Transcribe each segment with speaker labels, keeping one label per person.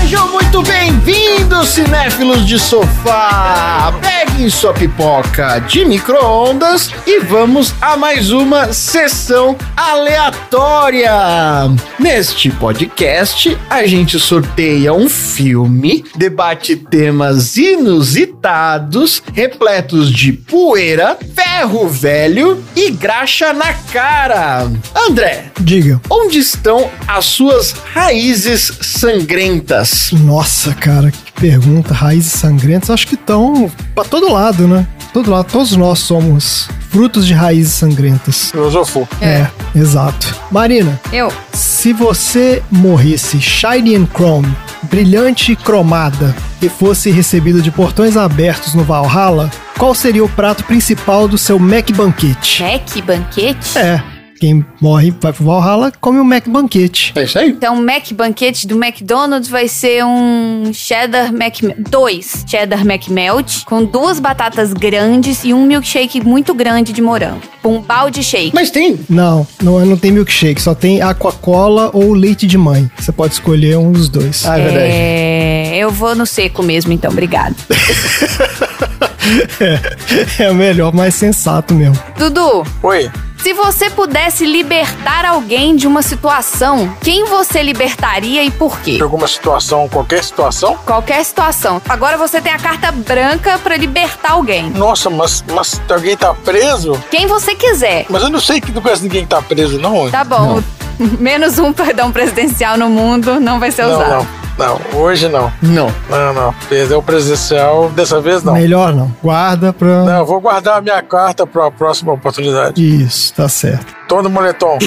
Speaker 1: Sejam muito bem-vindos, cinéfilos de sofá! Peguem sua pipoca de micro-ondas e vamos a mais uma sessão aleatória! Neste podcast, a gente sorteia um filme, debate temas inusitados, repletos de poeira, ferro velho e graxa na cara. André,
Speaker 2: Diga.
Speaker 1: onde estão as suas raízes sangrentas?
Speaker 2: Nossa, cara, que pergunta. Raízes sangrentas, acho que estão pra todo lado, né? Todo lado, todos nós somos frutos de raízes sangrentas.
Speaker 3: Filosofou.
Speaker 2: É, exato. Marina,
Speaker 4: Eu.
Speaker 2: se você morresse shiny and chrome, brilhante e cromada, e fosse recebida de portões abertos no Valhalla, qual seria o prato principal do seu Mac Banquete?
Speaker 4: Mac Banquete?
Speaker 2: É, quem morre vai pro Valhalla, come o Mac Banquete.
Speaker 1: É isso aí?
Speaker 4: Então, o Mac Banquete do McDonald's vai ser um cheddar Mac... Dois cheddar McMelt com duas batatas grandes e um milkshake muito grande de morango. Um balde shake.
Speaker 1: Mas tem.
Speaker 2: Não, não, não tem milkshake, só tem Aquacola ou leite de mãe. Você pode escolher um dos dois.
Speaker 1: Ah, é verdade.
Speaker 4: É, eu vou no seco mesmo, então, obrigado.
Speaker 2: É o melhor, mais sensato mesmo.
Speaker 4: Dudu,
Speaker 3: Oi.
Speaker 4: se você pudesse libertar alguém de uma situação, quem você libertaria e por quê?
Speaker 3: Tem alguma situação, qualquer situação?
Speaker 4: Qualquer situação. Agora você tem a carta branca pra libertar alguém.
Speaker 3: Nossa, mas, mas alguém tá preso?
Speaker 4: Quem você quiser.
Speaker 3: Mas eu não sei que não conhece ninguém que tá preso, não.
Speaker 4: Tá bom. Menos um perdão presidencial no mundo não vai ser
Speaker 3: não,
Speaker 4: usado.
Speaker 3: não. Não, hoje não.
Speaker 1: Não.
Speaker 3: Não, não. Perdeu o presencial, dessa vez não.
Speaker 2: Melhor não. Guarda pra.
Speaker 3: Não, eu vou guardar a minha carta pra próxima oportunidade.
Speaker 2: Isso, tá certo.
Speaker 3: Todo moletom.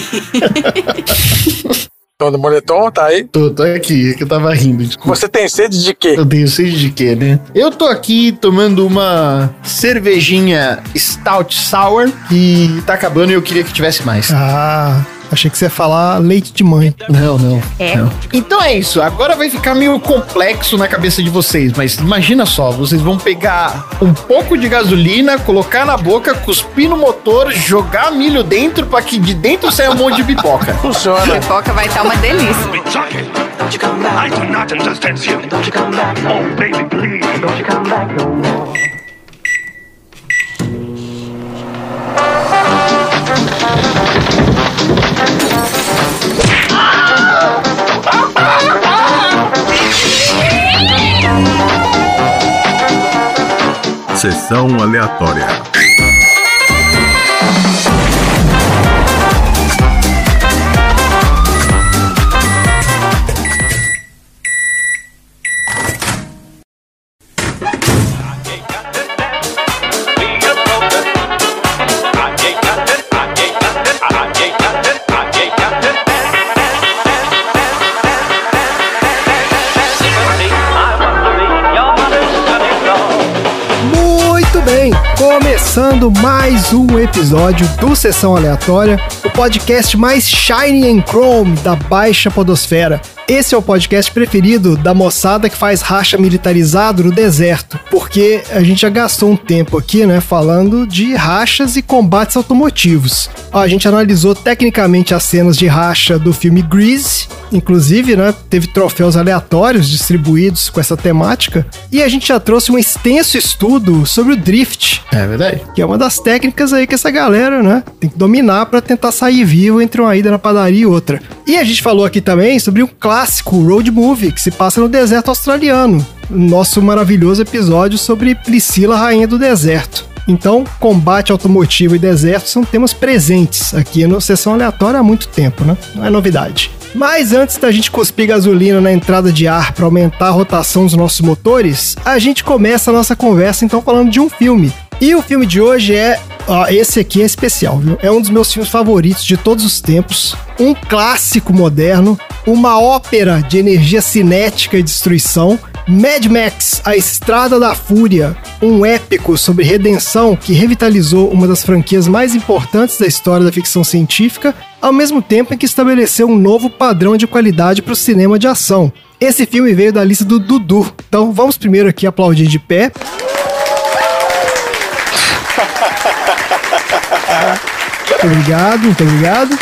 Speaker 3: Todo moletom, tá aí?
Speaker 1: Tô, tô aqui, é que eu tava rindo, desculpa.
Speaker 3: Você é tem sede de quê?
Speaker 1: Eu tenho sede de quê, né? Eu tô aqui tomando uma cervejinha Stout Sour e tá acabando e eu queria que tivesse mais.
Speaker 2: Ah, achei que você ia falar leite de mãe.
Speaker 1: Não, não.
Speaker 4: É.
Speaker 1: não. Então é isso. Agora vai ficar meio complexo na cabeça de vocês, mas imagina só, vocês vão pegar um pouco de gasolina, colocar na boca, cuspir no motor, jogar milho dentro pra que de dentro saia um monte de pipoca.
Speaker 3: Funciona.
Speaker 4: Pipoca vai estar uma delícia.
Speaker 5: Suck it! Don't you come back! I do not understand you! Don't you come back! Oh, baby, please! Don't you come back no more!
Speaker 6: Sessão aleatória.
Speaker 2: Muito bem, começando mais um episódio do Sessão Aleatória, o podcast mais shiny and chrome da baixa podosfera. Esse é o podcast preferido da moçada que faz racha militarizado no deserto, porque a gente já gastou um tempo aqui, né, falando de rachas e combates automotivos. Ó, a gente analisou tecnicamente as cenas de racha do filme Grease, inclusive, né, teve troféus aleatórios distribuídos com essa temática, e a gente já trouxe um extenso estudo sobre o drift,
Speaker 1: É verdade.
Speaker 2: que é uma das técnicas aí que essa galera, né, tem que dominar pra tentar sair vivo entre uma ida na padaria e outra. E a gente falou aqui também sobre um clássico road movie que se passa no deserto australiano, nosso maravilhoso episódio sobre Priscila, rainha do deserto. Então, combate automotivo e deserto são temas presentes aqui no Sessão Aleatória há muito tempo, né? Não é novidade. Mas antes da gente cuspir gasolina na entrada de ar para aumentar a rotação dos nossos motores, a gente começa a nossa conversa então falando de um filme. E o filme de hoje é. Ó, esse aqui é especial, viu? É um dos meus filmes favoritos de todos os tempos. Um clássico moderno, uma ópera de energia cinética e destruição. Mad Max, A Estrada da Fúria, um épico sobre redenção que revitalizou uma das franquias mais importantes da história da ficção científica, ao mesmo tempo em que estabeleceu um novo padrão de qualidade para o cinema de ação. Esse filme veio da lista do Dudu, então vamos primeiro aqui aplaudir de pé. Muito obrigado, muito obrigado.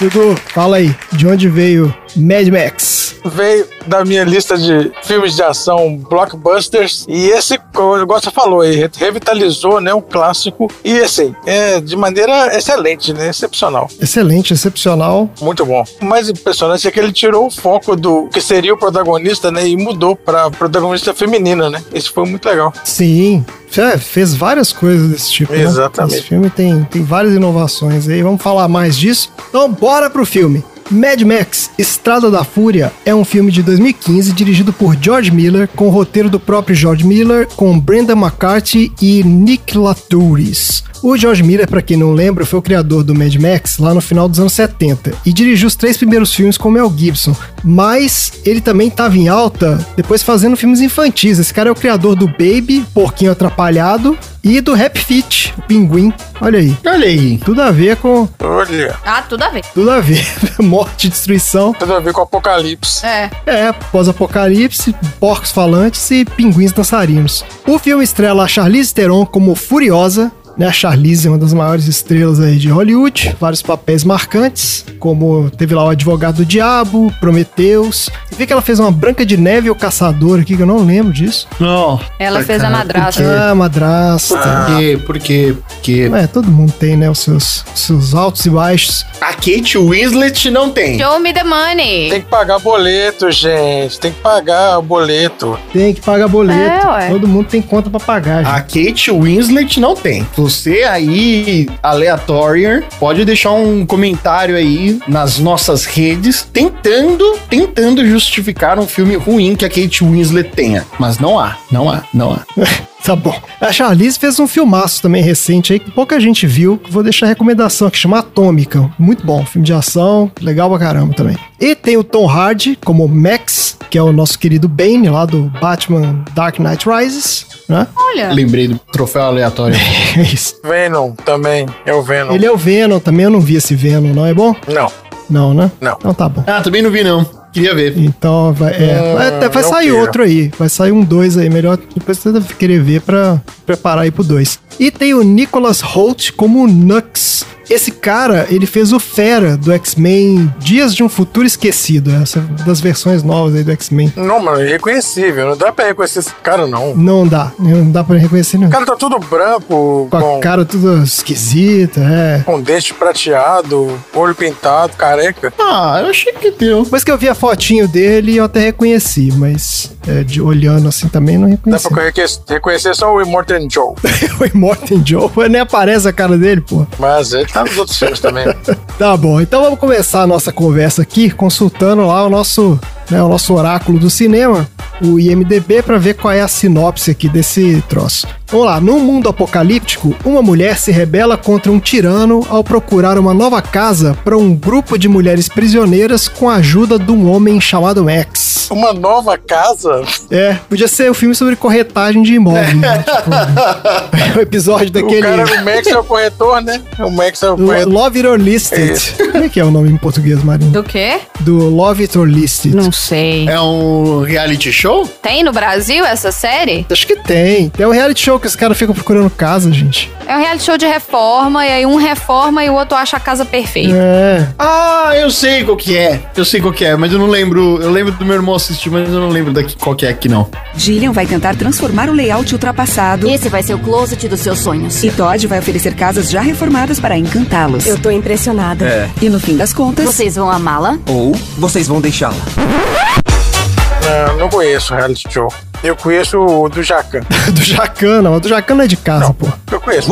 Speaker 2: Dudu, fala aí, de onde veio Mad Max?
Speaker 3: veio da minha lista de filmes de ação blockbusters. E esse, como você falou aí, revitalizou né, um clássico. E assim, é de maneira excelente, né? Excepcional.
Speaker 2: Excelente, excepcional.
Speaker 3: Muito bom. O mais impressionante é que ele tirou o foco do que seria o protagonista, né? E mudou pra protagonista feminina, né? Isso foi muito legal.
Speaker 2: Sim. É, fez várias coisas desse tipo. né?
Speaker 3: Exatamente.
Speaker 2: Esse filme tem, tem várias inovações aí. Vamos falar mais disso. Então, bora pro filme. Mad Max Estrada da Fúria é um filme de 2015 dirigido por George Miller, com o roteiro do próprio George Miller, com Brenda McCarthy e Nick Laturis. O George Miller, pra quem não lembra, foi o criador do Mad Max lá no final dos anos 70 e dirigiu os três primeiros filmes com Mel Gibson, mas ele também estava em alta depois fazendo filmes infantis. Esse cara é o criador do Baby, Porquinho Atrapalhado e do Rap Fit, o Pinguim. Olha aí,
Speaker 1: Olha aí.
Speaker 2: tudo a ver com.
Speaker 3: Olha,
Speaker 4: Ah, tudo a ver.
Speaker 2: Tudo a ver. Morte, destruição.
Speaker 3: tudo a ver com o apocalipse.
Speaker 4: É.
Speaker 2: É, pós-apocalipse, porcos falantes e pinguins dançarinos. O filme estrela a Charlize Theron como Furiosa, né? A Charlize é uma das maiores estrelas aí de Hollywood, vários papéis marcantes, como teve lá o Advogado do Diabo, Prometeus. Você vê que ela fez uma Branca de Neve ou Caçador aqui, que eu não lembro disso.
Speaker 1: Não.
Speaker 4: Ela fez a madrasta.
Speaker 2: Ah, madrasta.
Speaker 1: Por quê? Por quê? Porque
Speaker 2: É, todo mundo tem, né, os seus, seus altos e baixos.
Speaker 1: a Kate Winslet não tem.
Speaker 4: Show me the money.
Speaker 3: Tem que pagar boleto, gente. Tem que pagar o boleto.
Speaker 2: Tem que pagar boleto.
Speaker 4: É, ué.
Speaker 2: todo mundo tem conta pra pagar, gente.
Speaker 1: A Kate Winslet não tem. Você aí, aleatório, pode deixar um comentário aí nas nossas redes tentando, tentando justificar um filme ruim que a Kate Winslet tenha. Mas não há, não há, não há.
Speaker 2: Tá bom. A Charlize fez um filmaço também recente aí que pouca gente viu. que Vou deixar a recomendação que chama Atômica. Muito bom, filme de ação, legal pra caramba também. E tem o Tom Hardy como Max, que é o nosso querido Bane lá do Batman Dark Knight Rises, né?
Speaker 4: Olha.
Speaker 1: Lembrei do troféu aleatório.
Speaker 2: É isso.
Speaker 3: Venom também. É o Venom.
Speaker 2: Ele é o Venom também, eu não vi esse Venom, não é bom?
Speaker 3: Não.
Speaker 2: Não, né?
Speaker 3: Não.
Speaker 2: Então tá bom.
Speaker 1: ah, também não vi não. Queria ver.
Speaker 2: Então vai, é,
Speaker 3: Ah,
Speaker 2: vai, até- vai
Speaker 3: não
Speaker 2: sair
Speaker 3: queira.
Speaker 2: outro aí, vai sair um dois aí, melhor depois você deve querer ver pra preparar aí pro dois. E tem o Nicholas Holt como Nux. Esse cara, ele fez o Fera do X-Men Dias de um Futuro Esquecido, é essa das versões novas aí do X-Men.
Speaker 3: Não, mano, é irreconhecível. Não dá pra reconhecer esse cara, não.
Speaker 2: Não dá, não dá pra reconhecer não.
Speaker 3: O cara tá tudo branco,
Speaker 2: Com a
Speaker 3: com,
Speaker 2: cara toda esquisita, é.
Speaker 3: com dente prateado, olho pintado, careca.
Speaker 1: Ah, eu achei que deu.
Speaker 2: Depois que eu vi a fotinho dele, eu até reconheci, mas é, de, olhando assim também não
Speaker 3: Dá
Speaker 2: reconheci.
Speaker 3: pra reconhecer, reconhecer só o Immortan Joe.
Speaker 2: o Immortan Joe, nem aparece a cara dele, pô.
Speaker 3: Mas ele tá nos outros filmes também.
Speaker 2: Tá bom, então vamos começar a nossa conversa aqui consultando lá o nosso, né, o nosso oráculo do cinema, o IMDB, pra ver qual é a sinopse aqui desse troço. Vamos lá, num mundo apocalíptico, uma mulher se rebela contra um tirano ao procurar uma nova casa pra um grupo de mulheres prisioneiras com a ajuda de um homem chamado Max.
Speaker 3: Uma nova casa?
Speaker 2: É, podia ser o filme sobre corretagem de imóvel. né? Tipo, o episódio daquele.
Speaker 3: O cara, o Max é o corretor, né? O Max é o
Speaker 2: Lo-
Speaker 3: corretor.
Speaker 2: Love It or Listed. Como é que é o nome em português, Marina?
Speaker 4: Do quê?
Speaker 2: Do Love It or Listed.
Speaker 4: Não sei.
Speaker 1: É um reality show?
Speaker 4: Tem no Brasil essa série?
Speaker 2: Acho que tem. Tem um reality show que os caras ficam procurando casa, gente.
Speaker 4: É um reality show de reforma, e aí um reforma e o outro acha a casa perfeita.
Speaker 2: É.
Speaker 1: Ah, eu sei qual que é. Eu sei qual que é, mas eu não lembro. Eu lembro do meu irmão assistir, mas eu não lembro daqui qual que é aqui não.
Speaker 6: Gillian vai tentar transformar o layout ultrapassado
Speaker 7: Esse vai ser o closet dos seus sonhos.
Speaker 6: e Todd vai oferecer casas já reformadas para encantá-los.
Speaker 7: Eu tô impressionada.
Speaker 6: E no fim das contas,
Speaker 7: É. Vocês vão amá-la?
Speaker 8: Ou vocês vão deixá-la.
Speaker 3: Não, não conheço o reality show. Eu conheço o do Jacan.
Speaker 2: Do Jacana, mas do Jacana é de casa, pô.
Speaker 3: Eu conheço.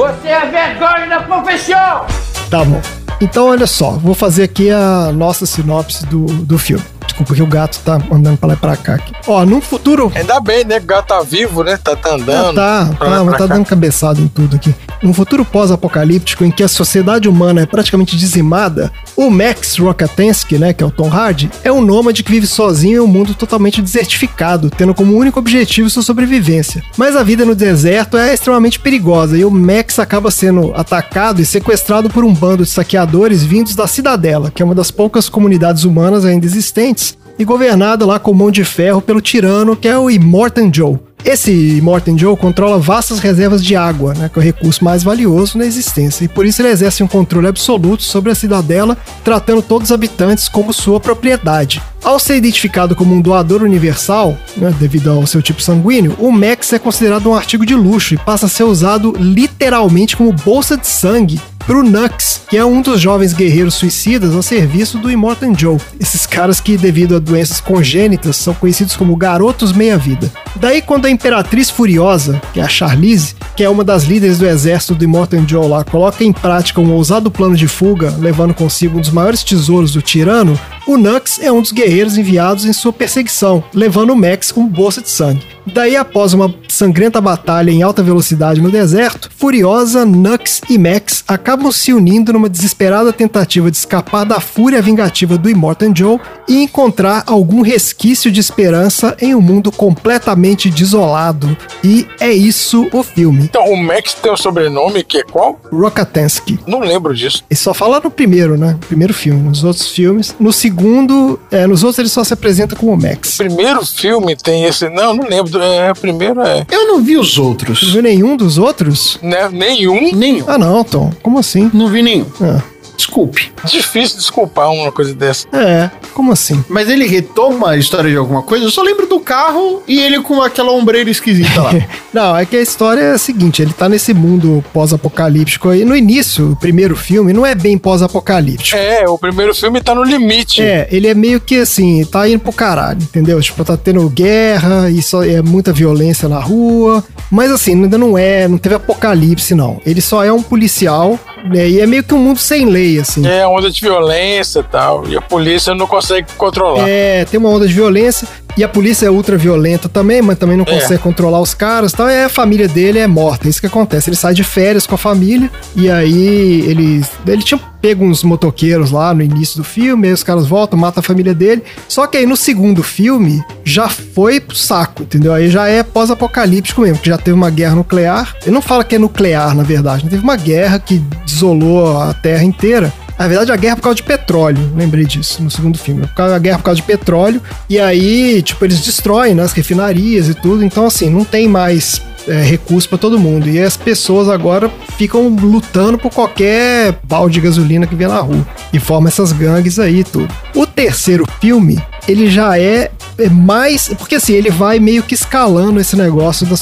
Speaker 2: Tá bom. Então, olha só, vou fazer aqui a nossa sinopse do, do filme. Desculpa que o gato tá andando pra lá e pra cá aqui. Ó, num futuro
Speaker 3: Ainda bem, né? que O gato tá vivo, né? Tá, tá
Speaker 2: Ah,
Speaker 3: andando.
Speaker 2: tá,
Speaker 3: pra lá
Speaker 2: tá, mas
Speaker 3: e pra
Speaker 2: tá
Speaker 3: cá.
Speaker 2: dando cabeçada em tudo aqui. Num futuro pós-apocalíptico em que a sociedade humana é praticamente dizimada, o Max Rockatensky, né, que é o Tom Hardy, é um nômade que vive sozinho em um mundo totalmente desertificado, tendo como único objetivo sua sobrevivência. Mas a vida no deserto é extremamente perigosa e o Max acaba sendo atacado e sequestrado por um bando de saqueadores vindos da Cidadela, que é uma das poucas comunidades humanas ainda existentes, e governada lá com mão de ferro pelo tirano que é o Immortan Joe. Esse Morton Joe controla vastas reservas de água, né, que é o recurso mais valioso na existência, e por isso ele exerce um controle absoluto sobre a cidadela, tratando todos os habitantes como sua propriedade. Ao ser identificado como um doador universal, né, devido ao seu tipo sanguíneo, o Max é considerado um artigo de luxo e passa a ser usado literalmente como bolsa de sangue pro Nux, que é um dos jovens guerreiros suicidas a serviço do Immortan Joe. Esses caras que, devido a doenças congênitas, são conhecidos como garotos meia-vida. Daí, quando a Imperatriz Furiosa, que é a Charlize, que é uma das líderes do exército do Immortan Joe lá, coloca em prática um ousado plano de fuga, levando consigo um dos maiores tesouros do tirano, o Nux é um dos guerreiros enviados em sua perseguição, levando o Max como bolsa de sangue. Daí, após uma sangrenta batalha em alta velocidade no deserto, Furiosa, Nux e Max acabam se unindo numa desesperada tentativa de escapar da fúria vingativa do Immortan Joe e encontrar algum resquício de esperança em um mundo completamente desolado. E é isso o filme.
Speaker 3: Então, o Max tem um sobrenome que é qual?
Speaker 2: Rockatansky.
Speaker 3: Não lembro disso.
Speaker 2: E só fala no primeiro, né? Primeiro filme, nos outros filmes. No segundo, é, nos outros ele só se apresenta como Max.
Speaker 3: Primeiro filme tem esse. Não, não lembro. É, o primeiro é.
Speaker 1: Eu não vi os
Speaker 2: Não
Speaker 1: outros.
Speaker 2: viu nenhum dos outros?
Speaker 3: Né, nenhum.
Speaker 1: Nenhum.
Speaker 2: Ah não, Tom. Como assim?
Speaker 1: Não vi nenhum.
Speaker 2: Ah,
Speaker 1: Desculpe.
Speaker 3: Difícil desculpar uma coisa dessa.
Speaker 2: é, como assim?
Speaker 1: Mas ele retoma a história de alguma coisa? Eu só lembro do carro e ele com aquela ombreira esquisita lá.
Speaker 2: Não, é que a história é a seguinte, ele tá nesse mundo pós-apocalíptico aí. No início, o primeiro filme não é bem pós-apocalíptico.
Speaker 3: É, o primeiro filme tá no limite.
Speaker 2: É, ele é meio que assim, tá indo pro caralho, entendeu? Tipo, tá tendo guerra e só é muita violência na rua. Mas assim, ainda não é, não teve apocalipse, não. Ele só é um policial, né? E é meio que um mundo sem lei, assim.
Speaker 3: É, onda de violência e tal. E a polícia não consegue controlar.
Speaker 2: É, tem uma onda de violência. E a polícia é ultra violenta também, mas também não
Speaker 3: É.
Speaker 2: consegue controlar os caras. e Tal. É, a família dele é morta. É isso que acontece. Ele sai de férias com a família. E aí ele, ele tinha pego uns motoqueiros lá no início do filme. Aí os caras voltam, matam a família dele. Só que aí no segundo filme já foi pro saco, entendeu? Aí já é pós-apocalíptico mesmo, que já teve uma guerra nuclear. Ele não fala que é nuclear, na verdade. né? Teve uma guerra que desolou a terra inteira. Na verdade, a guerra é por causa de petróleo. Lembrei disso no segundo filme. Por causa- A guerra é por causa de petróleo. E aí, tipo, eles destroem né, as refinarias e tudo. Então, assim, não tem mais é, recurso pra todo mundo. E as pessoas agora ficam lutando por qualquer balde de gasolina que vê na rua. E forma essas gangues aí e tudo. O terceiro filme, ele já é é mais. Porque assim, ele vai meio que escalando esse negócio da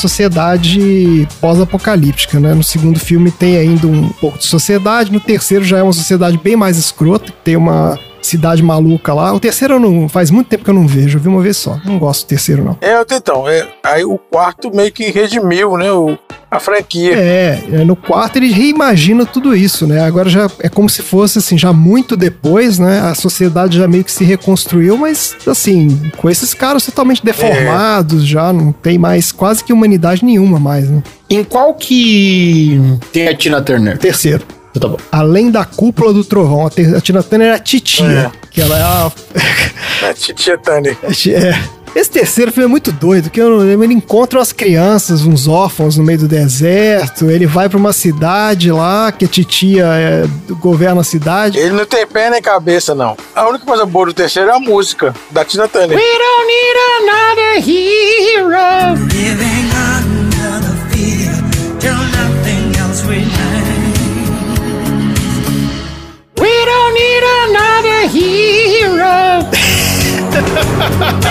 Speaker 2: sociedade pós-apocalíptica, né? No segundo filme tem ainda um pouco de sociedade, no terceiro já é uma sociedade bem mais escrota, tem uma cidade maluca lá. O terceiro eu não. faz muito tempo que eu não vejo, eu vi uma vez só. Não gosto do terceiro, não.
Speaker 3: É, então, é, aí o quarto meio que redimiu, né? o- a franquia.
Speaker 2: É, é, no quarto ele reimagina tudo isso, né? Agora já é como se fosse assim, já muito depois, né? A sociedade já meio que se reconstruiu, mas assim, com esses caras totalmente deformados, já não tem mais quase que humanidade nenhuma mais, né?
Speaker 1: em qual que tem a Tina Turner?
Speaker 2: Terceiro,
Speaker 1: Tá bom.
Speaker 2: além da cúpula do trovão, a, ter- a Tina Turner era a titia, que ela é a
Speaker 3: A Titia Tani.
Speaker 2: É. Esse terceiro filme é muito doido, que eu não lembro. Ele encontra umas crianças, uns órfãos no meio do deserto. Ele vai pra uma cidade lá, que a titia é, governa a cidade.
Speaker 3: Ele não tem pé nem cabeça, não. A única coisa boa do terceiro é a música da Tina Turner.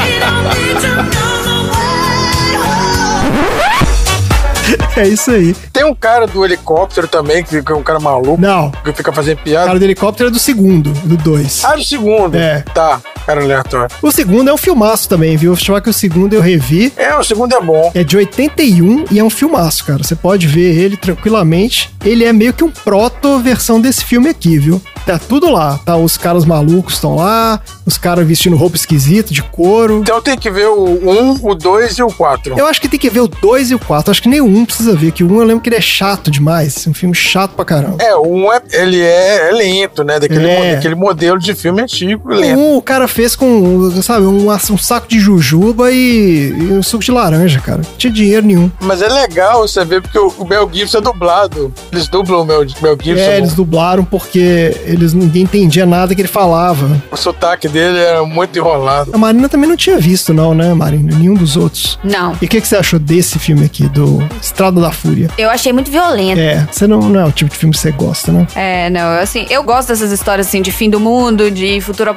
Speaker 2: É isso aí.
Speaker 3: Tem um cara do helicóptero também, que que é um cara maluco,
Speaker 2: Não,
Speaker 3: que fica fazendo
Speaker 2: o
Speaker 3: piada.
Speaker 2: cara do helicóptero é do segundo, do dois.
Speaker 3: Ah, do segundo.
Speaker 2: É.
Speaker 3: Tá, cara aleatório.
Speaker 2: O segundo é um filmaço também, viu? Deixa eu falar que o segundo eu revi.
Speaker 3: É, o segundo é bom.
Speaker 2: É de 81 e é um filmaço, cara. Você pode ver ele tranquilamente. Ele é meio que um proto-versão desse filme aqui, viu? Tá tudo lá. Tá os caras malucos estão lá, os caras vestindo roupa esquisita, de couro.
Speaker 3: Então tem que ver o 1, o 2 e o 4.
Speaker 2: Eu acho que tem que ver o 2 e o 4. Acho que nem o 1 precisa ver, que o 1 eu lembro que ele é chato demais. É um filme chato pra caramba.
Speaker 3: um É, o 1 é, ele é, é lento, né? Daquele,
Speaker 2: É. Uhum.
Speaker 3: mo- daquele modelo de filme antigo,
Speaker 2: O
Speaker 3: lento.
Speaker 2: 1, o cara fez com, sabe, um, um saco de jujuba e, e um suco de laranja, cara. Não tinha dinheiro nenhum.
Speaker 3: Mas é legal você ver, porque o o Mel Gibson é dublado. Eles dublam o Mel, Mel Gibson.
Speaker 2: É, eles dublaram porque eles ninguém entendia nada que ele falava.
Speaker 3: O sotaque dele era muito enrolado.
Speaker 2: A Marina também não tinha visto, não, né, Marina? Nenhum dos outros.
Speaker 4: Não.
Speaker 2: E o que, que você achou desse filme aqui, do Estrada da Fúria?
Speaker 4: Eu achei muito violento.
Speaker 2: É, você não, não é o tipo de filme que você gosta, né?
Speaker 4: É, não, eu, assim, eu gosto dessas histórias assim de fim do mundo, de futuro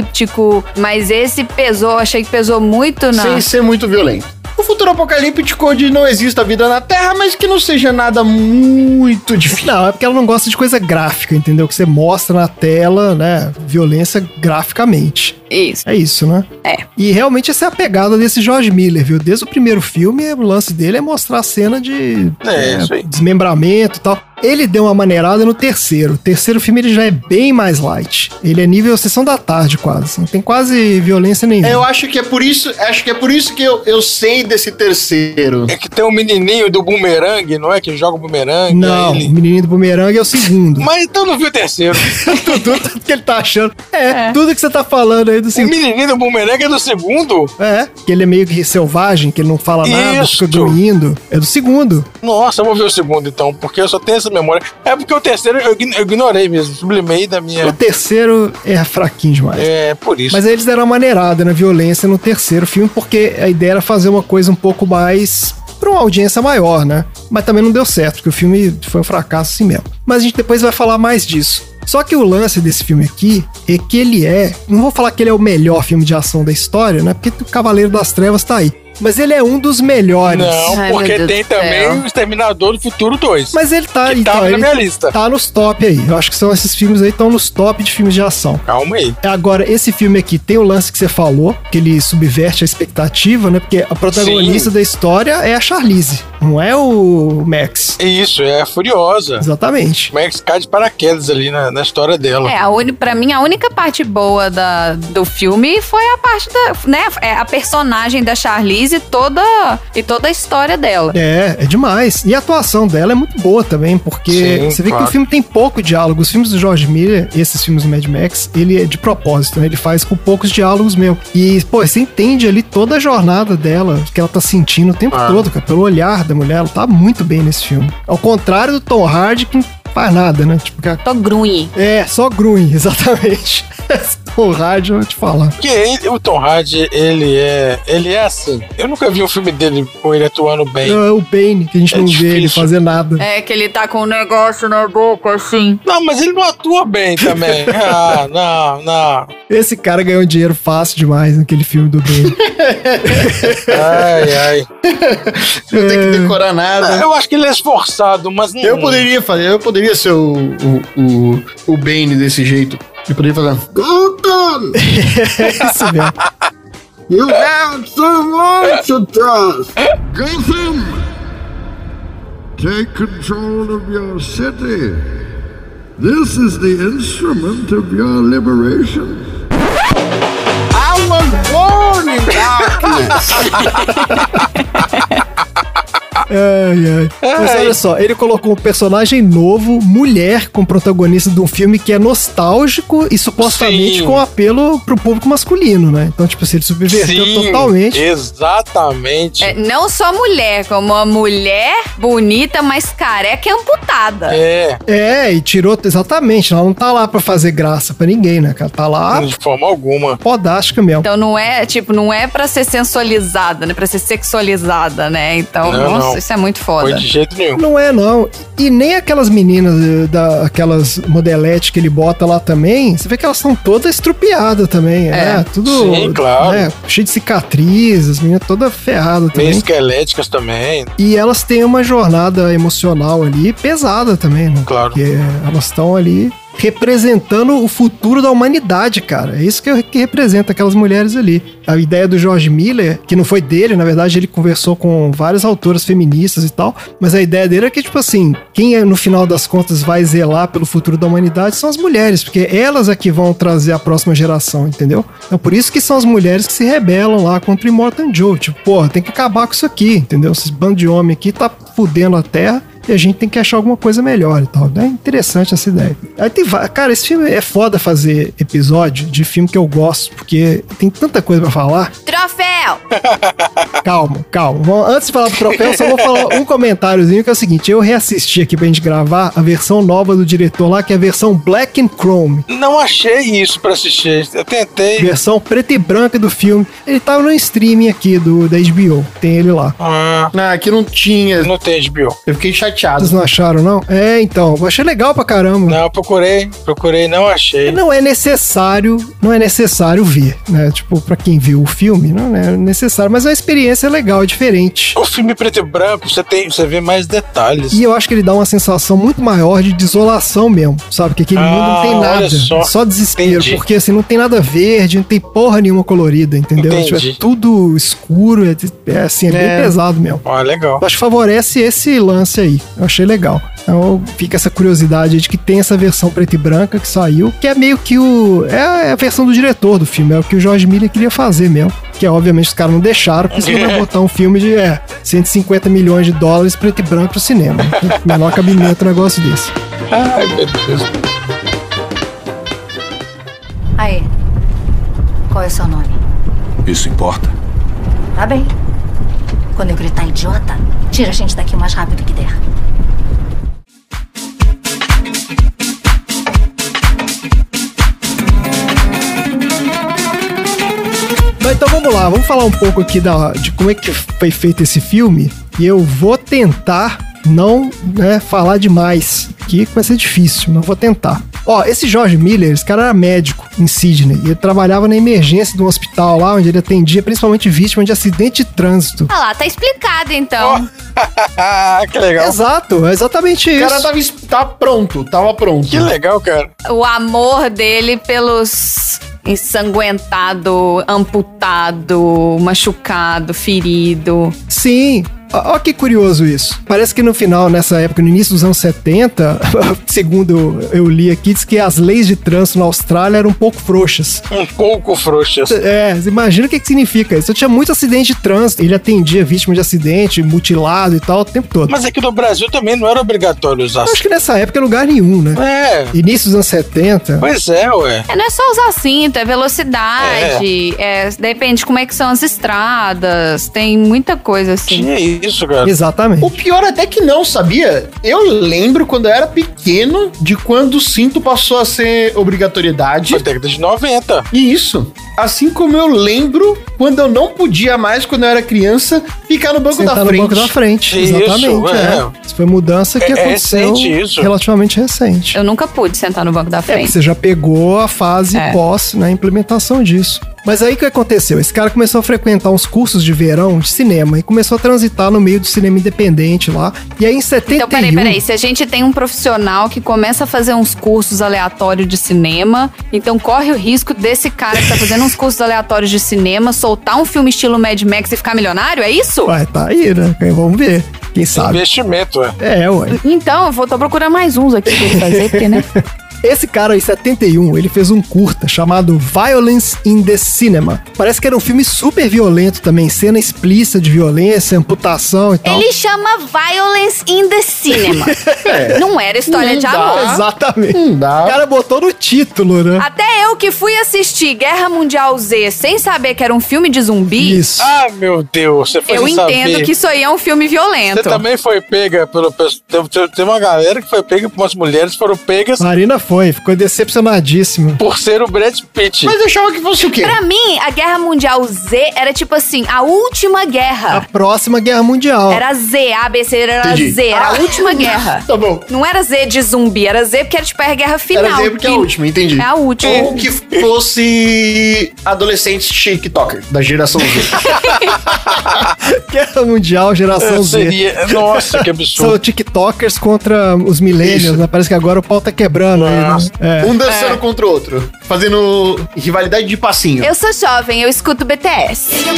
Speaker 4: apocalíptico, mas esse pesou, achei que pesou muito na.
Speaker 1: Sem ser muito violento. O futuro apocalíptico onde não exista vida na Terra, mas que não seja nada muito difícil.
Speaker 2: Não, é porque ela não gosta de coisa gráfica, entendeu? Que você mostra na tela, né? Violência graficamente.
Speaker 4: Isso.
Speaker 2: É isso, né?
Speaker 4: É.
Speaker 2: E realmente essa é a pegada desse George Miller, viu? Desde o primeiro filme, o lance dele é mostrar a cena de
Speaker 3: É, isso aí.
Speaker 2: desmembramento e tal. Ele deu uma maneirada no terceiro. O terceiro filme ele já é bem mais light. Ele é nível Sessão da Tarde, quase. Não tem quase violência nenhuma.
Speaker 1: Eu acho que é por isso, acho que é por isso que eu, eu sei desse terceiro.
Speaker 3: É que tem um menininho do bumerangue, não é? Que joga o bumerangue.
Speaker 2: Não,
Speaker 3: aí
Speaker 2: o
Speaker 3: ele-
Speaker 2: Menininho do Bumerangue é o segundo.
Speaker 3: Mas então não viu o terceiro.
Speaker 2: tudo, tudo que ele tá achando. É, tudo que você tá falando aí do
Speaker 3: o
Speaker 2: segundo.
Speaker 3: menininho do bumerangue é do segundo?
Speaker 2: É, que ele é meio que selvagem, que ele não fala nada,
Speaker 3: Isso.
Speaker 2: fica dormindo. É do segundo.
Speaker 3: Nossa, eu vou ver o segundo então, porque eu só tenho essa memória. É porque o terceiro eu ign- eu ignorei mesmo, sublimei da
Speaker 2: O
Speaker 3: minha.
Speaker 2: terceiro é fraquinho demais.
Speaker 3: É, por isso.
Speaker 2: Mas aí eles deram uma maneirada na violência no terceiro filme, porque a ideia era fazer uma coisa um pouco mais pra uma audiência maior, né? Mas também não deu certo, porque o filme foi um fracasso assim mesmo. Mas a gente depois vai falar mais disso. Só que o lance desse filme aqui é que ele é. Não vou falar que ele é o melhor filme de ação da história, né? Porque o Cavaleiro das Trevas tá aí. Mas ele é um dos melhores.
Speaker 3: Não,
Speaker 4: Ai, meu
Speaker 3: porque
Speaker 4: Deus
Speaker 3: tem
Speaker 4: do
Speaker 3: também
Speaker 4: céu.
Speaker 3: o Exterminador do Futuro 2.
Speaker 2: Mas ele tá.
Speaker 3: Que tava na
Speaker 2: ele
Speaker 3: minha lista.
Speaker 2: Tá nos top aí. Eu acho que são esses filmes aí que estão nos top de filmes de ação.
Speaker 3: Calma aí.
Speaker 2: Agora, esse filme aqui tem o lance que você falou, que ele subverte a expectativa, né? Porque a protagonista
Speaker 3: Sim.
Speaker 2: da história é a Charlize, não é o Max.
Speaker 3: Isso, é a Furiosa.
Speaker 2: Exatamente.
Speaker 3: Como é que cai de paraquedas ali na, na história dela?
Speaker 4: É, a uni, pra mim, a única parte boa da, do filme foi a parte da. né? é, a personagem da Charlize e toda, e toda a história dela.
Speaker 2: É, é demais. E a atuação dela é muito boa também, porque
Speaker 3: Sim,
Speaker 2: você vê
Speaker 3: claro.
Speaker 2: que o filme tem pouco diálogo. Os filmes do George Miller, esses filmes do Mad Max, ele é de propósito, né? Ele faz com poucos diálogos mesmo. E, pô, você entende ali toda a jornada dela, que ela tá sentindo o tempo
Speaker 3: Ah.
Speaker 2: todo, cara. Pelo olhar da mulher, ela tá muito bem nesse filme. Ao contrário do Tom Hardy, que não faz nada, né? Tipo, que a-
Speaker 4: Tô grunhe.
Speaker 2: é, só grunhe, exatamente. Tom Hardy, eu vou te falar.
Speaker 3: Porque ele- o Tom Hardy, ele é. Ele é assim. Eu nunca vi um filme dele com ele atuando bem.
Speaker 2: É o Bane, que a gente
Speaker 3: É
Speaker 2: não vê ele
Speaker 3: difícil.
Speaker 2: fazer nada.
Speaker 4: É que ele tá com um negócio na boca, assim.
Speaker 3: Não, mas ele não atua bem também. ah, não, não.
Speaker 2: Esse cara ganhou dinheiro fácil demais naquele filme do Bane.
Speaker 3: Ai, ai.
Speaker 1: Você não tem que decorar nada.
Speaker 3: Eu acho que ele é esforçado, mas hum, não.
Speaker 1: Eu poderia fazer, eu poderia ser o, o, o, o Bane desse jeito. Eu poderia fazer. Gotham!
Speaker 2: Isso mesmo.
Speaker 1: You have so much to trust! Gotham!
Speaker 8: Take control of your city. This is the instrument of your liberation.
Speaker 1: I was born in darkness!
Speaker 2: Ai, ai. Mas olha só, ele colocou um personagem novo, mulher, como protagonista de um filme que é nostálgico e supostamente
Speaker 3: Sim.
Speaker 2: com apelo pro público masculino, né? Então, tipo assim, ele subverteu
Speaker 3: Sim,
Speaker 2: totalmente.
Speaker 3: Exatamente.
Speaker 4: É, não só mulher, como uma mulher bonita, mas careca e amputada.
Speaker 3: É,
Speaker 2: É, e tirou exatamente. Ela não tá lá pra fazer graça pra ninguém, né, cara? Tá
Speaker 4: Ah.
Speaker 2: lá
Speaker 3: de forma alguma.
Speaker 2: podástica mesmo.
Speaker 4: Então não é, tipo, não é pra ser sensualizada, né? Pra ser sexualizada, né? Então,
Speaker 3: Não,
Speaker 4: nossa,
Speaker 3: não.
Speaker 4: isso é muito
Speaker 3: Foi
Speaker 4: foda.
Speaker 3: de jeito nenhum.
Speaker 2: Não é, não. E nem aquelas meninas, eh, da, aquelas modeletes que ele bota lá também, você vê que elas são todas estrupiadas também. É, tudo.
Speaker 3: Sim, claro.
Speaker 2: né, cheio de cicatrizes, as meninas toda ferrada
Speaker 3: Meio
Speaker 4: Uhum.
Speaker 2: também.
Speaker 3: esqueléticas também.
Speaker 2: E elas têm uma jornada emocional ali pesada também, né?
Speaker 3: Claro.
Speaker 2: Porque elas estão ali representando o futuro da humanidade, cara. É isso que, que representa aquelas mulheres ali. A ideia do George Miller, que não foi dele, na verdade, ele conversou com várias autoras feministas e tal, mas a ideia dele é que, tipo assim, quem é, no final das contas vai zelar pelo futuro da humanidade são as mulheres, porque elas é que vão trazer a próxima geração, entendeu? Então por isso que são as mulheres que se rebelam lá contra o Immortan Joe. Tipo, porra, tem que acabar com isso aqui, entendeu? Esse bando de homem aqui tá fudendo a terra e a gente tem que achar alguma coisa melhor e tal. É interessante essa ideia. Aí tem, va- cara, esse filme é foda fazer episódio de filme que eu gosto, porque tem tanta coisa pra falar.
Speaker 9: Troféu!
Speaker 2: Calma, calma. Vamos- antes de falar do troféu, só vou falar um comentáriozinho que é o seguinte: eu reassisti aqui pra gente gravar a versão nova do diretor lá, que é a versão Black and Chrome.
Speaker 3: Não achei isso pra assistir. Eu tentei.
Speaker 2: Versão preta e branca do filme. Ele tava no streaming aqui do, da HBO. Tem ele lá.
Speaker 3: Ah,
Speaker 1: Ah, aqui não tinha.
Speaker 3: não tem HBO.
Speaker 1: Eu fiquei chateado.
Speaker 2: Vocês não acharam, não? É, então. Eu achei legal pra caramba.
Speaker 3: Não, eu procurei, procurei, não achei.
Speaker 2: Não é necessário, não é necessário ver, né? Tipo, pra quem viu o filme, não é necessário, mas é uma experiência legal, é diferente.
Speaker 3: O filme preto e branco, você, tem, você vê mais detalhes.
Speaker 2: E eu acho que ele dá uma sensação muito maior de desolação mesmo, sabe? Que aquele
Speaker 3: Ah,
Speaker 2: mundo não tem
Speaker 3: olha
Speaker 2: nada,
Speaker 3: só.
Speaker 2: só, desespero,
Speaker 3: Entendi.
Speaker 2: porque assim, não tem nada verde, não tem porra nenhuma colorida, entendeu? Tipo,
Speaker 3: Entendi.
Speaker 2: é tudo escuro, é, é assim, é,
Speaker 1: É.
Speaker 2: bem pesado mesmo.
Speaker 3: Ó, Ah, legal.
Speaker 2: Eu acho que favorece esse lance aí. Eu achei legal. Então fica essa curiosidade aí de que tem essa versão preta e branca que saiu, que é meio que o. É a versão do diretor do filme, é o que o George Miller queria fazer mesmo. Que é, obviamente os caras não deixaram, porque senão vai botar um filme de é, 150 milhões de dólares preto e branco pro cinema. Tem Menor cabimento um negócio desse.
Speaker 3: Ai, meu Deus.
Speaker 10: Aí. Qual é o seu nome?
Speaker 8: Isso importa?
Speaker 10: Tá bem. Quando eu gritar idiota, tira a gente daqui o mais rápido que der.
Speaker 2: Mas então vamos lá, vamos falar um pouco aqui da, de como é que foi feito esse filme. E eu vou tentar não né, falar demais, que vai ser difícil, mas vou tentar. Ó, esse George Miller, esse cara era médico em Sydney, e ele trabalhava na emergência de um hospital lá, onde ele atendia principalmente vítimas de acidente de trânsito.
Speaker 9: Ah lá, tá explicado então.
Speaker 3: que legal.
Speaker 2: Exato, é exatamente
Speaker 1: O
Speaker 2: isso.
Speaker 1: cara tava, tá pronto, tava pronto.
Speaker 3: Que legal, cara.
Speaker 9: O amor dele pelos ensanguentado, amputado, machucado, ferido.
Speaker 2: Sim. Olha que curioso isso. Parece que no final, nessa época, no início dos anos 70, segundo eu li aqui, diz que as leis de trânsito na Austrália eram um pouco frouxas.
Speaker 3: Um pouco assim. frouxas.
Speaker 2: É, você imagina o que, que significa isso. Eu tinha muito acidente de trânsito. Ele atendia vítima de acidente, mutilado e tal, o tempo todo.
Speaker 3: Mas aqui no Brasil também não era obrigatório usar.
Speaker 2: Eu acho que nessa época é lugar nenhum, né?
Speaker 3: É,
Speaker 2: Início dos anos 70.
Speaker 3: pois é, ué.
Speaker 9: É, não é só usar cinto, é velocidade, é, depende de como é que são as estradas, tem muita coisa assim.
Speaker 3: Que isso, cara.
Speaker 1: O
Speaker 2: Exatamente.
Speaker 1: pior até que não, sabia? Eu lembro quando eu era pequeno de quando o cinto passou a ser obrigatoriedade.
Speaker 3: Foi década de 90.
Speaker 1: E isso, assim como eu lembro quando eu não podia mais, quando eu era criança, ficar no banco
Speaker 2: Sentar
Speaker 1: da
Speaker 2: no
Speaker 1: frente.
Speaker 2: banco da frente.
Speaker 3: Isso,
Speaker 2: Exatamente.
Speaker 3: é.
Speaker 2: É. Isso foi mudança que
Speaker 3: É- é
Speaker 2: aconteceu
Speaker 3: recente isso.
Speaker 2: relativamente recente.
Speaker 9: Eu nunca pude sentar no banco da
Speaker 2: É, porque
Speaker 9: frente.
Speaker 2: você já pegou a fase
Speaker 9: É.
Speaker 2: pós, né, a implementação disso. Mas aí o que aconteceu? Esse cara começou a frequentar uns cursos de verão de cinema e começou a transitar no meio do cinema independente lá. E aí em 71...
Speaker 9: Então, peraí, peraí. Se a gente tem um profissional que começa a fazer uns cursos aleatórios de cinema, então corre o risco desse cara que tá fazendo uns cursos aleatórios de cinema soltar um filme estilo Mad Max e ficar milionário? É isso?
Speaker 2: Ué, tá aí, né? Vamos ver. Quem sabe?
Speaker 3: Investimento, ué.
Speaker 2: É, ué.
Speaker 9: Então, eu vou tô procurando mais uns aqui pra ele fazer, porque, né?
Speaker 2: Esse cara, em 71, ele fez um curta chamado Violence in the Cinema. Parece que era um filme super violento também, cena explícita de violência, amputação e tal.
Speaker 9: Ele chama Violence in the Cinema. Não era história
Speaker 1: É. Não
Speaker 9: de
Speaker 1: dá.
Speaker 9: amor.
Speaker 2: Exatamente.
Speaker 1: Não
Speaker 2: O
Speaker 1: dá.
Speaker 2: cara botou no título, né?
Speaker 9: Até eu que fui assistir Guerra Mundial Z sem saber que era um filme de zumbi,
Speaker 2: Isso.
Speaker 3: Ah, meu Deus, você foi
Speaker 9: eu
Speaker 3: sem
Speaker 9: entendo
Speaker 3: saber.
Speaker 9: que isso aí é um filme violento.
Speaker 3: Você
Speaker 2: Então.
Speaker 3: tá também foi pega pelo. pes- Tem, tem- tem uma galera que foi pega, umas mulheres foram pegas
Speaker 2: Marina foi, ficou decepcionadíssima.
Speaker 3: por ser o Brad Pitt.
Speaker 1: Mas eu achava que fosse o quê?
Speaker 9: Pra mim, a Guerra Mundial Z era tipo assim, a última
Speaker 2: A
Speaker 9: guerra.
Speaker 2: próxima guerra mundial.
Speaker 9: Era Z, a ABC era
Speaker 1: Entendi.
Speaker 9: Z, era a última guerra.
Speaker 1: Tá bom.
Speaker 9: Não era Z de zumbi, era Z porque era tipo a guerra final.
Speaker 1: Era Z porque é a
Speaker 9: que
Speaker 1: última, entendi.
Speaker 9: É a última.
Speaker 1: Ou que fosse adolescente TikToker da geração Z.
Speaker 2: Guerra mundial, geração
Speaker 3: É,
Speaker 2: Z.
Speaker 3: seria. Nossa, que
Speaker 2: São
Speaker 3: absurdo.
Speaker 2: tiktokers contra os millennials,
Speaker 1: Isso.
Speaker 2: né? Parece que agora o pau tá quebrando aí, né?
Speaker 3: Nossa.
Speaker 2: É.
Speaker 1: Um dançando contra o outro, fazendo rivalidade de passinho.
Speaker 9: Eu sou jovem, eu escuto BTS,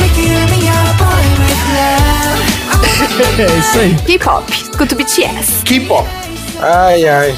Speaker 2: é isso aí.
Speaker 9: K-pop, escuto BTS.
Speaker 1: K-pop.
Speaker 3: Ai, ai.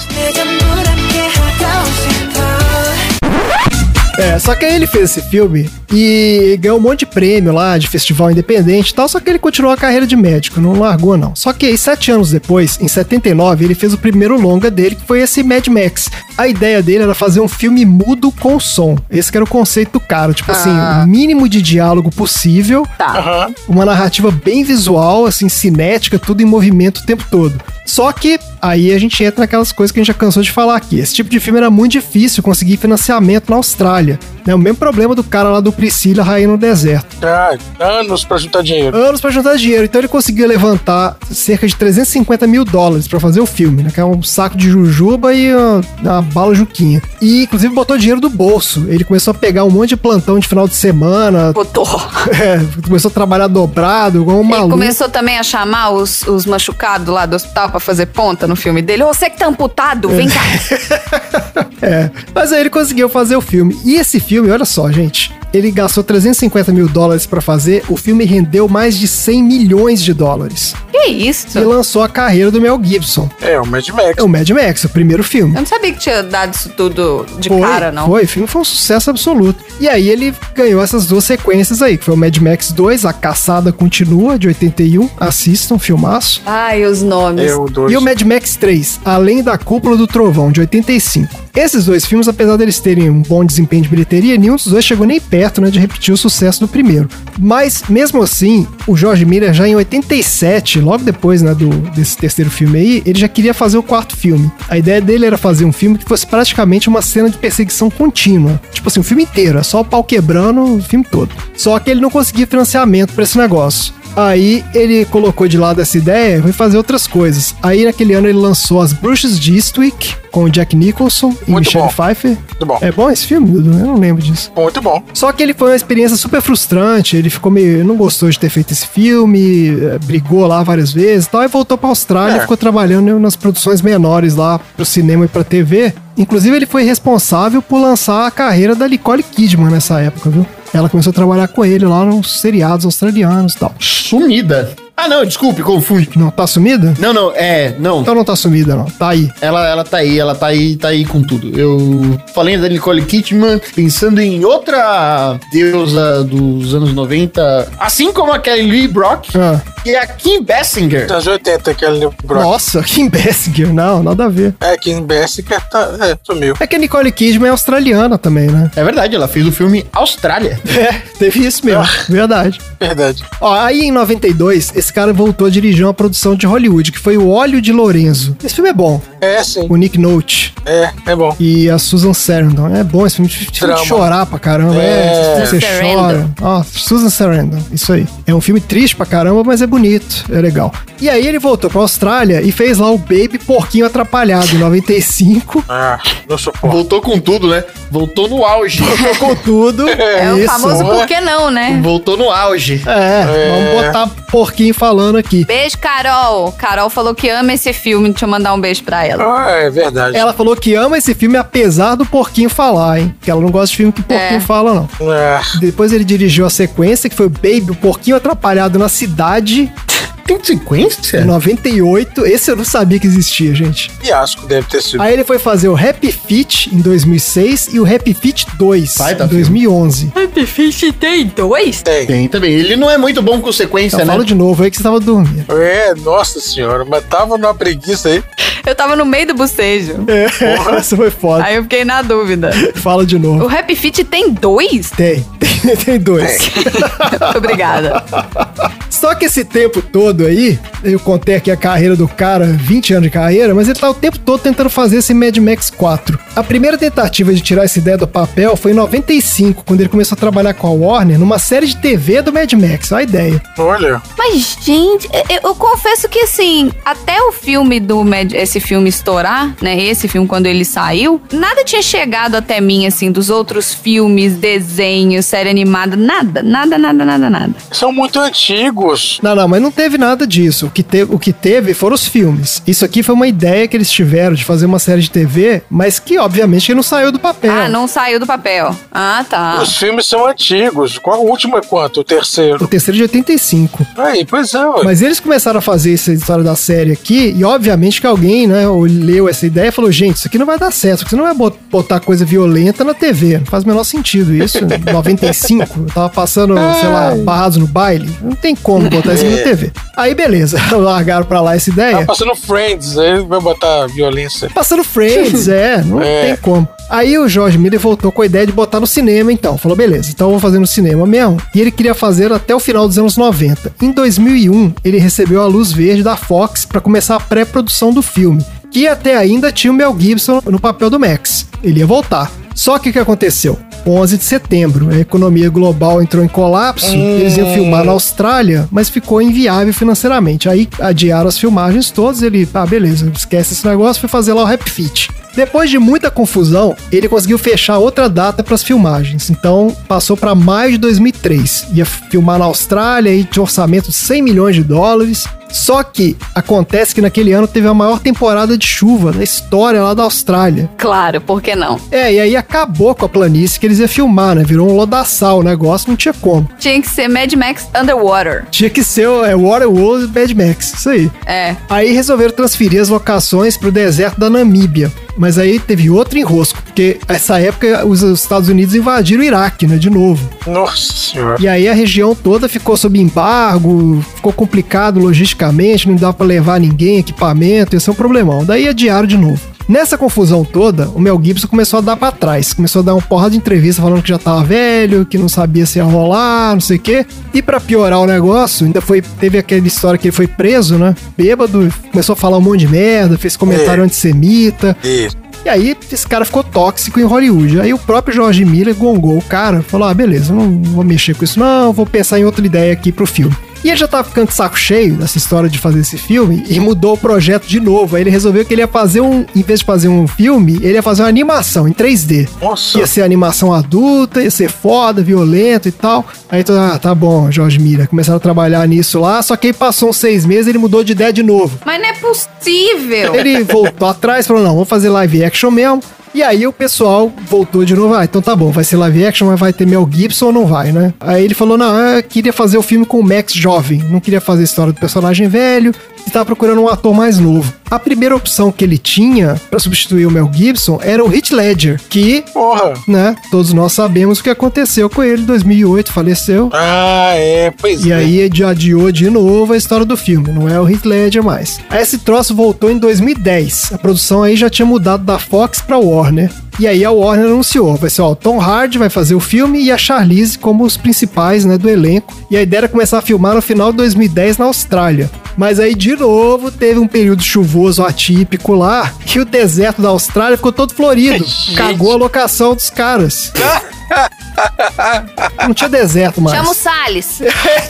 Speaker 2: É, só que aí ele fez esse filme E ganhou um monte de prêmio lá, de festival independente e tal, só que ele continuou a carreira de médico, não largou não. Só que aí, sete anos depois, em 79, ele fez o primeiro longa dele, que foi esse Mad Max. A ideia dele era fazer um filme mudo com som. Esse que era o conceito do cara, tipo assim,
Speaker 4: Ah.
Speaker 2: o mínimo de diálogo possível,
Speaker 4: Tá.
Speaker 3: Aham.
Speaker 2: uma narrativa bem visual, assim, cinética, tudo em movimento o tempo todo. Só que aí a gente entra naquelas coisas que a gente já cansou de falar aqui. Esse tipo de filme era muito difícil conseguir financiamento na Austrália. Né? O mesmo problema do cara lá do Priscila Rainha no Deserto.
Speaker 3: Ah, anos pra juntar dinheiro.
Speaker 2: Anos pra juntar dinheiro, então ele conseguiu levantar cerca de 350 mil dólares pra fazer o filme, né? Que é um saco de jujuba e uma, uma bala juquinha. E inclusive botou dinheiro do bolso. Ele começou a pegar um monte de plantão de final de semana,
Speaker 4: Botou.
Speaker 2: é, começou a trabalhar dobrado, igual um
Speaker 4: Ele
Speaker 2: maluco.
Speaker 4: começou também a chamar os, os machucados lá do hospital pra fazer ponta no filme dele. Ô, Você que tá amputado, vem cá.
Speaker 2: É, mas aí ele conseguiu fazer o filme. E esse filme, olha só, gente. Ele gastou 350 mil dólares pra fazer, o filme rendeu mais de 100 milhões de dólares.
Speaker 4: que isso?
Speaker 2: E
Speaker 4: Eu
Speaker 2: lançou a carreira do Mel Gibson.
Speaker 3: É, o Mad Max.
Speaker 2: É o Mad Max, o primeiro filme.
Speaker 4: não sabia que tinha dado isso tudo É de
Speaker 2: foi,
Speaker 4: cara, não.
Speaker 2: Foi, o filme foi um sucesso absoluto. E aí ele ganhou essas duas sequências aí, que foi o Mad Max 2, A Caçada Continua, de 81. Assistam, filmaço.
Speaker 4: Ai, os nomes.
Speaker 3: É o dois.
Speaker 2: E o Mad Max 3, Além da Cúpula do Trovão, de 85. Esses dois filmes, apesar deles terem um bom desempenho de bilheteria, nenhum dos dois chegou nem perto né, de repetir o sucesso do primeiro. Mas, mesmo assim, o George Miller já em 87, logo depois né, do, desse terceiro filme aí, ele já queria fazer o quarto filme. A ideia dele era fazer um filme que fosse praticamente uma cena de perseguição contínua. Tipo assim, o filme inteiro, é só o pau quebrando o filme todo. Só que ele não conseguia financiamento pra esse negócio. Aí ele colocou de lado essa ideia e foi fazer outras coisas. Aí naquele ano ele lançou As Bruxas de Eastwick com o Jack Nicholson e
Speaker 3: Muito
Speaker 2: Michelle
Speaker 3: bom.
Speaker 2: Pfeiffer.
Speaker 3: Muito bom.
Speaker 2: É bom esse filme, Dudu? Eu não lembro disso.
Speaker 3: Muito bom.
Speaker 2: Só que ele foi uma experiência super frustrante, ele ficou meio. não gostou de ter feito esse filme, eh, brigou lá várias vezes e tal, e voltou pra Austrália e
Speaker 3: É.
Speaker 2: ficou trabalhando nas produções menores lá pro cinema e pra TV. Inclusive, ele foi responsável por lançar a carreira da Nicole Kidman nessa época, viu? Ela começou a trabalhar com ele lá nos seriados australianos e tal.
Speaker 1: Sumida. Ah, não, desculpe, confundi.
Speaker 2: Não, tá sumida?
Speaker 1: Não, não, é, não.
Speaker 2: Então não tá sumida, não. Tá aí.
Speaker 1: Ela, ela tá aí, ela tá aí, tá aí com tudo. Eu falei da Nicole Kidman, pensando em outra deusa dos anos 90, assim como a Kelly Lee Brock,
Speaker 2: Ah.
Speaker 1: que é a Kim Basinger.
Speaker 3: Anos 80, aquele Brock.
Speaker 2: Nossa, Kim Basinger. Não, nada a ver.
Speaker 3: É, que em Bessica tá. É, sumiu.
Speaker 2: É que a Nicole Kidman é australiana também, né?
Speaker 1: É verdade, ela fez o filme Austrália.
Speaker 2: É, teve isso mesmo. Verdade.
Speaker 3: Verdade.
Speaker 2: Ó, aí em 92, esse cara voltou a dirigir uma produção de Hollywood, que foi O Óleo de Lorenzo. Esse filme é bom.
Speaker 3: É, sim.
Speaker 2: O Nick Nolte
Speaker 3: É, é bom.
Speaker 2: e a Susan Sarandon. É bom esse filme, filme
Speaker 3: Drama.
Speaker 2: de chorar pra caramba. É,
Speaker 3: É.
Speaker 2: você
Speaker 4: Sarandon.
Speaker 2: chora. Ó, Susan Sarandon, isso aí. É um filme triste pra caramba, mas é bonito, é legal. E aí ele voltou pra Austrália e fez lá o Baby Porquinho Atrapalhado, em 95.
Speaker 3: Ah, não suporto.
Speaker 1: Voltou com tudo, né? Voltou no auge.
Speaker 2: Tocou tudo.
Speaker 4: É, o
Speaker 2: isso.
Speaker 4: famoso
Speaker 3: boa.
Speaker 4: por que não, né?
Speaker 1: Voltou no auge.
Speaker 2: É, vamos botar porquinho falando aqui.
Speaker 4: Beijo, Carol. Carol falou que ama esse filme. Deixa eu mandar um beijo pra ela.
Speaker 3: Ah, é verdade.
Speaker 2: Ela falou que ama esse filme apesar do porquinho falar, hein? Que ela não gosta de filme que porquinho
Speaker 4: É.
Speaker 2: fala, não.
Speaker 3: Ah,
Speaker 2: Depois ele dirigiu a sequência, que foi o Baby, o porquinho atrapalhado na cidade,
Speaker 1: Tem
Speaker 2: em
Speaker 1: sequência?
Speaker 2: 98. Esse eu não sabia que existia, gente.
Speaker 3: fiasco deve ter sido.
Speaker 2: Aí ele foi fazer o Happy Feet em 2006 e o Happy Feet 2
Speaker 1: Vai
Speaker 2: em
Speaker 1: dar
Speaker 2: 2011.
Speaker 4: Fish tem dois?
Speaker 3: Tem.
Speaker 1: Tem também. Ele não é muito bom com sequência, né?
Speaker 2: Eu falo de novo aí que você tava dormindo.
Speaker 3: É, nossa senhora, mas tava numa preguiça aí.
Speaker 4: Eu tava no meio do bocejo.
Speaker 2: É, isso foi foda.
Speaker 4: Aí eu fiquei na dúvida.
Speaker 2: Fala de novo.
Speaker 4: O Rap Fit tem dois?
Speaker 2: Tem, É. tem, tem dois.
Speaker 4: Muito Obrigada.
Speaker 2: Só que esse tempo todo aí, eu contei aqui a carreira do cara, 20 anos de carreira, mas ele tá o tempo todo tentando fazer esse Mad Max 4. A primeira tentativa de tirar essa ideia do papel foi em 95, quando ele começou a trabalhar com a Warner numa série de TV do Mad Max, olha a ideia.
Speaker 3: Olha,
Speaker 4: Mas, gente, eu, eu confesso que assim, até o filme do Mad, esse filme estourar, né? Esse filme, quando ele saiu, nada tinha chegado até mim, assim, dos outros filmes, desenhos, série animada, nada, nada, nada, nada, nada.
Speaker 3: são muito antigo. discurso.
Speaker 2: Não, não, mas não teve nada disso. O que, te, o que teve foram os filmes. Isso aqui foi uma ideia que eles tiveram de fazer uma série de TV, mas que obviamente que não saiu do papel.
Speaker 4: Ah, não saiu do papel. Ah, tá.
Speaker 3: Os filmes são antigos. Qual, o último é quanto? O
Speaker 2: O
Speaker 3: terceiro?
Speaker 2: terceiro de 85.
Speaker 3: Aí, pois é, ué.
Speaker 2: Mas eles começaram a fazer essa história da série aqui, e obviamente que alguém, né, ou leu essa ideia e falou: gente, isso aqui não vai dar certo, porque você não vai bot- botar coisa violenta na TV. Não faz o menor sentido isso. 95, eu tava passando, sei lá, barrados no baile. Não tem como botar isso aqui
Speaker 4: É.
Speaker 2: na TV. Aí, beleza, largaram pra lá essa
Speaker 3: Tá
Speaker 2: ideia.
Speaker 3: passando Friends, aí vai botar violência.
Speaker 2: Passando Friends, é, não
Speaker 3: É.
Speaker 2: tem como. Aí o George Miller voltou com a ideia de botar no cinema, então. Falou, beleza, então eu vou fazer no cinema mesmo. E ele queria fazer até o final dos anos 90. Em 2001, ele recebeu a luz verde da Fox pra começar a pré-produção do filme. Que até ainda tinha o Mel Gibson no papel do Max. Ele ia voltar. Só que o que aconteceu? 11 de setembro, a economia global entrou em colapso, eles iam filmar na Austrália, mas ficou inviável financeiramente. Aí adiaram as filmagens todas, ele, ah, beleza, esquece esse negócio, foi fazer lá o Rap Fit. Depois de muita confusão, ele conseguiu fechar outra data para as filmagens. Então, passou para maio de 2003. Ia filmar na Austrália e tinha um orçamento de 100 milhões de dólares. Só que acontece que naquele ano teve a maior temporada de chuva da história lá da Austrália.
Speaker 4: Claro, por que não?
Speaker 2: É, e aí acabou com a planície que eles iam filmar, né? Virou um lodaçal o negócio, não tinha como.
Speaker 4: Tinha que ser Mad Max Underwater.
Speaker 2: Tinha que ser o- é, Waterworld e Mad Max, isso aí.
Speaker 4: É.
Speaker 2: Aí resolveram transferir as locações pro deserto da Namíbia. Mas aí teve outro enrosco, porque nessa época os Estados Unidos invadiram o Iraque, né? De novo.
Speaker 3: Nossa senhora.
Speaker 2: E aí a região toda ficou sob embargo, ficou complicado logisticamente, não dava pra levar ninguém, equipamento, ia ser um problemão. Daí adiaram de novo. Nessa confusão toda, o Mel Gibson começou a dar pra trás, começou a dar uma porrada de entrevista falando que já tava velho, que não sabia se ia rolar, não sei o quê. E pra piorar o negócio, ainda foi teve aquela história que ele foi preso, né? Bêbado, começou a falar um monte de merda, fez comentário
Speaker 3: É.
Speaker 2: antissemita.
Speaker 3: Isso.
Speaker 2: E aí, esse cara ficou tóxico em Hollywood. Aí o próprio George Miller gongou o cara, falou: ah, beleza, não vou mexer com isso, não, vou pensar em outra ideia aqui pro filme. E ele já tava ficando de saco cheio dessa história de fazer esse filme e mudou o projeto de novo. Aí ele resolveu que ele ia fazer um. Em vez de fazer um filme, ele ia fazer uma animação em 3D.
Speaker 3: Nossa.
Speaker 2: Ia ser animação adulta, ia ser foda, violento e tal. Aí tu, ah, tá bom, Jorge Miller. Começaram a trabalhar nisso lá, só que aí passou uns seis meses ele mudou de ideia de novo.
Speaker 4: Mas não é possível.
Speaker 2: Então, Ele voltou atrás, falou: não, vamos fazer live action mesmo. E aí o pessoal voltou de novo. Ah, então tá bom, vai ser live action, mas vai ter Mel Gibson ou não vai, né? Aí ele falou: não, eu queria fazer o filme com o Max jovem. Não queria fazer a história do personagem velho e tava procurando um ator mais novo. A primeira opção que ele tinha pra substituir o Mel Gibson era o Heath Ledger, que,
Speaker 3: Porra.
Speaker 2: né, todos nós sabemos o que aconteceu com ele em 2008, faleceu.
Speaker 3: Ah, é, pois
Speaker 2: E
Speaker 3: é.
Speaker 2: aí ele adiou de novo a história do filme, não é o Heath Ledger mais. Aí Esse troço voltou em 2010. A produção aí já tinha mudado da Fox pra Warner. E aí a Warner anunciou, vai ser ó, o Tom Hardy vai fazer o filme e a Charlize como os principais, né, do elenco. E a ideia era começar a filmar no final de 2010 na Austrália. Mas aí de novo teve um período chuvoso atípico lá, e o deserto da Austrália ficou todo florido.
Speaker 3: Gente.
Speaker 2: Cagou a locação dos caras. Não tinha deserto mais.
Speaker 4: Chama o Salles.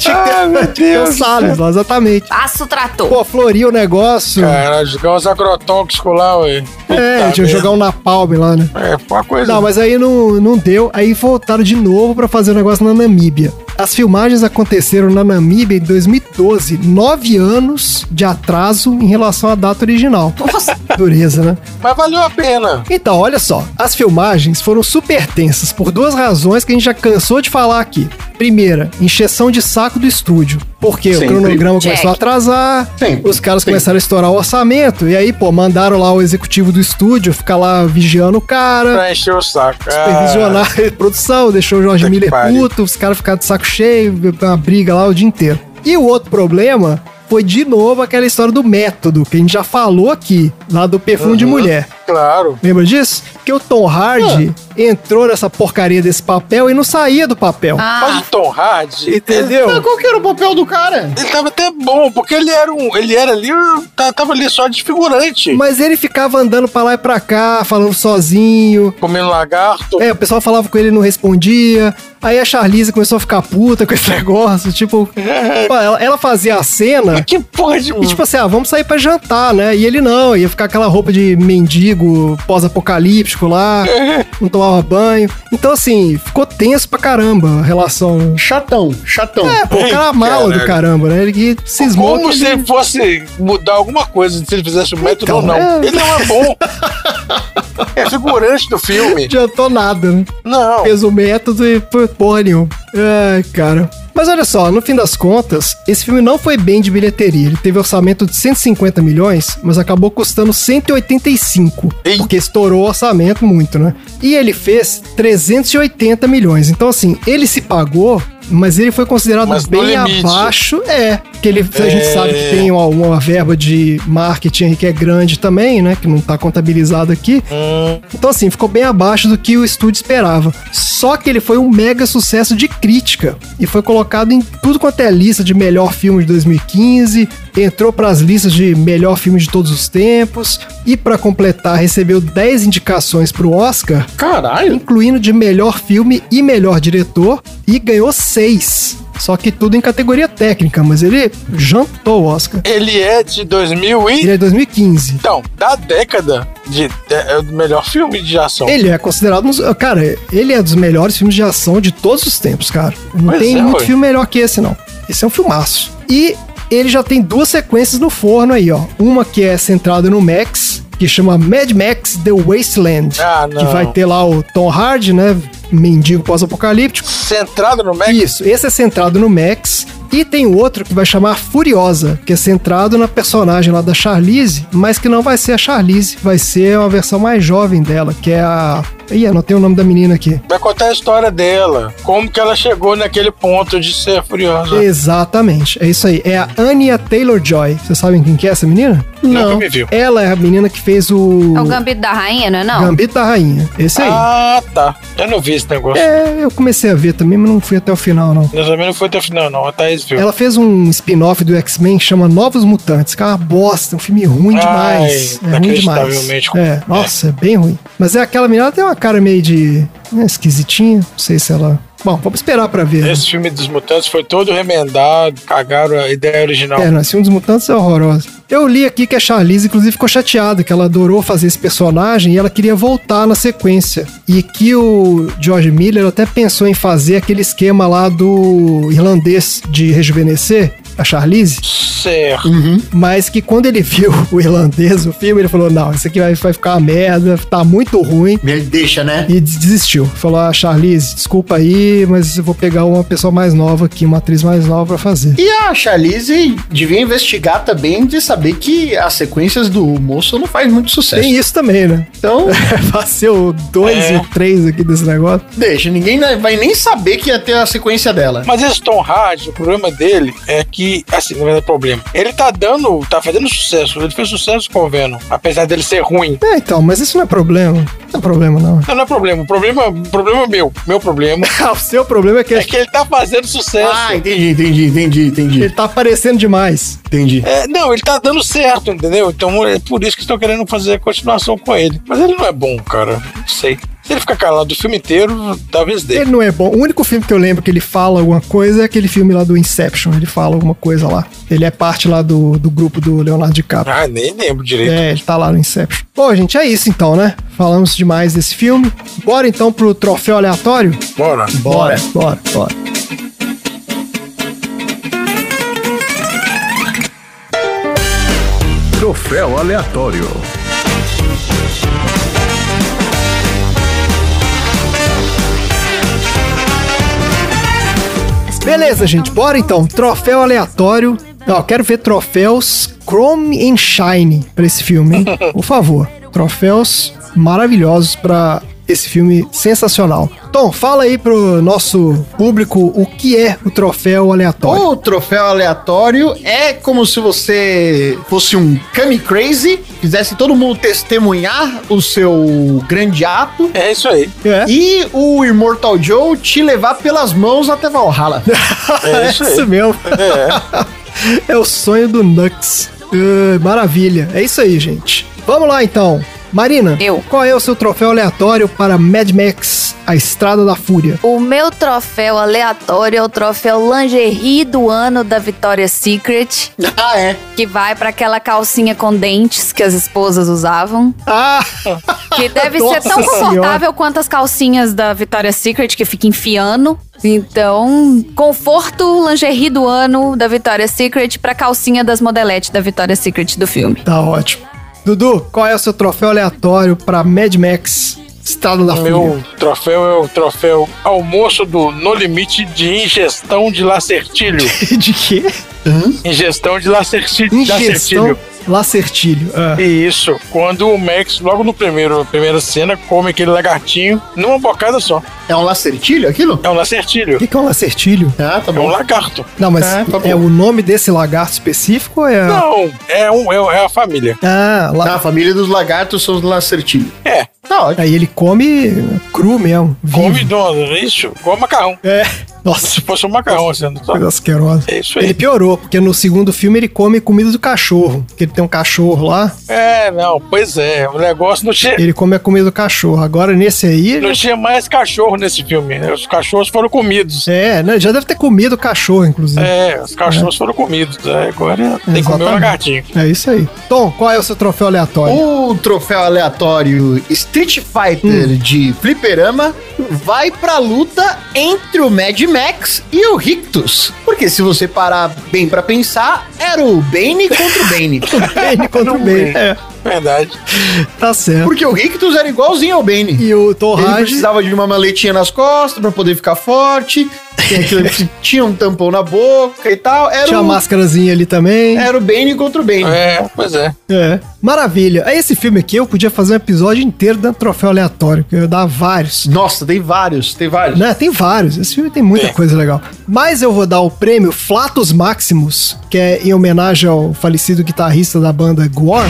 Speaker 3: Ah, meu
Speaker 2: Tem o
Speaker 3: Deus.
Speaker 2: Salles lá, exatamente.
Speaker 4: Passa o trator.
Speaker 2: Pô, floria o negócio.
Speaker 3: Cara, jogar uns agrotóxicos lá, ué.
Speaker 2: é, tinha que jogar um napalm lá, né?
Speaker 3: É, foi uma coisa.
Speaker 2: Não, mas aí não, não deu. Aí voltaram de novo pra fazer o negócio na Namíbia. As filmagens aconteceram na Namíbia em 2012. Nove anos de atraso em relação à data original. Nossa. Dureza, né?
Speaker 3: Mas valeu a pena.
Speaker 2: Então, olha só, as filmagens foram super tensas por duas razões que a gente já cansou de falar aqui. Primeira, encheção de saco do estúdio, porque
Speaker 1: Sempre.
Speaker 2: o cronograma
Speaker 4: Check.
Speaker 2: começou a atrasar,
Speaker 1: Sempre,
Speaker 2: os caras
Speaker 1: sempre.
Speaker 2: começaram a estourar o orçamento, e aí, pô, mandaram lá o executivo do estúdio ficar lá vigiando o cara,
Speaker 3: Pra encher o saco. Ah,
Speaker 2: supervisionar a produção, deixou o Jorge
Speaker 3: Puta que
Speaker 2: Miller
Speaker 3: pariu.
Speaker 2: puto, os caras ficaram de saco cheio, uma briga lá o dia inteiro. E o outro problema foi de novo aquela história do método, que a gente já falou aqui, lá do perfume de mulher.
Speaker 3: Claro.
Speaker 2: Lembra disso? Que o Tom Hardy entrou nessa porcaria desse papel e não saía do papel.
Speaker 3: Mas o Tom Hardy,
Speaker 1: Mas
Speaker 2: Ah. Entendeu?
Speaker 1: qual que era o papel do cara?
Speaker 3: ele tava até bom, porque ele era um. Ele era ali, tá- tava ali só de figurante.
Speaker 2: Mas ele ficava andando pra lá e pra cá, falando sozinho.
Speaker 3: Comendo lagarto.
Speaker 2: É, o pessoal falava com ele e não respondia. Aí a Charlize começou a ficar puta com esse negócio. Tipo, pô, ela, ela fazia a cena.
Speaker 3: Que porra de.
Speaker 2: Hum. E tipo assim, ah, vamos sair pra jantar, né? E ele não, ia ficar aquela roupa de mendigo abrigo pós-apocalíptico lá, não tomava banho. Então, assim, ficou tenso pra caramba a relação.
Speaker 1: Chatão, chatão.
Speaker 2: É, pô, o cara
Speaker 3: Ai,
Speaker 2: mala do
Speaker 3: caraca.
Speaker 2: caramba, né? Ele que cismou.
Speaker 3: Como
Speaker 2: que
Speaker 3: se
Speaker 2: ele-
Speaker 3: ele fosse mudar alguma coisa, se ele fizesse o método
Speaker 2: Então,
Speaker 3: ou não.
Speaker 2: é.
Speaker 3: Ele não é bom. É figurante do filme.
Speaker 2: adiantou nada, né?
Speaker 3: Não.
Speaker 2: Fez o método e pô, porra nenhuma. Ai, cara. Mas olha só, no fim das contas, esse filme não foi bem de bilheteria. Ele teve orçamento de 150 milhões, mas acabou custando 185.
Speaker 3: Ei.
Speaker 2: Porque estourou o orçamento muito, né? E ele fez 380 milhões. Então, assim, ele se pagou, mas ele foi considerado
Speaker 3: Mas no
Speaker 2: bem
Speaker 3: limite.
Speaker 2: abaixo. É, que ele, a gente
Speaker 3: É.
Speaker 2: sabe que tem uma, uma verba de marketing aí que é grande também, né? Que não tá contabilizado aqui.
Speaker 3: Hum.
Speaker 2: Então, assim, ficou bem abaixo do que o estúdio esperava. Só que ele foi um mega sucesso de crítica e foi colocado em tudo quanto é lista de melhor filme de 2015, entrou para as listas de melhor filme de todos os tempos e, para completar, recebeu 10 indicações para o Oscar,
Speaker 1: Caralho.
Speaker 2: incluindo de melhor filme e melhor diretor, e ganhou 6. Só que tudo em categoria técnica, mas ele jantou o Oscar.
Speaker 3: Ele é de 2000 e...
Speaker 2: Ele é de 2015.
Speaker 3: Então, da década de... É é o melhor filme de ação.
Speaker 2: Ele é considerado. um dos- Cara, ele é dos melhores filmes de ação de todos os tempos, cara. Não
Speaker 3: Pois
Speaker 2: tem
Speaker 3: é,
Speaker 2: muito
Speaker 3: ué.
Speaker 2: filme melhor que esse, não. Esse é um filmaço. E ele já tem duas sequências no forno aí, ó. Uma que é centrada no Max, que chama Mad Max The Wasteland.
Speaker 3: Ah, não.
Speaker 2: Que vai ter lá o Tom Hardy, né? Mendigo pós-apocalíptico.
Speaker 3: Centrado no Mac.
Speaker 2: Isso, esse é centrado no Max. E tem outro que vai chamar Furiosa, que é centrado na personagem lá da Charlize, mas que não vai ser a Charlize, vai ser uma versão mais jovem dela, que é a. Ih, eu não tem o nome da menina aqui.
Speaker 3: Vai contar a história dela. Como que ela chegou naquele ponto de ser furiosa.
Speaker 2: Exatamente, é isso aí. É a Anya Taylor Joy. Vocês sabem quem que é essa menina?
Speaker 3: Nunca me viu.
Speaker 2: Ela é a menina que fez o.
Speaker 4: É o gambito da rainha, não é não?
Speaker 2: Gambito da Rainha. Esse aí.
Speaker 3: Ah, tá. Eu não vi esse negócio.
Speaker 2: É, eu comecei a ver também, mas não fui até o final, não.
Speaker 3: Eu também não foi até o final, não. A Thaís viu.
Speaker 2: Ela fez um spin-off do X-Men que chama Novos Mutantes, que é uma bosta, um filme ruim
Speaker 3: Ai,
Speaker 2: demais. é ruim demais.
Speaker 3: inacreditavelmente ruim.
Speaker 2: É, nossa, é bem ruim. Mas é aquela menina, ela tem uma cara meio de né, esquisitinha, não sei se ela. Bom, vamos esperar pra ver. né?
Speaker 3: Esse filme dos mutantes foi todo remendado, cagaram a ideia original.
Speaker 2: É, não, esse filme dos mutantes é horroroso. Eu li aqui que a Charlize, inclusive, ficou chateada, que ela adorou fazer esse personagem e ela queria voltar na sequência. E que o George Miller até pensou em fazer aquele esquema lá do irlandês de rejuvenescer a Charlize.
Speaker 3: Certo.
Speaker 2: Hum. Mas que quando ele viu o irlandês, o filme, ele falou: não, isso aqui vai, vai ficar uma merda, tá muito ruim.
Speaker 1: Me deixa, né?
Speaker 2: E des- desistiu. Falou: ah, Charlize, desculpa aí, mas eu vou pegar uma pessoa mais nova aqui, uma atriz mais nova pra fazer.
Speaker 1: E a Charlize devia investigar também de saber que as sequências do moço não faz muito sucesso.
Speaker 2: Tem isso também, né?
Speaker 1: Então,
Speaker 2: Vai ser o 2
Speaker 3: É.
Speaker 2: e o 3 aqui desse negócio.
Speaker 1: deixa, ninguém vai nem saber que ia ter a sequência dela.
Speaker 3: Mas esse Tom Hardy, o problema dele é que, assim, não é problema. Ele tá dando, tá fazendo sucesso. Ele fez sucesso com o Venom, apesar dele ser ruim.
Speaker 2: É, então, mas isso não é problema. Não é problema, não.
Speaker 3: Não, não é problema. O problema, o problema é meu. Meu problema
Speaker 2: o seu problema é que
Speaker 3: é que ele tá fazendo sucesso.
Speaker 1: Ah, entendi, entendi, entendi,
Speaker 2: ele
Speaker 1: entendi,
Speaker 2: tá aparecendo demais.
Speaker 1: entendi.
Speaker 3: É, não, ele tá dando certo, entendeu? Então é por isso que estão querendo fazer a continuação com ele. Mas ele não é bom, cara. Não sei. Se ele ficar calado o filme inteiro, talvez dê.
Speaker 2: Ele não é bom. O único filme que eu lembro que ele fala alguma coisa é aquele filme lá do Inception. Ele fala alguma coisa lá. Ele é parte lá do, do grupo do Leonardo DiCaprio.
Speaker 3: Ah, nem lembro direito.
Speaker 2: É, ele tá lá no Inception. Bom, gente, é isso então, né? Falamos demais desse filme. Bora então pro troféu aleatório?
Speaker 3: Bora.
Speaker 1: Bora.
Speaker 2: É. Bora, bora.
Speaker 11: Troféu aleatório.
Speaker 2: Beleza, gente, bora então. Troféu aleatório. Não, eu quero ver troféus Chrome and Shine pra esse filme, hein? Por favor. Troféus maravilhosos pra esse filme sensacional. Tom, fala aí pro nosso público o que é o troféu aleatório.
Speaker 1: O troféu aleatório é como se você fosse um Kami Crazy, fizesse todo mundo testemunhar o seu grande ato
Speaker 3: É isso aí.
Speaker 2: É.
Speaker 1: e o Immortal Joe te levar pelas mãos até Valhalla.
Speaker 3: É isso aí. É.
Speaker 2: mesmo. Uh, É. o sonho do Nux. Ah, maravilha. É isso aí, gente. Vamos lá, então. Marina,
Speaker 4: Eu.
Speaker 2: qual é o seu troféu aleatório para Mad Max, a Estrada da Fúria?
Speaker 9: O meu troféu aleatório é o troféu lingerie do ano da Victoria's Secret,
Speaker 1: Ah, é.
Speaker 9: que vai pra aquela calcinha com dentes que as esposas usavam.
Speaker 2: Ah,
Speaker 9: Que deve
Speaker 2: Nossa
Speaker 9: ser tão confortável
Speaker 2: Senhora.
Speaker 9: quanto as calcinhas da Victoria's Secret que fica enfiando. Então, conforto lingerie do ano da Victoria's Secret pra calcinha das modeletes da Victoria's Secret do filme.
Speaker 2: tá ótimo. Dudu, qual é o seu troféu aleatório para Mad Max, Estrada da Fúria?
Speaker 3: Meu troféu é o troféu almoço do No Limite de ingestão de lacertilho.
Speaker 2: De quê?
Speaker 3: ingestão de lacerti-
Speaker 2: Ingestão
Speaker 3: lacertilho.
Speaker 2: lacertilho. Ah.
Speaker 3: E isso, quando o Max, logo no primeiro, primeira cena, come aquele lagartinho numa bocada só.
Speaker 1: É um lacertilho aquilo?
Speaker 3: É um
Speaker 2: O
Speaker 3: lacertilho.
Speaker 2: que, que é um lacertilho?
Speaker 1: Ah, tá
Speaker 3: É um
Speaker 1: bom.
Speaker 3: lagarto.
Speaker 2: Não, mas
Speaker 1: Ah, tá bom.
Speaker 2: é o nome desse lagarto específico ou é...
Speaker 3: Não, Tá, é, um, é, é a família.
Speaker 2: Ah, lá...
Speaker 1: Ah, a família dos lagartos são os lacertilhos.
Speaker 3: É,
Speaker 1: Tá ótimo.
Speaker 2: Aí ele come cru mesmo, vivo.
Speaker 3: come dono, é isso, igual macarrão.
Speaker 2: É.
Speaker 3: Se
Speaker 2: Nossa,
Speaker 3: fosse um macarrão, assim, não
Speaker 2: coisa asquerosa.
Speaker 3: É isso aí.
Speaker 2: Ele piorou, porque no segundo filme ele come comida do cachorro. Que ele tem um cachorro lá,
Speaker 3: É, não, pois é. O negócio não tinha,
Speaker 2: ele come a comida do cachorro. Agora nesse aí.
Speaker 3: não
Speaker 2: já-
Speaker 3: tinha mais cachorro nesse filme. né? Os cachorros foram comidos.
Speaker 2: É, né? Já deve ter comido o cachorro, inclusive. É,
Speaker 3: É, os cachorros foram comidos. né? Agora tem que comer
Speaker 2: Exatamente.
Speaker 3: um lagartinho.
Speaker 2: É isso aí. Tom, qual é o seu troféu aleatório?
Speaker 1: O Um troféu aleatório Street Fighter
Speaker 2: Hum.
Speaker 1: de Fliperama vai pra luta entre o Mad Max e o Rictus. Porque se você parar bem pra pensar, era o Bane contra o Bane.
Speaker 2: Bane contra o Bane. É,
Speaker 3: Verdade.
Speaker 2: tá certo.
Speaker 1: Porque o Rictus era igualzinho ao Bane.
Speaker 2: E o Tom
Speaker 1: Ele
Speaker 2: Raj.
Speaker 1: precisava de uma maletinha nas costas pra poder ficar forte. Tem aquele que tinha um tampão na boca e tal.
Speaker 2: Tinha
Speaker 1: Era,
Speaker 2: a
Speaker 1: o,
Speaker 2: máscarazinha ali também.
Speaker 1: era o Bane contra o Bane.
Speaker 3: É, pois é.
Speaker 2: É. Maravilha. Aí Esse filme aqui eu podia fazer um episódio inteiro dando troféu aleatório, que eu ia dar vários.
Speaker 1: Nossa, tem vários, tem vários.
Speaker 2: Né? Tem vários. Esse filme tem muita
Speaker 3: Tem.
Speaker 2: coisa legal. Mas eu vou dar o prêmio Flatus Maximus, que é em homenagem ao falecido guitarrista da banda Gore.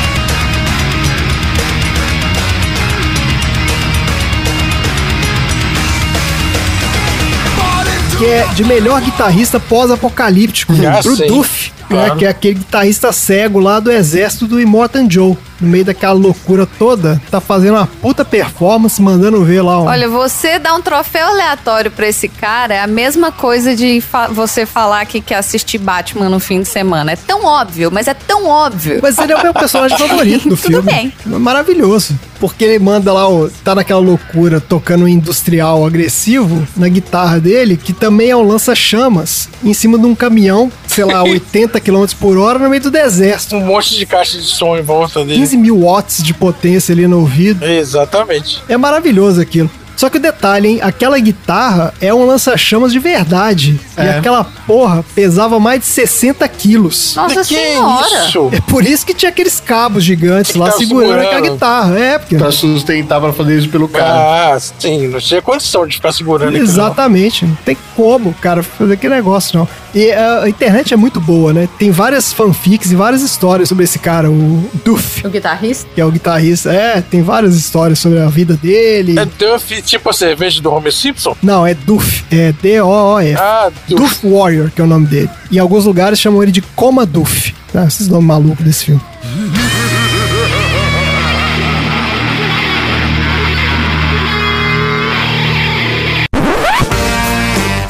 Speaker 2: Que é de melhor guitarrista pós-apocalíptico,
Speaker 3: Ah,
Speaker 2: pro
Speaker 3: sim.
Speaker 2: Duff, né,
Speaker 3: Claro.
Speaker 2: que é aquele guitarrista cego lá do exército do Immortan Joe. No meio daquela loucura toda, tá fazendo uma puta performance, mandando ver lá. um-
Speaker 9: Olha, você dar um troféu aleatório pra esse cara é a mesma coisa de fa- você falar que quer assistir Batman no fim de semana. É tão óbvio, mas é tão óbvio.
Speaker 2: Mas ele é o meu personagem favorito do
Speaker 9: Tudo
Speaker 2: filme.
Speaker 9: bem.
Speaker 2: Maravilhoso. Porque ele manda lá, o, tá naquela loucura, tocando um industrial agressivo na guitarra dele, que também é um lança-chamas, em cima de um caminhão, sei lá, 80 km por hora no meio do deserto.
Speaker 3: Um monte de caixa de som em volta dele.
Speaker 2: 15 mil watts de potência ali no ouvido.
Speaker 3: Exatamente.
Speaker 2: É maravilhoso aquilo. Só que o detalhe, hein? Aquela guitarra é um lança-chamas de verdade. E aquela porra pesava mais de 60 quilos.
Speaker 9: Nossa
Speaker 3: que
Speaker 2: assim,
Speaker 9: senhora!
Speaker 3: isso?
Speaker 2: É por isso que tinha aqueles cabos gigantes
Speaker 3: Que
Speaker 2: lá
Speaker 3: tava
Speaker 2: segurando,
Speaker 3: Tá segurando. Tá
Speaker 2: aquela guitarra. É, porque.
Speaker 1: Pra sustentar, pra fazer isso pelo cara.
Speaker 3: Ah, sim, não tinha condição de ficar segurando aquilo,
Speaker 2: Exatamente, não tem como, cara, fazer aquele negócio, não. E ah, a internet é muito boa, né? Tem várias fanfics e várias histórias sobre esse cara, o Duff,
Speaker 4: O guitarrista?
Speaker 2: que é o guitarrista. É, tem várias histórias sobre a vida dele.
Speaker 3: não. É Duff, tipo a cerveja do Homer Simpson?
Speaker 2: Não, é Duff, é D-O-O-F.
Speaker 3: Ah, Duff.
Speaker 2: Duff Warrior, que é o nome dele. Em alguns lugares chamam ele de Coma Duff. Ah, esses nomes malucos desse filme.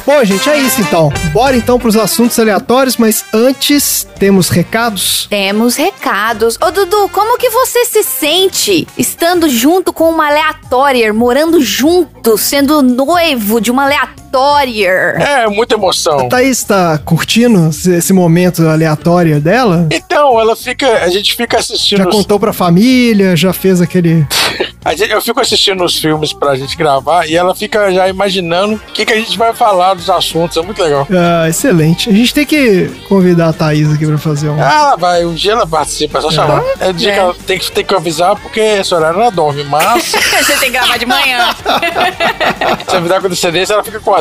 Speaker 2: Bom, gente, é isso então. Bora então pros assuntos aleatórios, mas antes temos recados.
Speaker 9: Temos recados. Ô, Dudu, como que você se sente estando junto com uma aleatória, morando junto, sendo noivo de uma aleatória?
Speaker 3: É, muita
Speaker 2: A
Speaker 3: emoção.
Speaker 2: Thaís tá curtindo esse esse momento aleatório dela?
Speaker 3: Então, ela fica. A gente fica
Speaker 2: Já
Speaker 3: assistindo. os-
Speaker 2: contou pra família, já fez aquele.
Speaker 3: a gente- eu fico assistindo os filmes pra gente gravar e ela fica já imaginando o que, que a gente vai falar dos assuntos. É muito legal.
Speaker 2: Ah, excelente. A gente tem que convidar a Thaís aqui pra fazer um.
Speaker 3: Ah, ela vai, um dia ela participa, é só chamar. É o dia que ela tem que, tem que avisar, porque esse horário ela dorme, mas se
Speaker 4: Você tem que gravar de manhã.
Speaker 3: avisar com antecedência, ela fica acordada.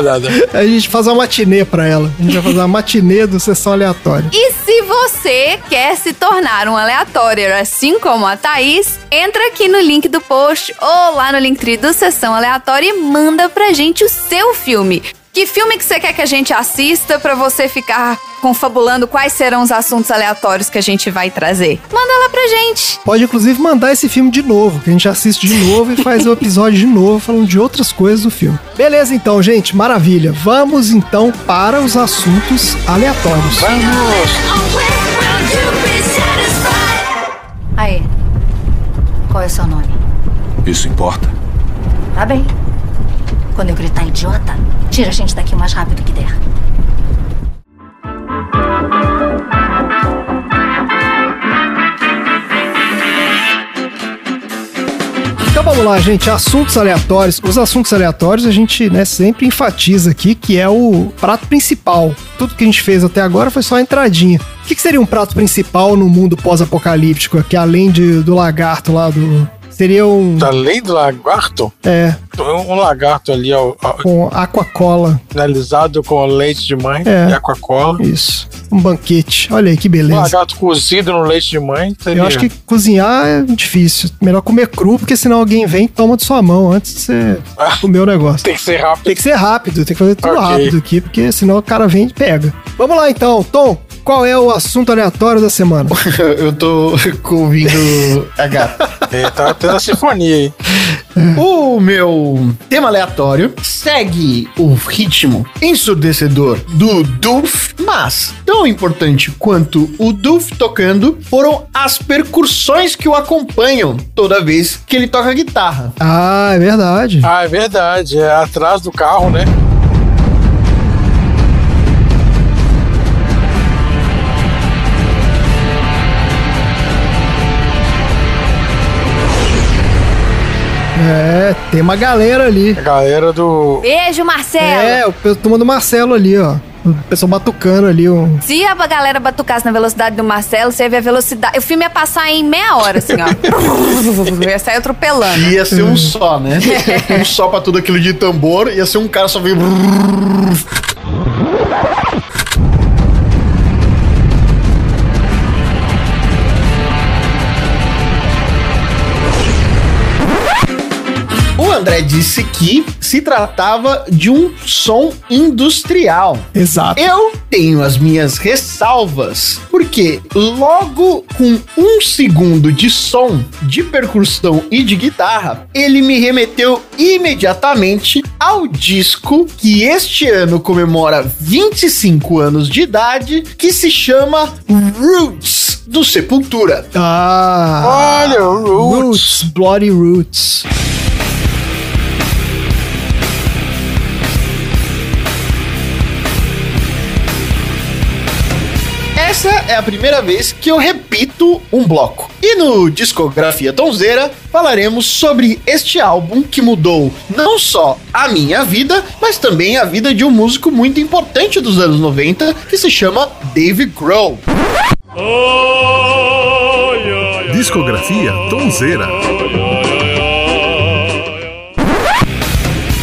Speaker 2: A gente faz uma matinê pra ela. A gente vai fazer uma matinê do Sessão Aleatória.
Speaker 9: E se você quer se tornar um aleatório, assim como a Thaís, entra aqui no link do post ou lá no link do Sessão Aleatória e manda pra gente o seu filme. Que filme que você quer que a gente assista pra você ficar confabulando quais serão os assuntos aleatórios que a gente vai trazer? Manda lá pra gente.
Speaker 2: Pode, inclusive, mandar esse filme de novo, que a gente assiste de novo e faz o episódio de novo falando de outras coisas do filme. Beleza, então, gente, maravilha. Vamos, então, para os assuntos aleatórios.
Speaker 7: Aí. Qual é o seu nome?
Speaker 11: Isso importa.
Speaker 7: Tá bem. Quando eu gritar idiota, tira a gente daqui o mais rápido que der.
Speaker 2: Então vamos lá, gente. Assuntos aleatórios. Os assuntos aleatórios a gente né, sempre enfatiza aqui que é o prato principal. Tudo que a gente fez até agora foi só a entradinha. O que, que seria um prato principal no mundo pós-apocalíptico? Que além de, do lagarto lá do. Seria um.
Speaker 3: Além do lagarto,
Speaker 2: É,
Speaker 3: um lagarto ali ó, ó,
Speaker 2: com aquacola.
Speaker 3: finalizado com leite de mãe
Speaker 2: É.
Speaker 3: e aquacola.
Speaker 2: Isso. Um banquete. Olha aí que
Speaker 3: Um
Speaker 2: beleza.
Speaker 3: lagarto cozido no leite de mãe. Seria...
Speaker 2: Eu acho que cozinhar é difícil. Melhor comer cru, porque senão alguém vem e toma de sua mão antes de você comer o negócio.
Speaker 3: Ah. Tem que ser rápido.
Speaker 2: Tem que ser rápido, tem que fazer tudo
Speaker 3: Ok.
Speaker 2: rápido aqui, porque senão o cara vem e pega. Vamos lá então, Tom. Qual é o assunto aleatório da semana?
Speaker 1: Eu tô ouvindo a gata.
Speaker 3: É, tá tendo a sinfonia aí.
Speaker 1: O meu tema aleatório segue o ritmo ensurdecedor do Doof, mas tão importante quanto o Doof tocando foram as percussões que o acompanham toda vez que ele toca guitarra.
Speaker 2: Ah, é verdade.
Speaker 3: Ah, é verdade. É atrás do carro, né?
Speaker 2: É,
Speaker 3: Ah.
Speaker 2: tem uma galera ali.
Speaker 3: A galera do.
Speaker 9: Beijo, Marcelo.
Speaker 2: É, o pessoal turma do Marcelo ali, ó. O pessoal batucando ali. Um...
Speaker 9: Se a galera batucasse na velocidade do Marcelo, você ia ver a velocidade. O filme ia passar em meia hora, assim, ó. ia sair atropelando.
Speaker 1: Ia ser um só, né? um só pra tudo aquilo de tambor, ia ser um cara só veio. O André disse que se tratava de um som industrial.
Speaker 2: Exato.
Speaker 1: Eu tenho as minhas ressalvas, porque logo com um segundo de som, de percussão e de guitarra, ele me remeteu imediatamente ao disco que este ano comemora 25 anos de idade, que se chama Roots do Sepultura.
Speaker 2: Ah.
Speaker 3: Olha, o Roots.
Speaker 2: Roots, Bloody Roots.
Speaker 1: Essa é a primeira vez que eu repito um bloco. E no Discografia Tonzeira falaremos sobre este álbum que mudou não só a minha vida, mas também a vida de um músico muito importante dos anos 90 que se chama Dave Grohl.
Speaker 11: Discografia Tonzeira.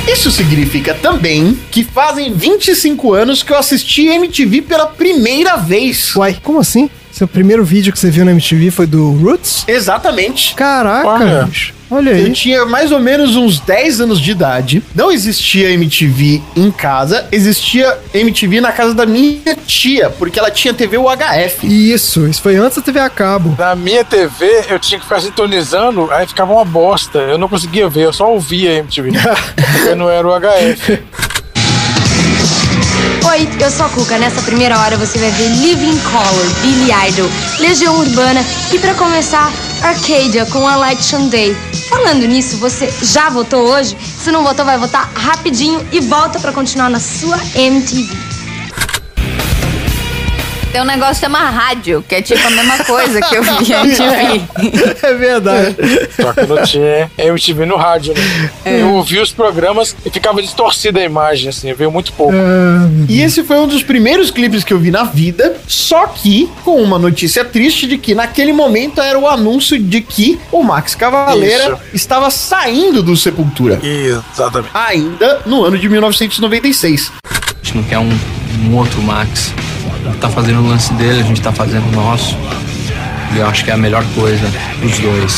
Speaker 1: Isso significa também que fazem 25 anos que eu assisti MTV pela primeira vez.
Speaker 2: Uai, como assim? Seu primeiro vídeo que você viu na MTV foi do Roots?
Speaker 1: Exatamente.
Speaker 2: Caraca,
Speaker 3: Olha.
Speaker 2: bicho. Olha
Speaker 1: Eu
Speaker 2: aí.
Speaker 1: tinha mais ou menos uns 10 anos de idade. Não existia MTV em casa, existia MTV na casa da minha tia, porque ela tinha TV UHF.
Speaker 2: Isso, isso foi antes da TV a cabo.
Speaker 3: Na minha TV, eu tinha que ficar sintonizando, aí ficava uma bosta. Eu não conseguia ver, eu só ouvia a MTV. Porque não era o HF.
Speaker 12: Oi, eu sou a Cuca. Nessa primeira hora você vai ver Living Color, Billy Idol, Legião Urbana e pra começar Arcadia com a Light Sunday. Falando nisso, você já votou hoje? Se não votou, vai votar rapidinho e volta pra continuar na sua MTV.
Speaker 9: Tem um negócio que chama rádio, que é tipo a mesma coisa que eu vi antes de vir.
Speaker 2: É verdade.
Speaker 3: Só que não tinha MTV no rádio, né? Eu ouvia os programas e ficava distorcida a imagem, assim, eu veio muito pouco.
Speaker 1: E esse foi um dos primeiros clipes que eu vi na vida, só que com uma notícia triste de que naquele momento era o anúncio de que o Max Cavaleira
Speaker 3: Isso.
Speaker 1: estava saindo do Sepultura.
Speaker 3: Exatamente.
Speaker 1: Ainda no ano de 1996.
Speaker 13: A gente não quer um, um outro Max. Ele tá fazendo o lance dele, a gente tá fazendo o nosso. E eu acho que é a melhor coisa, os dois.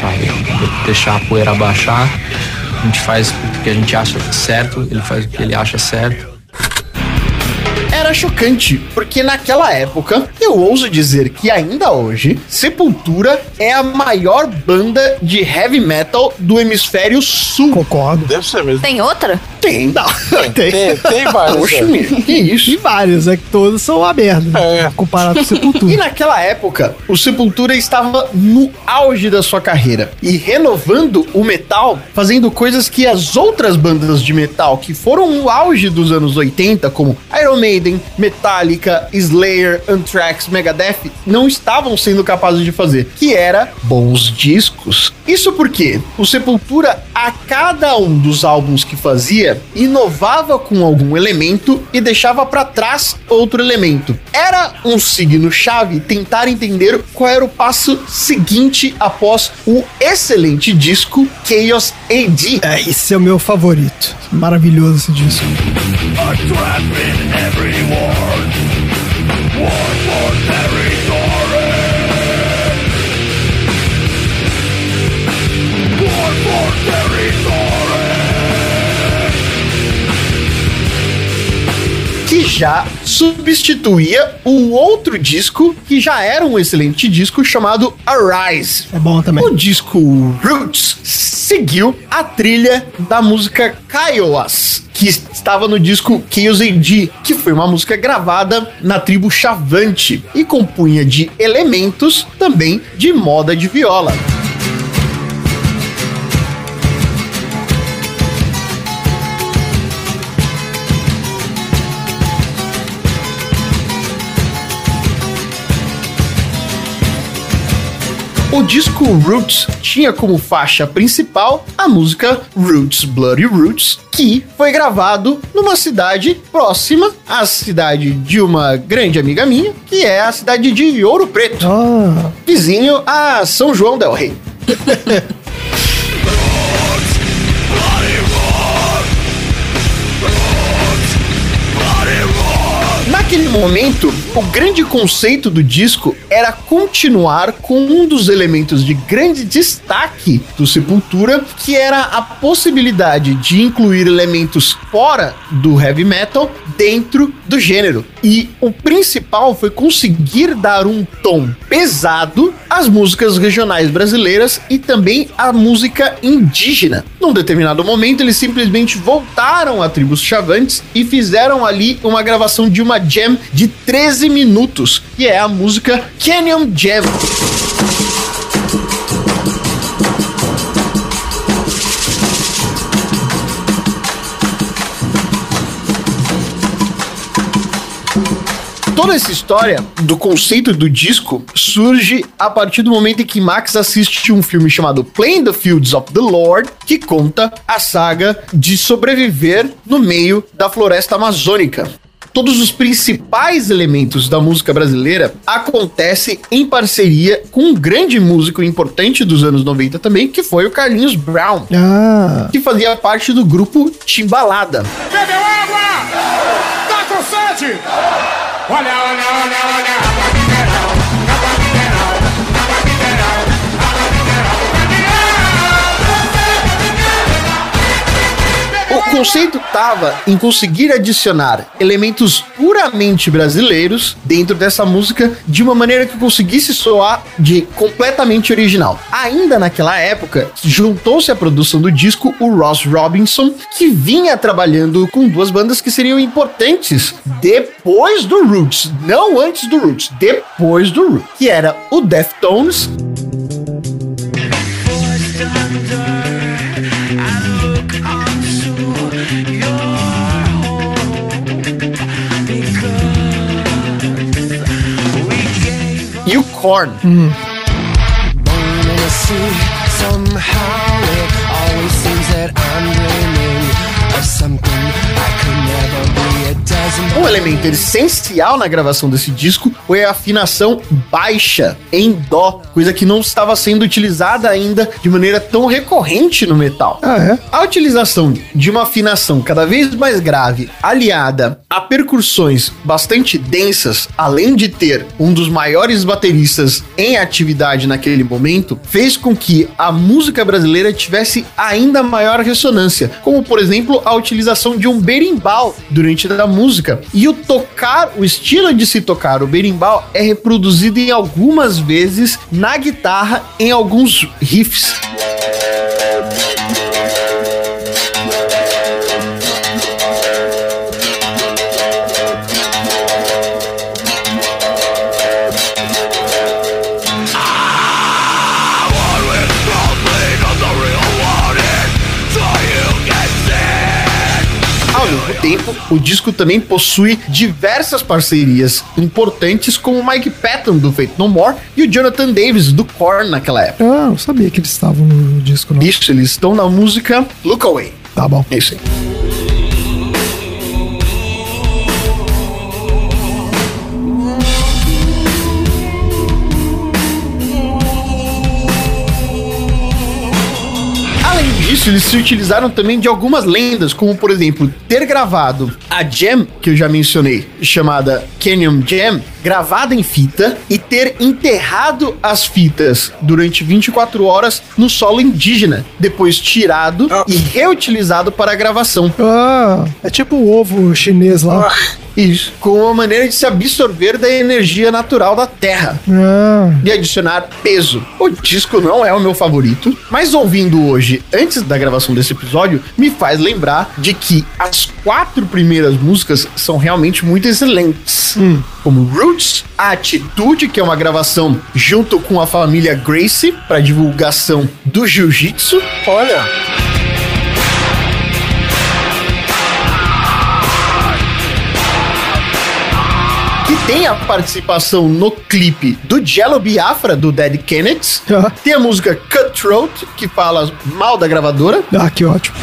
Speaker 13: Sabe? Deixar a poeira baixar A gente faz o que a gente acha certo, ele faz o que ele acha certo.
Speaker 1: Era chocante, porque naquela época, eu ouso dizer que ainda hoje, Sepultura é a maior banda de heavy metal do hemisfério sul.
Speaker 2: Concordo.
Speaker 3: Deve ser mesmo.
Speaker 9: Tem outra?
Speaker 1: Tem, dá.
Speaker 3: Tem, tem várias,
Speaker 1: Poxa,
Speaker 3: é.
Speaker 1: menino, que isso?
Speaker 2: E vários, é que todos são uma merda. né?
Speaker 3: É.
Speaker 2: Comparado com
Speaker 1: E
Speaker 2: Sepultura.
Speaker 1: naquela época, o Sepultura estava no auge da sua carreira e renovando o metal, fazendo coisas que as outras bandas de metal que foram o auge dos anos 80, como Iron Maiden, Metallica, Slayer, Anthrax, Megadeth, não estavam sendo capazes de fazer, que era bons discos. Isso porque o Sepultura, a cada um dos álbuns que fazia, inovava com algum elemento e deixava para trás outro elemento. Era um signo-chave tentar entender qual era o passo seguinte após o excelente disco Chaos AD.
Speaker 2: É, esse é o meu favorito. Maravilhoso esse disco.
Speaker 1: que já substituía o outro disco que já era um excelente disco chamado Arise.
Speaker 2: É bom também.
Speaker 1: O disco Roots seguiu a trilha da música Kiowas, que estava no disco Chaos AD, que foi uma música gravada na tribo Chavante e compunha de elementos também de moda de viola. O disco Roots tinha como faixa principal a música Roots Bloody Roots, que foi gravado numa cidade próxima à cidade de uma grande amiga minha, que é a cidade de Ouro Preto,
Speaker 2: Ah,
Speaker 1: vizinho a São João del Rei. Naquele momento, o grande conceito do disco era continuar com um dos elementos de grande destaque do Sepultura, que era a possibilidade de incluir elementos fora do heavy metal dentro do gênero. E o principal foi conseguir dar um tom pesado às músicas regionais brasileiras e também à música indígena. Num determinado momento, eles simplesmente voltaram a tribos chavantes e fizeram ali uma gravação de uma jam de 13 minutos, que é a música Canyon Jam. Toda essa história do conceito do disco surge a partir do momento em que Max assiste um filme chamado Playing the Fields of the Lord, que conta a saga de sobreviver no meio da floresta amazônica. Todos os principais elementos da música brasileira acontecem em parceria com um grande músico importante dos anos 90 também, que foi o Carlinhos Brown,
Speaker 2: ah.
Speaker 1: que fazia parte do grupo Timbalada.
Speaker 5: Bebeu água! Tá com sede? Olha, olha, olha, olha! Água mineral, água mineral, água mineral, água mineral, água
Speaker 1: O conceito tava em conseguir adicionar elementos puramente brasileiros dentro dessa música de uma maneira que conseguisse soar de completamente original. Ainda naquela época, juntou-se à produção do disco o Ross Robinson, que vinha trabalhando com duas bandas que seriam importantes depois do Roots, não antes do Roots, depois do Roots, que era o Deftones e o Korn. um elemento essencial na gravação desse disco foi a afinação baixa em dó, coisa que não estava sendo utilizada ainda de maneira tão recorrente no metal.
Speaker 2: Ah, é?
Speaker 1: A utilização de uma afinação cada vez mais grave, aliada a percussões bastante densas, além de ter um dos maiores bateristas em atividade naquele momento, fez com que a música brasileira tivesse ainda maior ressonância, como por exemplo a utilização de um berimbau durante a música. E o tocar, o estilo de se tocar o berimbau é reproduzido em algumas vezes na guitarra em alguns riffs. tempo, o disco também possui diversas parcerias importantes, como o Mike Patton do Fate No More e o Jonathan Davis do Korn naquela época.
Speaker 2: Ah, não sabia que eles estavam no disco, não.
Speaker 1: Isso, eles estão na música Look Away.
Speaker 2: Tá bom.
Speaker 1: É isso aí. disso, eles se utilizaram também de algumas lendas, como por exemplo, ter gravado a Jam, que eu já mencionei, chamada Canyon Jam, gravada em fita, e ter enterrado as fitas durante 24 horas no solo indígena, depois tirado ah. e reutilizado para a gravação.
Speaker 2: Ah, é tipo o ovo chinês lá. Ah.
Speaker 1: Isso. Com uma maneira de se absorver da energia natural da Terra
Speaker 2: ah.
Speaker 1: e adicionar peso. O disco não é o meu favorito, mas ouvindo hoje, antes da gravação desse episódio, me faz lembrar de que as quatro primeiras músicas são realmente muito excelentes.
Speaker 2: Hum.
Speaker 1: Como Roots, a Atitude, que é uma gravação junto com a família Gracie para divulgação do Jiu-Jitsu.
Speaker 3: Olha.
Speaker 1: tem a participação no clipe do Jello Biafra, do Dead Kennedys.
Speaker 2: Uhum.
Speaker 1: Tem a música Cutthroat, que fala mal da gravadora.
Speaker 2: Ah, que ótimo.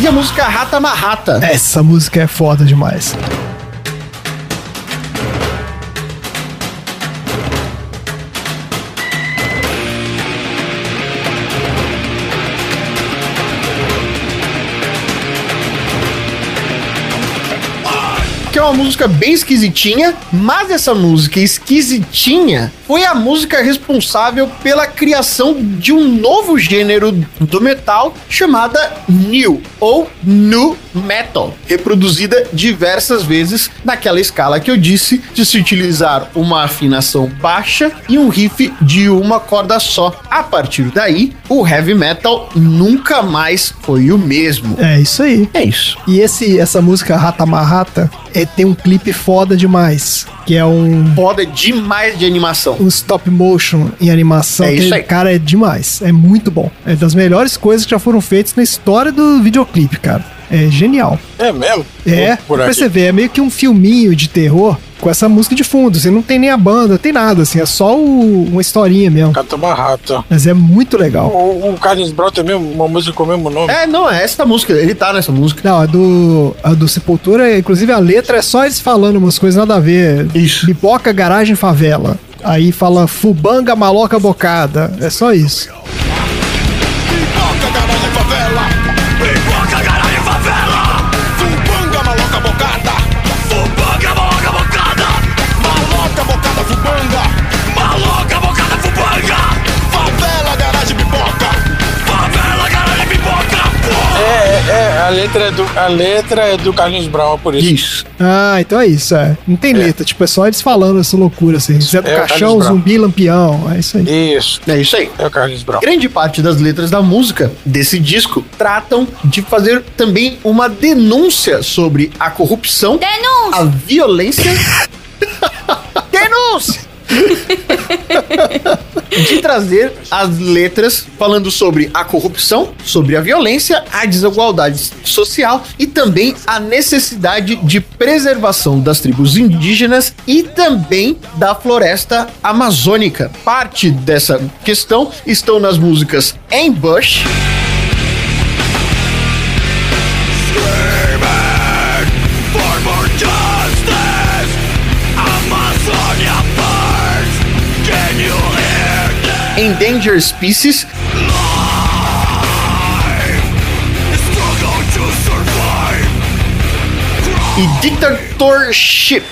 Speaker 1: E a música Rata Marrata.
Speaker 2: Essa música é foda demais.
Speaker 1: que é uma música bem esquisitinha, mas essa música esquisitinha foi a música responsável pela criação de um novo gênero do metal chamada new ou nu metal, reproduzida diversas vezes naquela escala que eu disse de se utilizar uma afinação baixa e um riff de uma corda só. A partir daí, o heavy metal nunca mais foi o mesmo.
Speaker 2: É isso aí.
Speaker 1: É isso.
Speaker 2: E esse essa música Rata Marrata é, tem um clipe foda demais. Que é um.
Speaker 1: Foda demais de animação.
Speaker 2: Um stop motion em animação.
Speaker 1: É isso
Speaker 2: aí. Cara, é demais. É muito bom. É das melhores coisas que já foram feitas na história do videoclipe, cara. É genial.
Speaker 3: É mesmo?
Speaker 2: É. Por pra você ver, é meio que um filminho de terror com essa música de fundo. Você assim, não tem nem a banda, tem nada, assim, é só o, uma historinha mesmo.
Speaker 3: Catamarrata.
Speaker 2: Mas é muito legal.
Speaker 3: O, o Carlos Brown tem mesmo uma música com o mesmo nome.
Speaker 1: É, não, é essa música, ele tá nessa música.
Speaker 2: Não, a do, a do Sepultura, inclusive a letra é só eles falando umas coisas nada a ver.
Speaker 1: Isso.
Speaker 2: Pipoca, garagem, favela. Aí fala fubanga, maloca, bocada. É só isso. Pipoca, garagem, favela. Pipoca, garagem, favela. Fubanga, maloca, bocada. Fubanga, maloca. Maloca, bocada, fubanga Maloca, bocada, fubanga
Speaker 3: Favela, garagem, pipoca Favela, garagem, pipoca é, é, é, a letra é do, a letra é do Carlinhos Brown, por isso.
Speaker 2: Isso. Ah, então é isso, é. Não tem é. letra, tipo, é só eles falando essa loucura, assim. Zé do é Caixão, Zumbi, Lampião, é isso
Speaker 3: aí. Isso.
Speaker 1: É isso aí.
Speaker 3: É o Carlinhos Brown.
Speaker 1: Grande parte das letras da música desse disco tratam de fazer também uma denúncia sobre a corrupção,
Speaker 9: denúncia.
Speaker 1: a violência Denúncia! de trazer as letras falando sobre a corrupção, sobre a violência, a desigualdade social e também a necessidade de preservação das tribos indígenas e também da floresta amazônica. Parte dessa questão estão nas músicas Ambush. Endangered Species. E Dictatorship.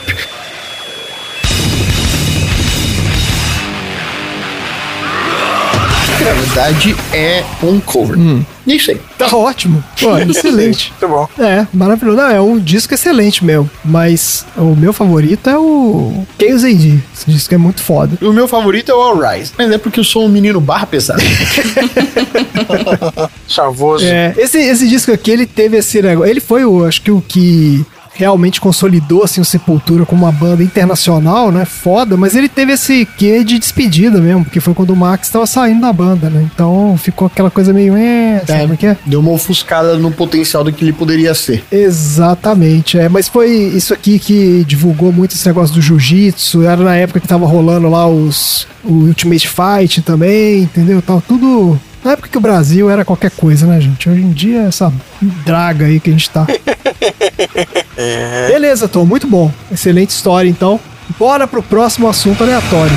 Speaker 1: Na verdade, é um cover. Hum. Isso aí.
Speaker 2: Tá ótimo. Pô, excelente.
Speaker 3: Muito bom.
Speaker 2: É, maravilhoso. Não, é um disco excelente meu. Mas o meu favorito é o Chaos AD. Esse disco é muito foda.
Speaker 1: O meu favorito é o All Rise. Mas é porque eu sou um menino barra pesado.
Speaker 3: Chavoso.
Speaker 2: É, esse, esse disco aqui, ele teve esse negócio. Ele foi, o, acho que, o que realmente consolidou assim o Sepultura como uma banda internacional, né? Foda, mas ele teve esse quê de despedida mesmo, porque foi quando o Max estava saindo da banda, né? Então ficou aquela coisa meio é, sabe como é que é?
Speaker 1: Deu uma ofuscada no potencial do que ele poderia ser.
Speaker 2: Exatamente, é, mas foi isso aqui que divulgou muito esse negócio do jiu-jitsu, era na época que tava rolando lá os o Ultimate Fight também, entendeu? Tava tudo na época que o Brasil era qualquer coisa, né, gente? Hoje em dia é essa draga aí que a gente tá. Beleza, Tom, muito bom. Excelente história, então. Bora pro próximo assunto aleatório.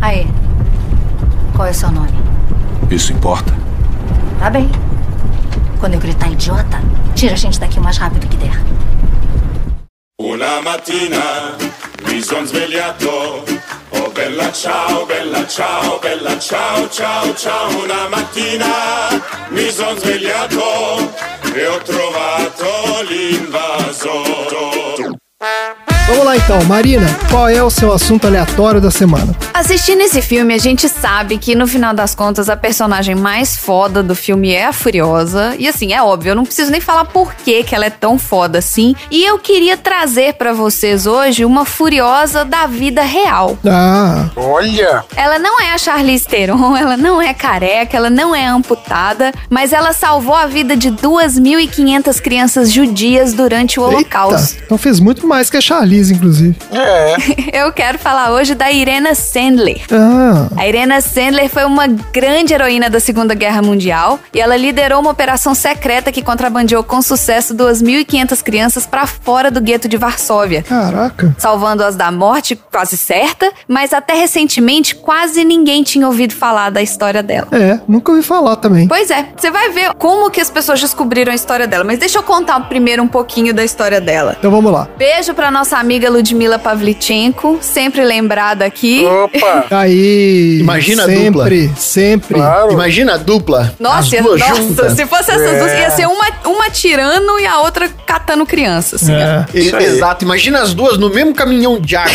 Speaker 7: Aí. Qual é o seu nome?
Speaker 11: Isso importa.
Speaker 7: Tá bem. Quando eu gritar idiota, tira a gente daqui o mais rápido que der.
Speaker 14: Una mattina mi son svegliato. Oh bella ciao, bella ciao, bella ciao, ciao, ciao. Una mattina mi son svegliato e ho trovato l'invasore.
Speaker 2: Vamos lá então, Marina, qual é o seu assunto aleatório da semana?
Speaker 9: Assistindo esse filme, a gente sabe que no final das contas a personagem mais foda do filme é a Furiosa. E assim, é óbvio, eu não preciso nem falar por que, que ela é tão foda assim. E eu queria trazer para vocês hoje uma Furiosa da vida real.
Speaker 2: Ah.
Speaker 3: Olha!
Speaker 9: Ela não é a Charlize Theron, ela não é careca, ela não é amputada, mas ela salvou a vida de 2.500 crianças judias durante o Holocausto.
Speaker 2: Eita, então fez muito mais que a Charlize inclusive.
Speaker 3: É.
Speaker 9: Eu quero falar hoje da Irena Sandler.
Speaker 2: Ah.
Speaker 9: A Irena Sandler foi uma grande heroína da Segunda Guerra Mundial e ela liderou uma operação secreta que contrabandeou com sucesso 2.500 crianças para fora do gueto de Varsóvia.
Speaker 2: Caraca.
Speaker 9: Salvando-as da morte quase certa, mas até recentemente quase ninguém tinha ouvido falar da história dela.
Speaker 2: É, nunca ouvi falar também.
Speaker 9: Pois é, você vai ver como que as pessoas descobriram a história dela, mas deixa eu contar primeiro um pouquinho da história dela.
Speaker 2: Então vamos lá.
Speaker 9: Beijo pra nossa amiga Ludmila Pavlichenko, sempre lembrada aqui.
Speaker 3: Opa!
Speaker 2: Aí!
Speaker 1: Imagina
Speaker 2: sempre,
Speaker 1: a dupla.
Speaker 2: Sempre, sempre.
Speaker 3: Ah.
Speaker 1: Claro. Imagina a dupla.
Speaker 9: Nossa,
Speaker 1: as duas
Speaker 9: nossa
Speaker 1: juntas. É.
Speaker 9: se fosse essas duas, ia ser uma, uma tirando e a outra catando criança. Assim,
Speaker 1: É.
Speaker 9: ó.
Speaker 1: Exato, imagina as duas no mesmo caminhão de água.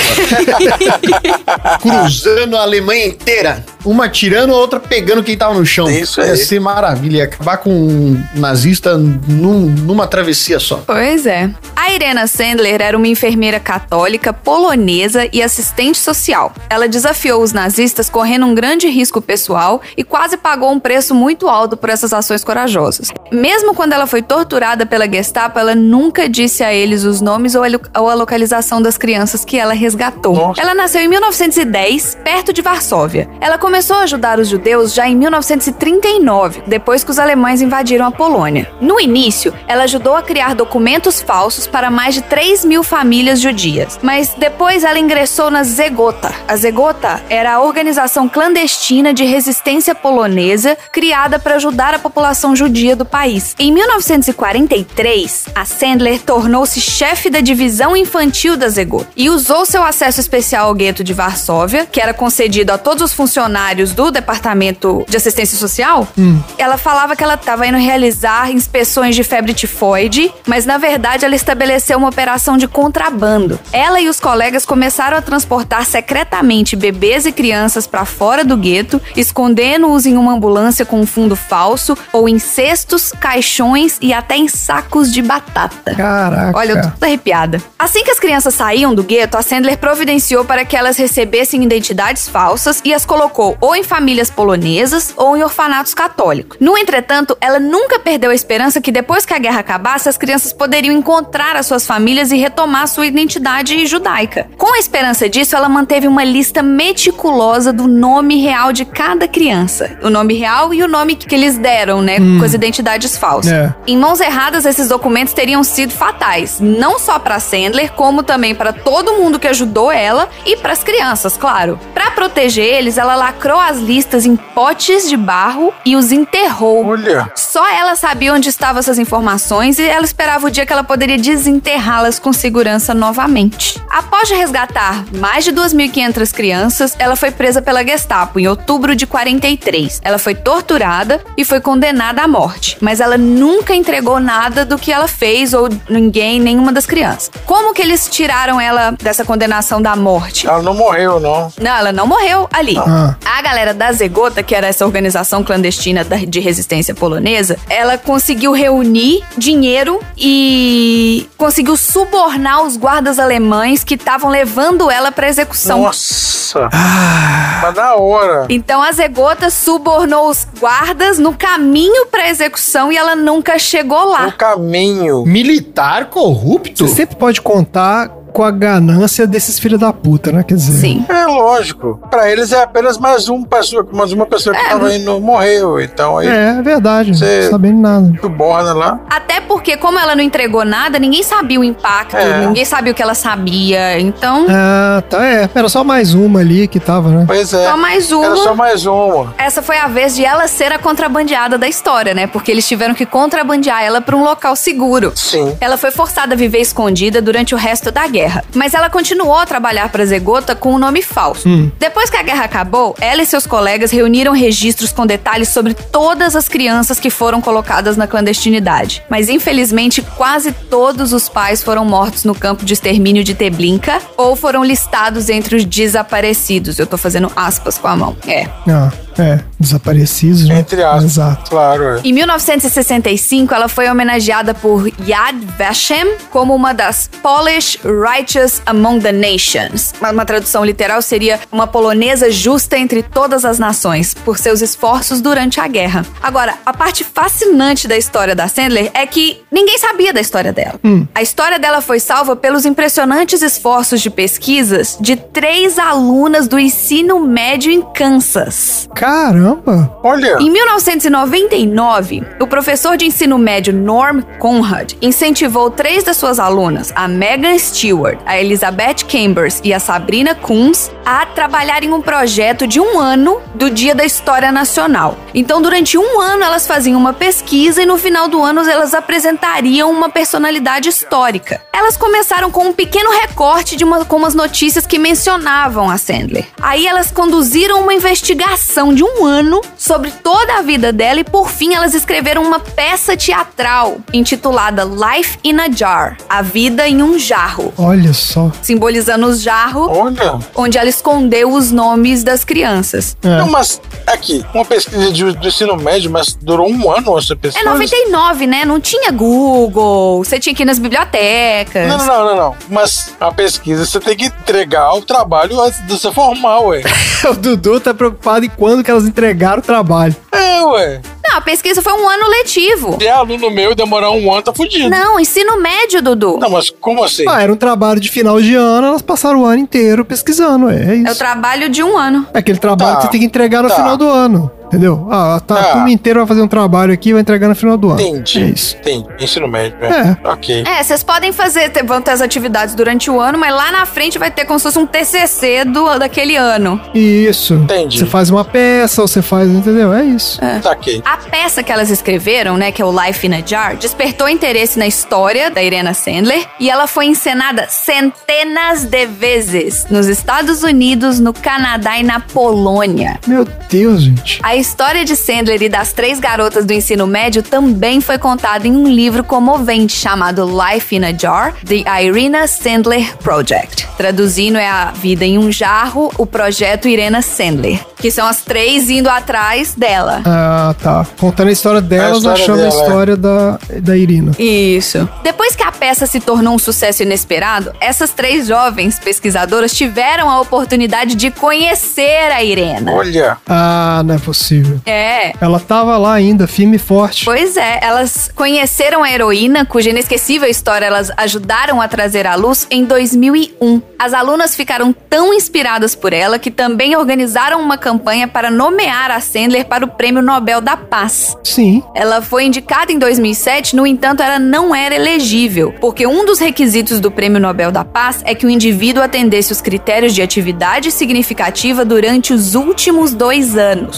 Speaker 1: cruzando a Alemanha inteira. Uma tirando, a outra pegando quem tava no chão.
Speaker 3: É Isso aí.
Speaker 1: Ia ser maravilha. Ia acabar com um nazista num- numa travessia só.
Speaker 9: Pois é. A Irena Sandler era uma enfermeira católica, polonesa e assistente social. Ela desafiou os nazistas correndo um grande risco pessoal e quase pagou um preço muito alto por essas ações corajosas. Mesmo quando ela foi torturada pela Gestapo, ela nunca disse a eles os nomes ou a lo- ou a localização das crianças que ela resgatou.
Speaker 3: Nossa.
Speaker 9: Ela nasceu em 1910, perto de Varsóvia. Ela começou a ajudar os judeus já em 1939, depois que os alemães invadiram a Polônia. No início, ela ajudou a criar documentos falsos para mais de 3 mil famílias judias. Mas depois ela ingressou na Zegota. A Zegota era a organização clandestina de resistência polonesa criada para ajudar a população judia do país. Em 1943, a Sandler tornou-se chefe da divisão infantil da Zegota e usou seu acesso especial ao gueto de Varsóvia, que era concedido a todos os funcionários funcionários do Departamento de Assistência Social,
Speaker 2: Hum.
Speaker 9: ela falava que ela estava indo realizar inspeções de febre tifoide, mas na verdade ela estabeleceu uma operação de contrabando. Ela e os colegas começaram a transportar secretamente bebês e crianças para fora do gueto, escondendo-os em uma ambulância com um fundo falso ou em cestos, caixões e até em sacos de batata.
Speaker 2: Caraca.
Speaker 9: Olha, eu tô toda arrepiada. Assim que as crianças saíam do gueto, a Sandler providenciou para que elas recebessem identidades falsas e as colocou ou em famílias polonesas ou em orfanatos católicos. No entretanto, ela nunca perdeu a esperança que depois que a guerra acabasse, as crianças poderiam encontrar as suas famílias e retomar sua identidade judaica. Com a esperança disso, ela manteve uma lista meticulosa do nome real de cada criança. O nome real e o nome que eles deram, né?
Speaker 15: Hum.
Speaker 9: Com as identidades falsas.
Speaker 15: É.
Speaker 9: Em mãos erradas, esses documentos teriam sido fatais, não só para Sandler, como também para todo mundo que ajudou ela e para as crianças, claro. Para proteger eles, ela lacrou as listas em potes de barro e os enterrou.
Speaker 3: Olha.
Speaker 9: Só ela sabia onde estavam essas informações e ela esperava o dia que ela poderia desenterrá-las com segurança novamente. Após resgatar mais de 2.500 crianças, ela foi presa pela Gestapo em outubro de 43. Ela foi torturada e foi condenada à morte, mas ela nunca entregou nada do que ela fez ou ninguém, nenhuma das crianças. Como que eles tiraram ela dessa condenação da morte?
Speaker 3: Ela não morreu, não.
Speaker 9: Não, ela não morreu ali.
Speaker 3: Ah.
Speaker 9: A galera da Zegota, que era essa organização clandestina da- de resistência polonesa, ela conseguiu reunir dinheiro e conseguiu subornar os guardas alemães que estavam levando ela pra execução.
Speaker 3: Nossa.
Speaker 2: Ah.
Speaker 3: Mas na hora.
Speaker 9: Então a Zegota subornou os guardas no caminho pra execução e ela nunca chegou lá.
Speaker 3: caminho.
Speaker 1: Militar corrupto?
Speaker 2: Você sempre pode contar com a ganância desses filhos da puta, né? Quer dizer.
Speaker 9: Sim.
Speaker 3: É lógico. Pra eles é apenas mais, um pessoa, mais uma pessoa
Speaker 9: É.
Speaker 3: que tava indo morreu. Então aí.
Speaker 2: É, é verdade.
Speaker 3: Você-
Speaker 2: Não tô sabendo nada.
Speaker 3: Tu borna lá.
Speaker 9: Até porque, como ela não entregou nada, ninguém sabia o impacto,
Speaker 2: É.
Speaker 9: ninguém sabia o que ela sabia. Então,
Speaker 2: Ah, tá. É, era só mais uma ali que tava, né?
Speaker 3: Pois é.
Speaker 9: Só mais uma.
Speaker 3: Era só mais uma.
Speaker 9: Essa foi a vez de ela ser a contrabandeada da história, né? Porque eles tiveram que contrabandear ela para um local seguro.
Speaker 3: Sim.
Speaker 9: Ela foi forçada a viver escondida durante o resto da guerra, mas ela continuou a trabalhar para Zegota com um nome falso.
Speaker 15: Hum.
Speaker 9: Depois que a guerra acabou, ela e seus colegas reuniram registros com detalhes sobre todas as crianças que foram colocadas na clandestinidade. Mas infelizmente, quase todos os pais foram mortos no campo de extermínio de Teblinka ou foram listados entre os desaparecidos. Eu tô fazendo aspas com a mão. É.
Speaker 2: Ah, é. Desaparecidos, né? Entre aspas. Exato.
Speaker 3: Claro.
Speaker 9: Em 1965, ela foi homenageada por Yad Vashem como uma das Polish Righteous Among the Nations. Uma, uma tradução literal seria uma polonesa justa entre todas as nações, por seus esforços durante a guerra. Agora, a parte fascinante da história da Sandler é que ninguém sabia da história dela. A história dela foi salva pelos impressionantes esforços de pesquisas de três alunas do ensino médio em Kansas.
Speaker 2: Caramba.
Speaker 3: Olha.
Speaker 9: Em 1999, o professor de ensino médio Norm Conrad incentivou três das suas alunas, a Megan Stewart, a Elizabeth Chambers e a Sabrina Kunz, a trabalhar em um projeto de um ano do Dia da História Nacional. Então, durante um ano, elas faziam uma pesquisa e no final do ano elas apresentariam uma personalidade histórica. Elas começaram com um pequeno recorte de uma, com umas notícias que mencionavam a Sandler. Aí elas conduziram uma investigação de um ano sobre toda a vida dela e por fim elas escreveram uma peça teatral intitulada Life in a Jar, a vida em um jarro,
Speaker 2: Olha só.
Speaker 9: simbolizando os jarros
Speaker 3: Olha.
Speaker 9: onde ela escondeu os nomes das crianças.
Speaker 2: É.
Speaker 3: Não, mas aqui, uma pesquisa de, do ensino médio, mas durou um ano essa
Speaker 9: É
Speaker 3: pesquisa.
Speaker 9: 99, né? Não tinha Google, você tinha que ir nas bibliotecas.
Speaker 3: Não, não, não, não, não. Mas a pesquisa você tem que entregar o trabalho antes de você formar, ué.
Speaker 2: o Dudu tá preocupado em quando que elas entregaram o trabalho.
Speaker 3: É, ué.
Speaker 9: Não, a pesquisa foi um ano letivo.
Speaker 3: Se é aluno meu e demorar um ano, tá fudido.
Speaker 9: Não, ensino médio, Dudu.
Speaker 3: Não, mas como assim?
Speaker 2: Ah, era um trabalho de final de ano, elas passaram o ano inteiro pesquisando, é isso.
Speaker 9: É o trabalho de um ano.
Speaker 2: É aquele trabalho
Speaker 3: Tá,
Speaker 2: que você tem que entregar no
Speaker 3: tá.
Speaker 2: final do ano. Entendeu? Ah, tá, a turma inteira vai fazer um trabalho aqui e vai entregar no final do ano.
Speaker 3: Entendi.
Speaker 2: É isso.
Speaker 3: Entendi. Ensino médio. né?
Speaker 2: É.
Speaker 3: Ok.
Speaker 9: É, vocês podem fazer, ter- vão ter as atividades durante o ano, mas lá na frente vai ter como se fosse um TCC do, daquele ano.
Speaker 2: Isso.
Speaker 3: Entendi.
Speaker 2: Você faz uma peça, você faz, entendeu? É isso.
Speaker 9: É.
Speaker 3: Saquei.
Speaker 9: A peça que elas escreveram, né, que é o Life in a Jar, despertou interesse na história da Irena Sandler e ela foi encenada centenas de vezes nos Estados Unidos, no Canadá e na Polônia.
Speaker 2: Meu Deus, gente.
Speaker 9: A história de Sandler e das três garotas do ensino médio também foi contada em um livro comovente chamado Life in a Jar, The Irina Sandler Project. Traduzindo é a vida em um jarro, o projeto Irena Sandler, que são as três indo atrás dela.
Speaker 2: Ah, tá. Contando a história delas,
Speaker 9: história
Speaker 2: achando
Speaker 9: dela,
Speaker 2: a história da, da Irina.
Speaker 9: Isso. Depois que a peça se tornou um sucesso inesperado, essas três jovens pesquisadoras tiveram a oportunidade de conhecer a Irena.
Speaker 3: Olha.
Speaker 2: Ah, não é possível.
Speaker 9: É.
Speaker 2: Ela tava lá ainda, firme e forte.
Speaker 9: Pois é, elas conheceram a heroína, cuja inesquecível história elas ajudaram a trazer à luz em 2001. As alunas ficaram tão inspiradas por ela que também organizaram uma campanha para nomear a Sandler para o Prêmio Nobel da Paz.
Speaker 2: Sim.
Speaker 9: Ela foi indicada em 2007, no entanto, ela não era elegível, porque um dos requisitos do Prêmio Nobel da Paz é que o indivíduo atendesse os critérios de atividade significativa durante os últimos dois anos.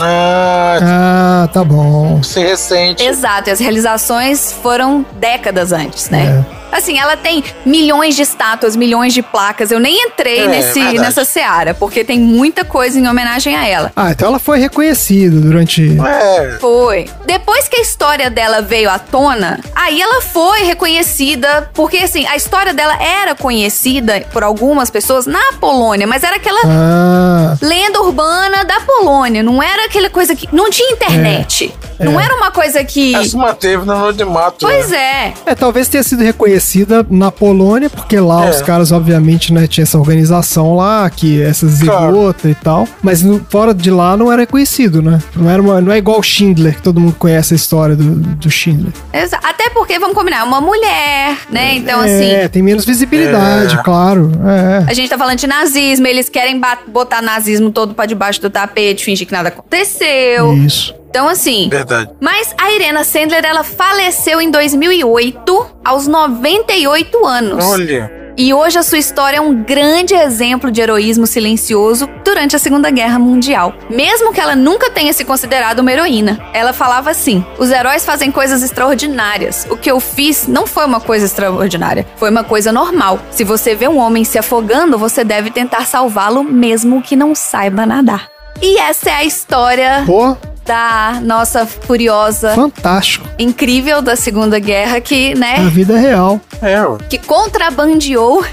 Speaker 2: Ah, tá bom.
Speaker 3: Se é recente.
Speaker 9: Exato, e as realizações foram décadas antes, né?
Speaker 2: É.
Speaker 9: Assim, ela tem milhões de estátuas, milhões de placas. Eu nem entrei
Speaker 2: É,
Speaker 9: nesse,
Speaker 2: verdade.
Speaker 9: nessa seara, porque tem muita coisa em homenagem a ela.
Speaker 2: Ah, então ela foi reconhecida durante.
Speaker 3: É.
Speaker 9: Foi. Depois que a história dela veio à tona, aí ela foi reconhecida, porque assim, a história dela era conhecida por algumas pessoas na Polônia, mas era aquela
Speaker 2: Ah.
Speaker 9: lenda urbana da Polônia, não era aquela coisa que não tinha internet.
Speaker 2: É,
Speaker 9: Não
Speaker 2: é.
Speaker 9: era uma coisa que
Speaker 3: Ela se manteve no anonimato.
Speaker 9: Pois é.
Speaker 2: É, talvez tenha sido reconhecida na Polônia, porque lá
Speaker 3: É.
Speaker 2: os caras, obviamente, né, tinha essa organização lá, que essas zigotas e tal. Mas no- fora de lá não era reconhecido, né? Não, era uma- não é igual o Schindler, que todo mundo conhece a história do, do Schindler.
Speaker 9: Exa- Até porque, vamos combinar, é uma mulher, né? Então,
Speaker 2: é,
Speaker 9: assim.
Speaker 2: tem menos visibilidade,
Speaker 3: É.
Speaker 2: claro. É.
Speaker 9: A gente tá falando de nazismo, eles querem ba- botar nazismo todo pra debaixo do tapete, fingir que nada aconteceu.
Speaker 2: Isso.
Speaker 9: Então, assim.
Speaker 3: Verdade.
Speaker 9: Mas a Irena Sandler, ela faleceu em 2008, aos 98 anos.
Speaker 3: Olha.
Speaker 9: E hoje a sua história é um grande exemplo de heroísmo silencioso durante a Segunda Guerra Mundial. Mesmo que ela nunca tenha se considerado uma heroína, ela falava assim: os heróis fazem coisas extraordinárias. O que eu fiz não foi uma coisa extraordinária, foi uma coisa normal. Se você vê um homem se afogando, você deve tentar salvá-lo, mesmo que não saiba nadar. E essa é a história
Speaker 2: Pô,
Speaker 9: da nossa furiosa,
Speaker 2: fantástico.
Speaker 9: incrível da Segunda Guerra, que, né?
Speaker 2: A vida é real.
Speaker 3: É, ué.
Speaker 9: que contrabandeou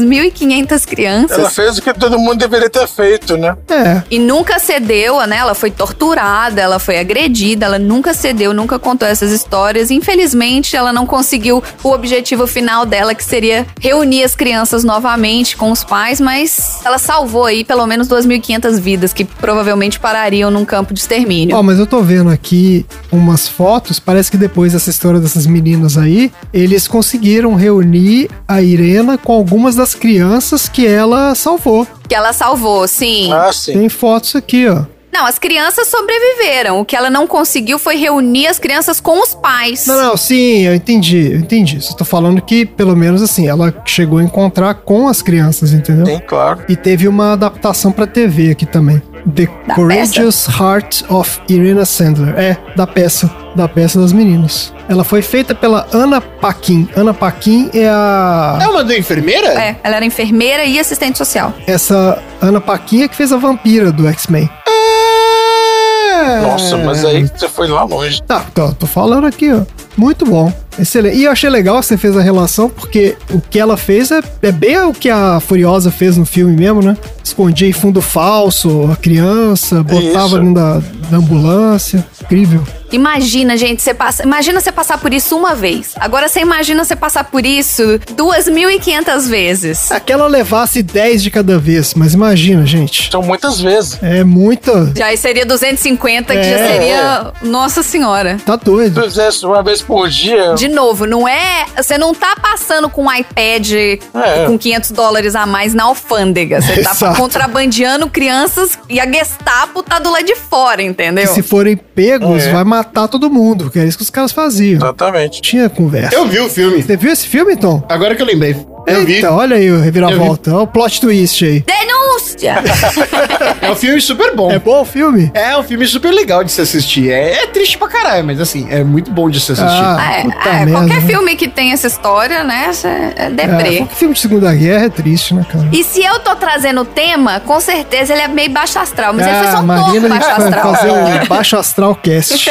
Speaker 9: 2.500 crianças.
Speaker 3: Ela fez o que todo mundo deveria ter feito, né?
Speaker 2: É.
Speaker 9: E nunca cedeu, né? Ela foi torturada, ela foi agredida, ela nunca cedeu, nunca contou essas histórias. Infelizmente, ela não conseguiu o objetivo final dela, que seria reunir as crianças novamente com os pais, mas ela salvou aí pelo menos 2.500 vidas que provavelmente parariam num campo de extermínio.
Speaker 2: Ó, mas eu tô vendo aqui umas fotos, parece que depois dessa história dessas meninas aí, eles conseguiram reunir a Irena com algumas das crianças que ela salvou.
Speaker 9: Que ela salvou, sim.
Speaker 3: Ah.
Speaker 2: Tem fotos aqui, ó.
Speaker 9: Não, as crianças sobreviveram. O que ela não conseguiu foi reunir as crianças com os pais.
Speaker 2: Não, não, sim, eu entendi, eu entendi. Só tô falando que, pelo menos assim, ela chegou a encontrar com as crianças, entendeu?
Speaker 3: Sim, claro.
Speaker 2: E teve uma adaptação pra TV aqui também. The
Speaker 9: Da
Speaker 2: Courageous Heart of Irina Sandler. É, da peça. Da peça das meninas. Ela foi feita pela Ana Paquin. Ana Paquin é a.
Speaker 1: É uma da enfermeira?
Speaker 9: É, ela era enfermeira e assistente social.
Speaker 2: Essa Ana Paquin é que fez a vampira do X-Men. É.
Speaker 3: Nossa,
Speaker 9: É.
Speaker 3: mas aí você foi lá longe.
Speaker 2: Tá, tô, tô falando aqui, ó. Muito bom. Excelente. E eu achei legal que você fez a relação, porque o que ela fez é, é bem o que a Furiosa fez no filme mesmo, né? Escondia em fundo falso a criança, botava
Speaker 3: Isso.
Speaker 2: dentro da, da ambulância. Incrível.
Speaker 9: Imagina, gente, você passa. Imagina você passar por isso uma vez. Agora você imagina você passar por isso 2.500 vezes.
Speaker 2: Aquela É levasse 10 de cada vez, mas imagina, gente.
Speaker 3: São Então, muitas vezes.
Speaker 2: É muita.
Speaker 9: Já aí seria 250, que já
Speaker 2: É.
Speaker 9: seria. Nossa Senhora.
Speaker 2: Tá doido.
Speaker 3: Se fizesse uma vez por dia.
Speaker 9: De novo, não é. Você não tá passando com um iPad com 500 dólares a mais na alfândega. Você tá
Speaker 2: É. Exato.
Speaker 9: contrabandeando crianças e a Gestapo tá do lado de fora, entendeu?
Speaker 2: E se forem pegos,
Speaker 9: É.
Speaker 2: vai matar todo mundo, porque é isso que os caras faziam.
Speaker 3: Tá. Exatamente.
Speaker 2: Tinha conversa.
Speaker 1: Eu vi o filme.
Speaker 2: Você viu esse filme, Tom?
Speaker 1: Agora que eu lembrei. Eu vi.
Speaker 2: Então, olha aí o reviravolta. Olha o plot twist aí.
Speaker 9: Denúncia!
Speaker 1: É um filme super bom. É
Speaker 2: bom o filme?
Speaker 1: É um filme super legal de se assistir. É, é triste pra caralho, mas assim, é muito bom de se assistir.
Speaker 2: Ah,
Speaker 9: É,
Speaker 2: puta
Speaker 9: é,
Speaker 2: merda,
Speaker 9: qualquer
Speaker 2: né?
Speaker 9: filme que tem essa história, né? É
Speaker 2: É,
Speaker 9: deprê.
Speaker 2: qualquer filme de Segunda Guerra é triste, né, cara?
Speaker 9: E se eu tô trazendo o tema, com certeza ele é meio baixo astral. Mas ele foi
Speaker 2: Ah,
Speaker 9: só um
Speaker 2: Marina
Speaker 9: pouco baixo
Speaker 2: vai
Speaker 9: astral.
Speaker 2: fazer um- o Baixo Astral Cast.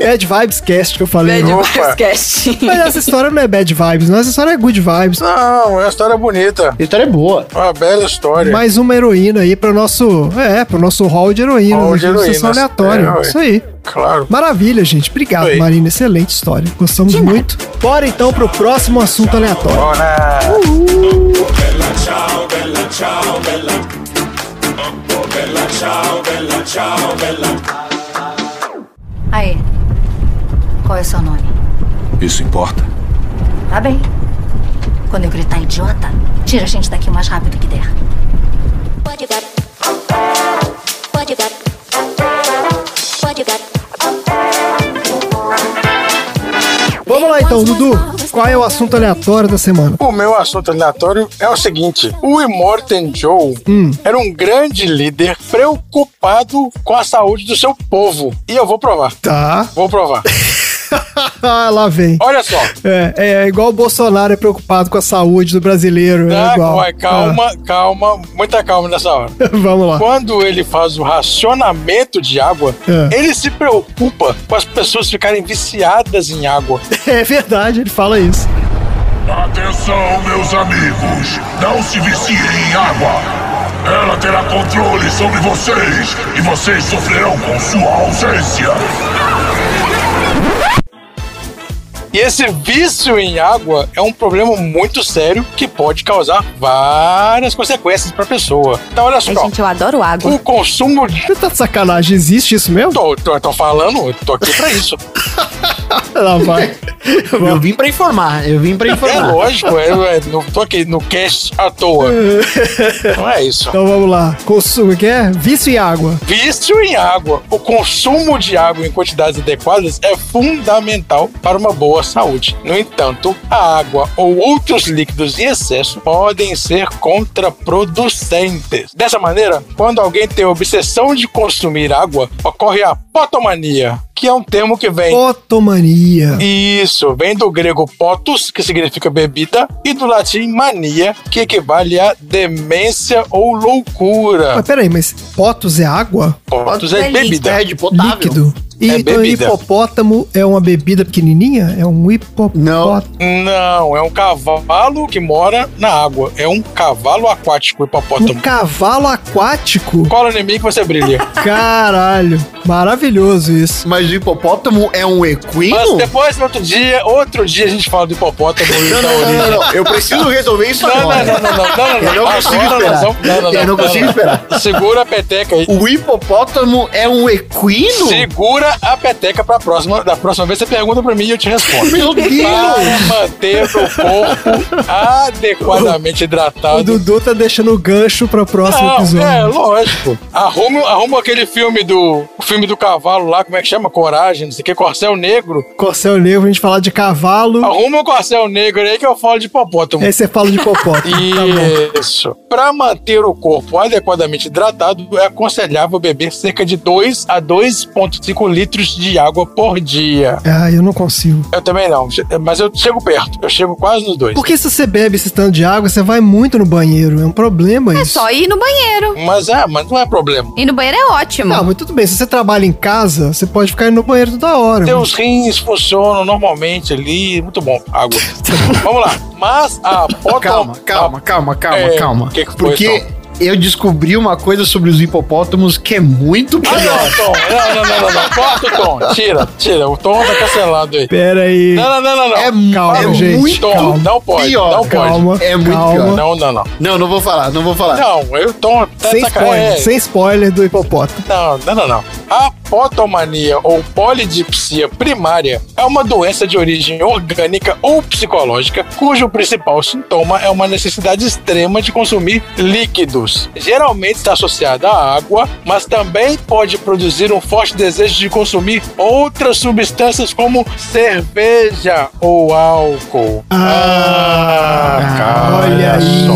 Speaker 2: Bad Vibes Cast que eu falei.
Speaker 9: Bad
Speaker 2: né?
Speaker 9: Vibes Opa. Cast.
Speaker 2: Mas essa história não é Bad Vibes, não. Essa história é Good Vibes.
Speaker 3: Não, é uma história bonita.
Speaker 1: A história é boa.
Speaker 3: Uma bela história.
Speaker 2: Mais uma heroína aí pro nosso. É, pro nosso hall de heroína.
Speaker 3: Hall
Speaker 2: né,
Speaker 3: de
Speaker 2: que é uma
Speaker 3: heroínas.
Speaker 2: sessão aleatória.
Speaker 3: É, ué.
Speaker 2: Isso aí.
Speaker 3: Claro.
Speaker 2: Maravilha, gente. Obrigado,
Speaker 3: Isso aí.
Speaker 2: Marina. Excelente história. Gostamos muito. Bora então pro próximo assunto aleatório.
Speaker 14: Bella ciao, bella ciao, bella. Oh, bella ciao, bella ciao, bella.
Speaker 7: Aê. Qual é o seu nome?
Speaker 11: Isso importa?
Speaker 7: Tá bem. Quando eu gritar idiota, tira a gente daqui o mais rápido que der.
Speaker 2: Vamos lá então, Dudu. Qual é o assunto aleatório da semana?
Speaker 3: O meu assunto aleatório é o seguinte: o Immortan Joe era um grande líder preocupado com a saúde do seu povo. E eu vou provar.
Speaker 2: Tá.
Speaker 3: Vou provar.
Speaker 2: Ah, lá vem.
Speaker 3: Olha só.
Speaker 2: É, é, é igual o Bolsonaro é preocupado com a saúde do brasileiro. é
Speaker 3: Tá,
Speaker 2: igual.
Speaker 3: vai, calma, calma, muita calma nessa hora.
Speaker 2: Ah. Vamos lá.
Speaker 3: Quando ele faz o racionamento de água, ele se preocupa com as pessoas ficarem viciadas em água.
Speaker 2: É verdade, ele fala isso.
Speaker 15: Atenção, meus amigos! Não se viciem em água! Ela terá controle sobre vocês e vocês sofrerão com sua ausência!
Speaker 3: E esse vício em água é um problema muito sério que pode causar várias consequências para a pessoa. Então, olha só.
Speaker 9: Gente, eu adoro água.
Speaker 3: O consumo de.
Speaker 2: Você tá de sacanagem, existe isso mesmo?
Speaker 3: Tô, tô, tô falando, eu tô aqui pra isso.
Speaker 2: Lá Ah, vai.
Speaker 1: Eu vim pra informar, eu vim pra
Speaker 3: É
Speaker 1: informar.
Speaker 3: lógico, eu, eu não tô aqui no cast à toa. Não é isso.
Speaker 2: Então vamos lá. Consumo, que é? Vício em água.
Speaker 3: Vício em água. O consumo de água em quantidades adequadas é fundamental para uma boa saúde. No entanto, a água ou outros líquidos em excesso podem ser contraproducentes. Dessa maneira, quando alguém tem a obsessão de consumir água, ocorre a potomania, que é um termo que vem
Speaker 2: Otomania.
Speaker 3: isso, vem do grego potos, que significa bebida, e do latim mania, que equivale a demência ou loucura.
Speaker 2: Mas Ah, peraí, mas potos é água?
Speaker 3: Potos é bebida.
Speaker 1: É de potável.
Speaker 2: Líquido. E
Speaker 3: É
Speaker 2: então
Speaker 3: bebida.
Speaker 2: hipopótamo é uma bebida pequenininha? É um hipopótamo?
Speaker 3: Não, é um cavalo que mora na água. É um cavalo aquático, hipopótamo.
Speaker 2: Um cavalo aquático?
Speaker 3: Cola em mim que você brilha.
Speaker 2: Caralho, maravilhoso isso.
Speaker 1: Mas o hipopótamo é um equino?
Speaker 3: Mas depois, no outro dia, outro dia a gente fala do hipopótamo e
Speaker 1: Não,
Speaker 3: da
Speaker 1: não, não,
Speaker 3: origem.
Speaker 1: não, não. Eu preciso resolver isso
Speaker 3: é- Não,
Speaker 1: agora.
Speaker 3: não, não, não, não, não, não.
Speaker 1: Eu não consigo
Speaker 3: Agora
Speaker 1: esperar.
Speaker 3: nós vamos- não, não,
Speaker 1: Eu não
Speaker 3: não,
Speaker 1: consigo
Speaker 3: não.
Speaker 1: esperar.
Speaker 3: Segura a peteca aí.
Speaker 1: O hipopótamo é um equino?
Speaker 3: Segura a peteca pra próxima. Da próxima vez você pergunta pra mim e eu te respondo.
Speaker 1: Meu Deus!
Speaker 3: Para manter o corpo adequadamente
Speaker 2: O
Speaker 3: hidratado.
Speaker 2: Dudu tá deixando o gancho pra próximo
Speaker 3: Não, é,
Speaker 2: episódio.
Speaker 3: lógico. Arruma, arruma aquele filme do. O filme do cavalo lá, como é que chama? Coragem, não sei o que, Corcel Negro.
Speaker 2: Corcel Negro, a gente falar de cavalo.
Speaker 3: Arruma o Corcel Negro aí que eu falo de hipopótamo.
Speaker 2: Aí você fala de hipopótamo.
Speaker 3: Isso. Para manter o corpo adequadamente hidratado, é aconselhável beber cerca de 2 a 2,5 litros de água por dia.
Speaker 2: Ah, eu não consigo.
Speaker 3: Eu também não, mas eu chego perto. Eu chego quase nos dois.
Speaker 2: Porque se você bebe esse tanto de água, você vai muito no banheiro. É um problema
Speaker 9: É
Speaker 2: isso.
Speaker 9: só ir no banheiro.
Speaker 3: Mas é, mas não é problema.
Speaker 9: Ir no banheiro é ótimo.
Speaker 2: Não, mas tudo bem. Se você trabalha em casa, você pode ficar indo no banheiro toda hora.
Speaker 3: Seus rins funcionam normalmente ali. Muito bom, água. Vamos lá. Mas a potom...
Speaker 1: Calma, calma, calma, calma,
Speaker 3: É,
Speaker 1: calma.
Speaker 3: que que foi, então?
Speaker 1: Porque eu descobri uma coisa sobre os hipopótamos que é muito
Speaker 3: Ah,
Speaker 1: pior.
Speaker 3: não, Tom. Não, não, não, não, não. Corta o Tom. Tira, tira. O Tom tá cancelado aí.
Speaker 2: Pera aí.
Speaker 3: Não, não, não, não. não.
Speaker 1: É
Speaker 2: Calma,
Speaker 3: Fala,
Speaker 2: gente,
Speaker 3: Tom,
Speaker 2: calma.
Speaker 3: não pode.
Speaker 1: Pior,
Speaker 3: não pode.
Speaker 2: calma,
Speaker 1: É muito
Speaker 2: calma.
Speaker 1: pior.
Speaker 3: Não, não, não.
Speaker 1: Não, não vou falar, não vou falar.
Speaker 3: Não, eu Tom tá
Speaker 2: Sem spoiler,
Speaker 3: sacanagem.
Speaker 2: sem spoiler do hipopótamo.
Speaker 3: Não, não, não, não. A potomania ou polidipsia primária é uma doença de origem orgânica ou psicológica cujo principal sintoma é uma necessidade extrema de consumir líquidos. Geralmente está associada à água, mas também pode produzir um forte desejo de consumir outras substâncias como cerveja ou álcool. Ah, cara,
Speaker 2: Olha aí.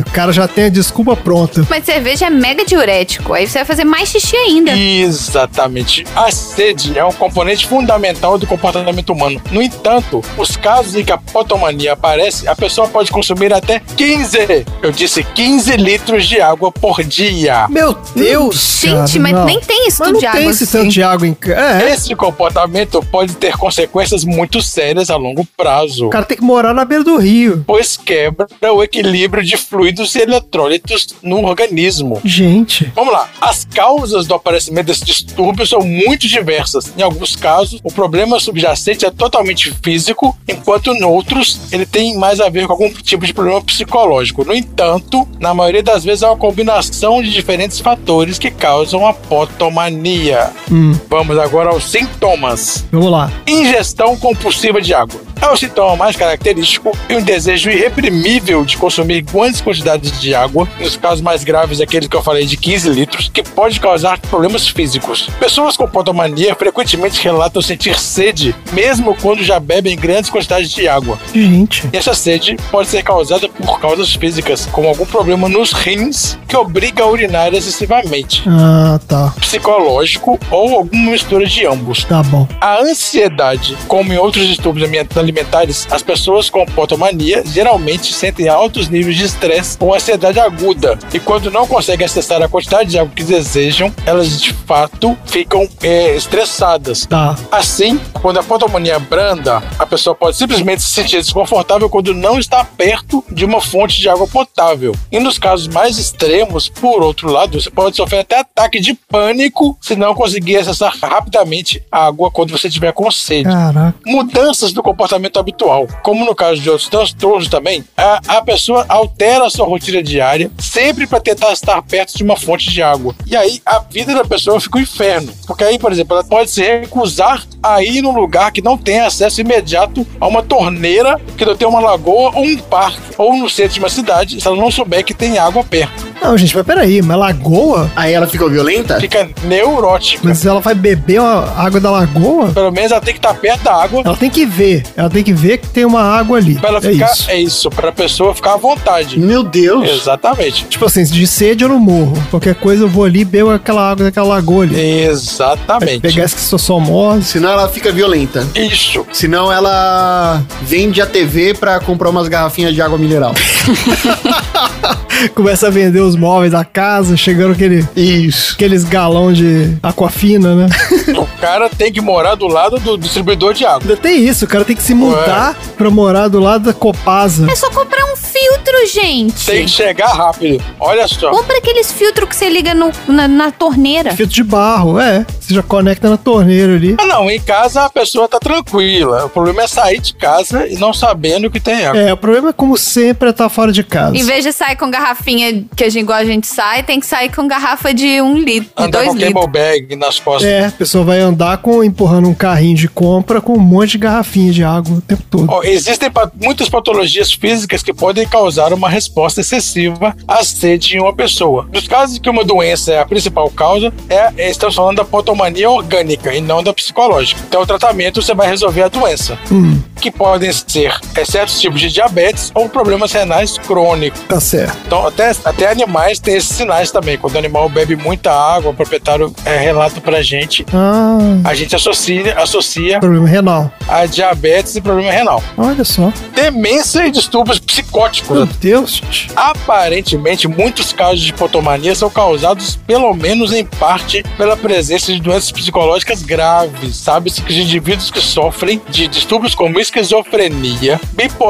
Speaker 2: O cara já tem a desculpa pronta.
Speaker 9: Mas cerveja é mega diurético. Aí você vai fazer mais xixi ainda.
Speaker 3: Exatamente. A sede é um componente fundamental do comportamento humano. No entanto, os casos em que a potomania aparece, a pessoa pode consumir até 15, eu disse 15 litros de água por dia.
Speaker 2: Meu Deus!
Speaker 9: Hum, Gente,
Speaker 2: cara,
Speaker 9: mas
Speaker 2: não.
Speaker 9: nem tem isso
Speaker 2: Mas
Speaker 9: do
Speaker 2: não
Speaker 9: Diago.
Speaker 2: tem esse tanto de água em ca- É.
Speaker 3: Esse comportamento pode ter consequências muito sérias a longo prazo.
Speaker 2: O cara tem que morar na beira do rio.
Speaker 3: Pois quebra o equilíbrio de fluidos e eletrólitos no organismo.
Speaker 2: Gente.
Speaker 3: Vamos lá. As causas do aparecimento desse distúrbio são muito diversas. Em alguns casos, o problema subjacente é totalmente físico, enquanto em outros, ele tem mais a ver com algum tipo de problema psicológico. No entanto, na maioria das vezes, é uma combinação de diferentes fatores que causam a potomania.
Speaker 2: Hum,
Speaker 3: Vamos agora aos sintomas.
Speaker 2: vamos lá.
Speaker 3: Ingestão compulsiva de água. É o sintoma mais característico e um desejo irreprimível de consumir grandes quantidades de água, nos casos mais graves, aquele que eu falei de 15 litros, que pode causar problemas físicos. Pessoas com potomania frequentemente relatam sentir sede, mesmo quando já bebem grandes quantidades de água.
Speaker 2: Gente.
Speaker 3: E essa sede pode ser causada por causas físicas, como algum problema nos rins que obriga a urinar excessivamente,
Speaker 2: Ah, tá.
Speaker 3: psicológico ou alguma mistura de ambos.
Speaker 2: Tá bom.
Speaker 3: A ansiedade, como em outros distúrbios ambi- alimentares, as pessoas com potomania geralmente sentem altos níveis de estresse ou ansiedade aguda. E quando não conseguem acessar a quantidade de água que desejam, elas de fato ficam é, estressadas.
Speaker 2: Tá.
Speaker 3: Assim, quando a potomania é branda, a pessoa pode simplesmente se sentir desconfortável quando não está perto de uma fonte de água potável. E nos casos mais extremos, por outro lado, você pode sofrer até ataque de pânico se não conseguir acessar rapidamente a água quando você tiver com sede
Speaker 2: Caraca.
Speaker 3: mudanças do comportamento habitual, como no caso de outros transtornos também, a, a pessoa altera a sua rotina diária sempre para tentar estar perto de uma fonte de água. E aí a vida da pessoa fica um inferno, porque aí, por exemplo, ela pode se recusar a ir num lugar que não tem acesso imediato a uma torneira, que não tem uma lagoa ou um parque, ou no centro de uma cidade, se ela não souber que tem água perto.
Speaker 2: Não, gente, mas peraí, mas é lagoa?
Speaker 1: Aí ela ficou violenta?
Speaker 3: Fica neurótica.
Speaker 2: Mas ela vai beber a água da lagoa?
Speaker 3: Pelo menos ela tem que estar perto da água
Speaker 2: Ela tem que ver. Ela tem que ver que tem uma água ali.
Speaker 3: para ela
Speaker 2: é
Speaker 3: ficar.
Speaker 2: isso.
Speaker 3: É isso, para a pessoa ficar à vontade.
Speaker 1: Meu Deus.
Speaker 3: Exatamente.
Speaker 2: Tipo assim, de sede eu não morro. Qualquer coisa eu vou ali e bebo aquela água daquela lagoa ali. Vai
Speaker 3: Exatamente.
Speaker 2: Pegar essa que sou só morre.
Speaker 1: Senão ela fica violenta.
Speaker 3: Isso.
Speaker 1: Senão ela vende a TV pra comprar umas garrafinhas de água mineral.
Speaker 2: Começa a vender os móveis da casa, chegando aquele,
Speaker 1: Isso.
Speaker 2: aqueles galão de aquafina, né?
Speaker 3: O cara tem que morar do lado do distribuidor de água.
Speaker 2: Ainda tem isso, o cara tem que se mudar pra morar do lado da Copasa.
Speaker 9: É só comprar um filtro, gente.
Speaker 3: Tem que chegar rápido. Olha só.
Speaker 9: Compra aqueles filtros que você liga no- na, na torneira.
Speaker 2: Filtro de barro, é. Você já conecta na torneira ali.
Speaker 3: Ah, não, em casa a pessoa tá tranquila. O problema é sair de casa e não sabendo que tem água.
Speaker 2: É, o problema é como sempre é estar fora de casa.
Speaker 9: Em vez de sair com garrafinha que a gente, igual a gente sai, tem que sair com garrafa de um litro, de
Speaker 3: Andar
Speaker 9: dois
Speaker 3: com
Speaker 9: litros.
Speaker 3: camel bag nas costas.
Speaker 2: É, a pessoa vai andar com empurrando um carrinho de compra com um monte de garrafinha de água o tempo todo.
Speaker 3: Ó, existem pa- muitas patologias físicas que podem causar uma resposta excessiva à sede em uma pessoa. Nos casos em que uma doença é a principal causa, é, estamos falando da potomania orgânica e não da psicológica. Então, o tratamento você vai resolver a doença,
Speaker 2: Hum,
Speaker 3: que podem ser é, certos tipos de diabetes ou problemas renais crônicos.
Speaker 2: tá certo.
Speaker 3: Então, até, até animais têm esses sinais também. Quando o animal bebe muita água, o proprietário é, relata pra gente.
Speaker 2: Ah,
Speaker 3: A gente associa, associa
Speaker 2: problema renal.
Speaker 3: a diabetes e problema renal.
Speaker 2: Olha só.
Speaker 3: Demência e distúrbios psicóticos.
Speaker 2: Meu Deus, gente.
Speaker 3: Aparentemente, muitos casos de potomania são causados, pelo menos em parte, pela presença de doenças psicológicas graves. Sabe-se que os indivíduos que sofrem de distúrbios como esquizofrenia,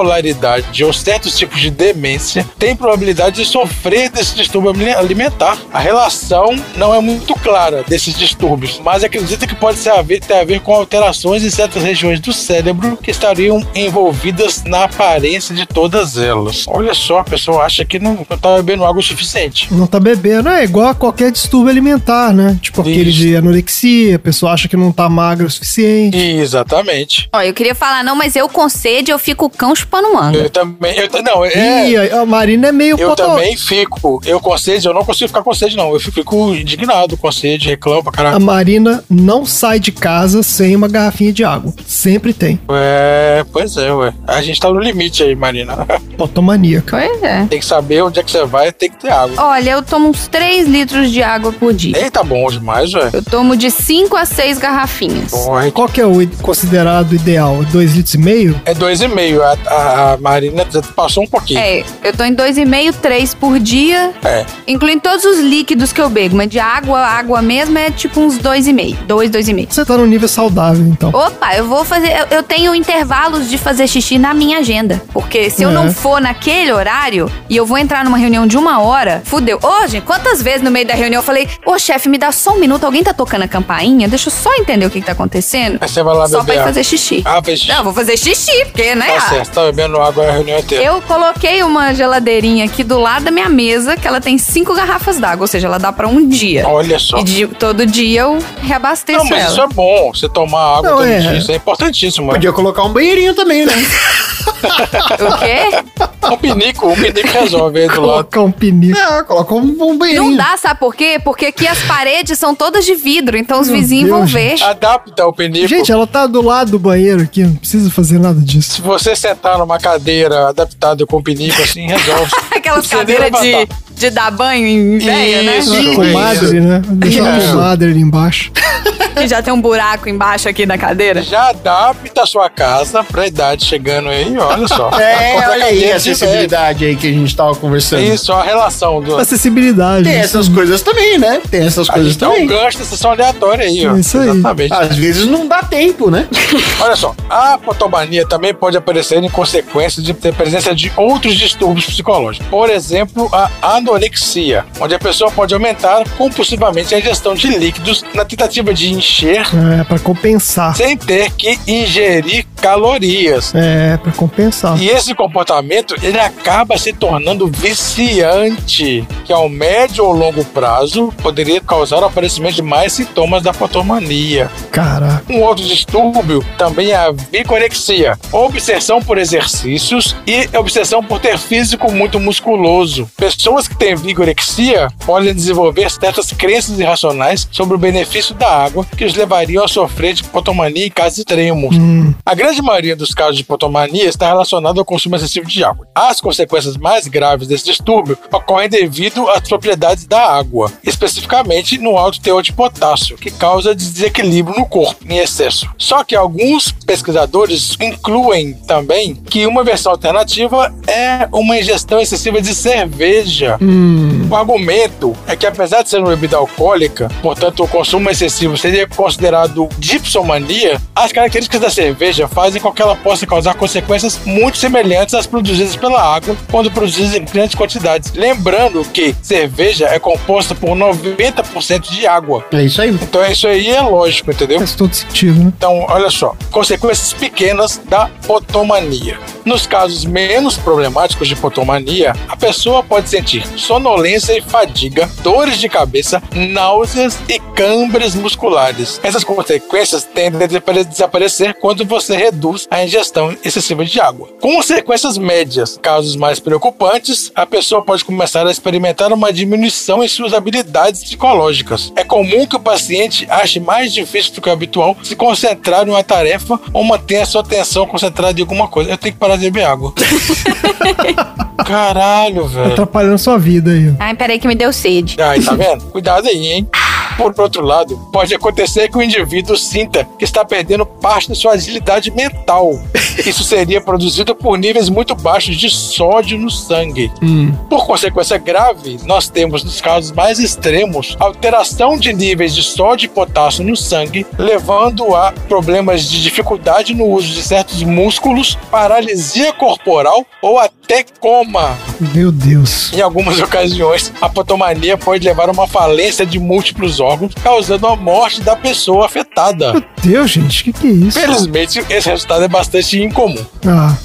Speaker 3: bipolaridade ou certos tipos de demência têm probabilidade de sofrer desse distúrbio alimentar. A relação não é muito clara desses distúrbios, mas acredita que pode ser a ver- ter a ver com alterações em certas regiões do cérebro que estariam envolvidas na aparência de todas elas. Olha só, a pessoa acha que não está bebendo água o suficiente.
Speaker 2: Não tá bebendo, é igual a qualquer distúrbio alimentar, né? Tipo aquele de anorexia, a pessoa acha que não tá magra o suficiente.
Speaker 3: Exatamente.
Speaker 9: Ó, eu queria falar, não, mas eu com sede, eu fico cão chupando manga.
Speaker 3: Eu também. Eu, ta- não, é.
Speaker 2: Ih, a- a Marina é meio
Speaker 3: Eu
Speaker 2: coto-
Speaker 3: também fico. Eu com sede, eu não consigo ficar com sede, não. Eu fico indignado com sede, reclamo pra
Speaker 2: A
Speaker 3: caralho.
Speaker 2: Marina não sai de casa sem uma garrafinha de água. Sempre tem.
Speaker 3: É, pois é, ué. A gente tá no limite aí, Marina.
Speaker 2: Potomaníaca.
Speaker 9: Pois é.
Speaker 3: tem que saber onde é que você vai, tem que ter água.
Speaker 9: Olha, eu tomo uns 3 litros de água por dia.
Speaker 3: Eita, bom demais, ué.
Speaker 9: Eu tomo de 5 a 6 garrafinhas.
Speaker 2: Qual que é o i- considerado ideal? 2 litros e meio?
Speaker 3: É dois e meio. A, a- a Marina já passou um pouquinho.
Speaker 9: É, eu tô em 2,5, 3 por dia,
Speaker 3: É.
Speaker 9: incluindo todos os líquidos que eu bebo, mas de água, água mesmo é tipo uns 2,5, 2, 2,5.
Speaker 2: Você tá num nível saudável, então.
Speaker 9: Opa, eu vou fazer. eu- Eu tenho intervalos de fazer xixi na minha agenda. Porque se eu
Speaker 2: É.
Speaker 3: Uhum.
Speaker 9: não for naquele horário e eu vou entrar numa reunião de uma hora, fudeu. Hoje, quantas vezes no meio da reunião eu falei, ô chefe, me dá só um minuto, alguém tá tocando a campainha? Deixa eu só entender o que, que tá acontecendo.
Speaker 3: Aí você vai lá
Speaker 9: só
Speaker 3: beber
Speaker 9: pra ir
Speaker 3: água.
Speaker 9: fazer xixi.
Speaker 3: Ah, fez xixi.
Speaker 9: Não, eu vou fazer xixi, porque, né?
Speaker 3: Tá
Speaker 9: ah,
Speaker 3: certo, tá bebendo água a reunião inteira.
Speaker 9: Eu coloquei uma geladeirinha aqui do lado da minha mesa, que ela tem cinco garrafas d'água, ou seja, ela dá pra um dia.
Speaker 3: Olha só.
Speaker 9: E de- todo dia eu reabasteço
Speaker 3: Não, mas
Speaker 9: ela.
Speaker 3: isso é bom. Você tomar água
Speaker 9: Não,
Speaker 3: todo
Speaker 9: é.
Speaker 3: dia, isso é importantíssimo.
Speaker 1: Podia colocar um banheirinho também, né?
Speaker 3: é
Speaker 9: o quê?
Speaker 3: Um pinico, um pinico resolve aí do lado.
Speaker 2: Colocar um pinico.
Speaker 1: Não, coloca um, um banheirinho.
Speaker 9: Não dá, sabe por quê? Porque aqui as paredes são todas de vidro, então os vizinhos vão ver.
Speaker 3: Adapta o pinico.
Speaker 2: Gente, ela tá do lado do banheiro aqui, não precisa fazer nada disso.
Speaker 3: Se você sentar numa cadeira adaptada com pinico assim, resolve.
Speaker 9: Aquelas
Speaker 3: Você nem
Speaker 9: cadeiras de,
Speaker 3: levantar.
Speaker 9: de dar banho em ideia, né?
Speaker 3: Isso.
Speaker 2: Com madre, né? Deixar
Speaker 3: É.
Speaker 2: com madre ali embaixo.
Speaker 9: Que já tem um buraco embaixo aqui na cadeira.
Speaker 3: Já adapta a sua casa pra idade chegando aí, olha só.
Speaker 1: É,
Speaker 3: Contra-
Speaker 1: olha aí a
Speaker 3: Isso,
Speaker 1: acessibilidade aí que a gente tava conversando.
Speaker 3: é. Isso, a relação do.
Speaker 2: Acessibilidade.
Speaker 1: Tem essas coisas também, né? Tem essas
Speaker 3: A
Speaker 1: coisas
Speaker 3: gente dá um
Speaker 1: também.
Speaker 3: gancho nessa sessão aleatória aí, ó.
Speaker 1: Isso aí. Ah.
Speaker 3: Exatamente.
Speaker 1: Às vezes não dá tempo, né?
Speaker 3: Olha só, a potomania também pode aparecer em consequência de ter presença de outros distúrbios psicológicos. Por exemplo, a anorexia, onde a pessoa pode aumentar compulsivamente a ingestão de líquidos na tentativa de encher
Speaker 2: É, pra compensar.
Speaker 3: sem ter que ingerir calorias.
Speaker 2: É, pra compensar.
Speaker 3: E esse comportamento ele acaba se tornando viciante, que ao médio ou longo prazo poderia causar o aparecimento de mais sintomas da potomania.
Speaker 2: Caraca.
Speaker 3: Um outro distúrbio também é a bicorexia, obsessão por exercícios e obsessão por ter físico muito musculoso. Pessoas que têm vigorexia podem desenvolver certas crenças irracionais sobre o benefício da água que os levariam a sofrer de potomania em casos extremos. A grande maioria dos casos de potomania está relacionada ao consumo excessivo de água. As consequências mais graves desse distúrbio ocorrem devido às propriedades da água, especificamente no alto teor de potássio, que causa desequilíbrio no corpo em excesso. Só que alguns pesquisadores incluem também que uma versão alternativa é uma ingestão excessiva de cerveja. O argumento é que, apesar de ser uma bebida alcoólica, portanto, o consumo excessivo seria considerado dipsomania, as características da cerveja fazem com que ela possa causar consequências muito semelhantes às produzidas pela água quando produzidas em grandes quantidades. Lembrando que cerveja é composta por 90% de água.
Speaker 1: É isso aí.
Speaker 3: Então, isso aí é lógico, entendeu?
Speaker 2: Faz todo sentido, né?
Speaker 3: Então, olha só, consequências pequenas da potomania. Nos casos menos problemáticos de potomania, a pessoa pode sentir sonolência e fadiga, dores de cabeça, náuseas e câimbras musculares. Essas consequências tendem a desapare- desaparecer quando você reduz a ingestão excessiva de água. Consequências médias. Casos mais preocupantes, a pessoa pode começar a experimentar uma diminuição em suas habilidades psicológicas. É comum que o paciente ache mais difícil do que o habitual se concentrar em uma tarefa ou manter a sua atenção concentrada em alguma coisa. Eu tenho que parar de beber água. Caralho, velho. É.
Speaker 2: Atrapalhando sua vida aí. ó.
Speaker 9: Ai, peraí que me deu sede.
Speaker 3: Ai, tá vendo? Cuidado aí, hein? Por outro lado, pode acontecer que o indivíduo sinta que está perdendo parte da sua agilidade mental. Isso seria produzido por níveis muito baixos de sódio no sangue. Por consequência grave, nós temos nos casos mais extremos alteração de níveis de sódio e potássio no sangue, levando a problemas de dificuldade no uso de certos músculos, paralisia corporal ou até coma.
Speaker 2: Meu Deus.
Speaker 3: Em algumas ocasiões, a potomania pode levar a uma falência de múltiplos órgãos, causando a morte da pessoa afetada.
Speaker 2: Meu Deus, gente, que que é isso?
Speaker 3: Felizmente, esse resultado é bastante incomum.
Speaker 2: Ah,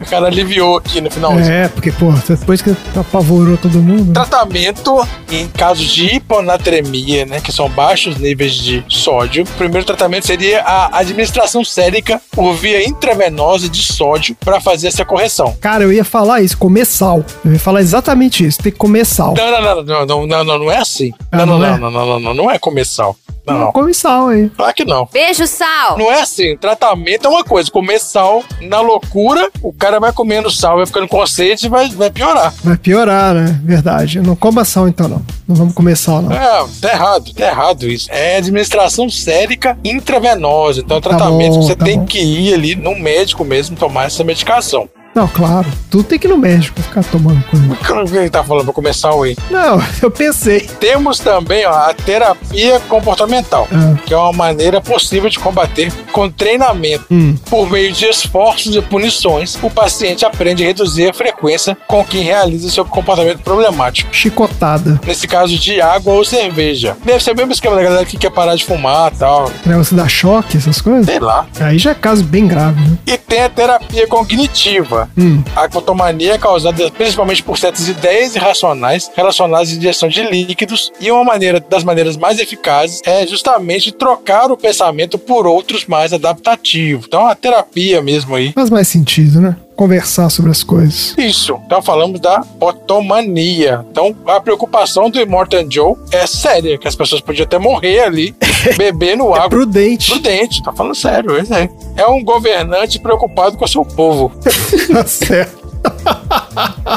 Speaker 3: O cara aliviou aqui no final.
Speaker 2: é, porque, pô, depois que apavorou todo mundo. né?
Speaker 3: Tratamento em casos de hiponatremia, né, que são baixos níveis de sódio. O primeiro tratamento seria a administração sérica por via intravenosa de sódio para fazer essa correção.
Speaker 2: Cara, eu ia falar isso, comer sal. Eu ia falar exatamente isso, tem que comer sal.
Speaker 3: Não, não, não, não, não, não, não, não é assim.
Speaker 2: Ah,
Speaker 3: Não, não,
Speaker 2: não é?
Speaker 3: não, não, não, não, não, não é comercial. Não, não.
Speaker 2: Come sal aí.
Speaker 3: Claro que não.
Speaker 9: Beijo, sal!
Speaker 3: Não é assim, tratamento é uma coisa, comer sal na loucura, o cara vai comendo sal, vai ficando com sede e vai, vai piorar.
Speaker 2: Vai piorar, né? Verdade. Não coma sal então, não. Não vamos comer sal, não.
Speaker 3: É, tá errado, tá errado isso. É administração sérica intravenosa. Então é um
Speaker 2: Tá
Speaker 3: tratamento
Speaker 2: bom,
Speaker 3: que você
Speaker 2: tá
Speaker 3: tem
Speaker 2: bom.
Speaker 3: que ir ali no médico mesmo tomar essa medicação.
Speaker 2: Não, claro. Tudo tem que ir no médico ficar tomando coisa.
Speaker 3: O que ele tá falando pra começar o aí?
Speaker 2: Não, eu pensei.
Speaker 3: Temos também ó, a terapia comportamental,
Speaker 2: Ah.
Speaker 3: que é uma maneira possível de combater com treinamento.
Speaker 2: Hum.
Speaker 3: Por meio de esforços e punições, o paciente aprende a reduzir a frequência com que realiza seu comportamento problemático.
Speaker 2: Chicotada.
Speaker 3: Nesse caso de água ou cerveja. Deve ser o mesmo esquema da galera que quer parar de fumar e tal.
Speaker 2: Que negócio dá choque, essas coisas?
Speaker 3: Sei lá.
Speaker 2: Aí já é caso bem grave, né?
Speaker 3: E tem a terapia cognitiva.
Speaker 2: Hum.
Speaker 3: A cotomania é causada principalmente por certas ideias irracionais relacionadas à ingestão de líquidos. E uma maneira, das maneiras mais eficazes é justamente trocar o pensamento por outros mais adaptativos. Então, é uma terapia mesmo aí.
Speaker 2: Faz mais sentido, né? Conversar sobre as coisas.
Speaker 3: Isso. Então falamos da otomania. Então a preocupação do Immortan Joe é séria, que as pessoas podiam até morrer ali, bebendo água.
Speaker 2: É prudente.
Speaker 3: Prudente, tá falando sério, isso aí. É um governante preocupado com o seu povo.
Speaker 2: tá certo.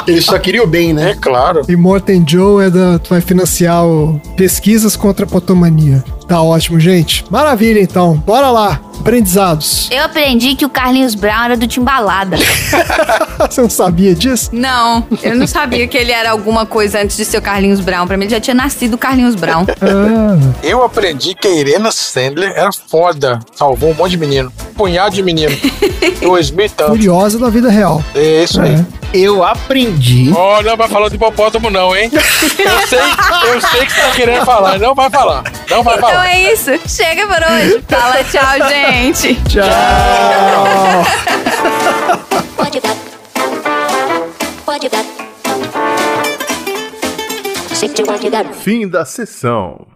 Speaker 1: Ele só queria o bem,
Speaker 3: É
Speaker 1: né?
Speaker 3: claro.
Speaker 2: E Morten Joe é da, tu vai financiar o pesquisas contra a potomania. Tá ótimo, gente. Maravilha, então. Bora lá. Aprendizados.
Speaker 9: Eu aprendi que o Carlinhos Brown era do Timbalada.
Speaker 2: Você não sabia disso?
Speaker 4: Não, eu não sabia que ele era alguma coisa antes de ser o Carlinhos Brown. Pra mim, ele já tinha nascido o Carlinhos Brown.
Speaker 2: Ah,
Speaker 3: Eu aprendi que a Irena Sandler era foda. Salvou um monte de menino. Punhado de menino. Dois mil e tanto.
Speaker 2: curiosa da vida real.
Speaker 3: É isso aí.
Speaker 1: Eu aprendi.
Speaker 3: Ó, não vai falar do hipopótamo, não, hein? Eu sei, eu sei que você tá querendo falar. Não vai falar. Não vai
Speaker 4: Então
Speaker 3: falar.
Speaker 4: é isso. Chega por hoje. Fala tchau, gente.
Speaker 2: Tchau.
Speaker 7: Pode dar. Pode dar. Sente o pode dar.
Speaker 11: Fim da sessão.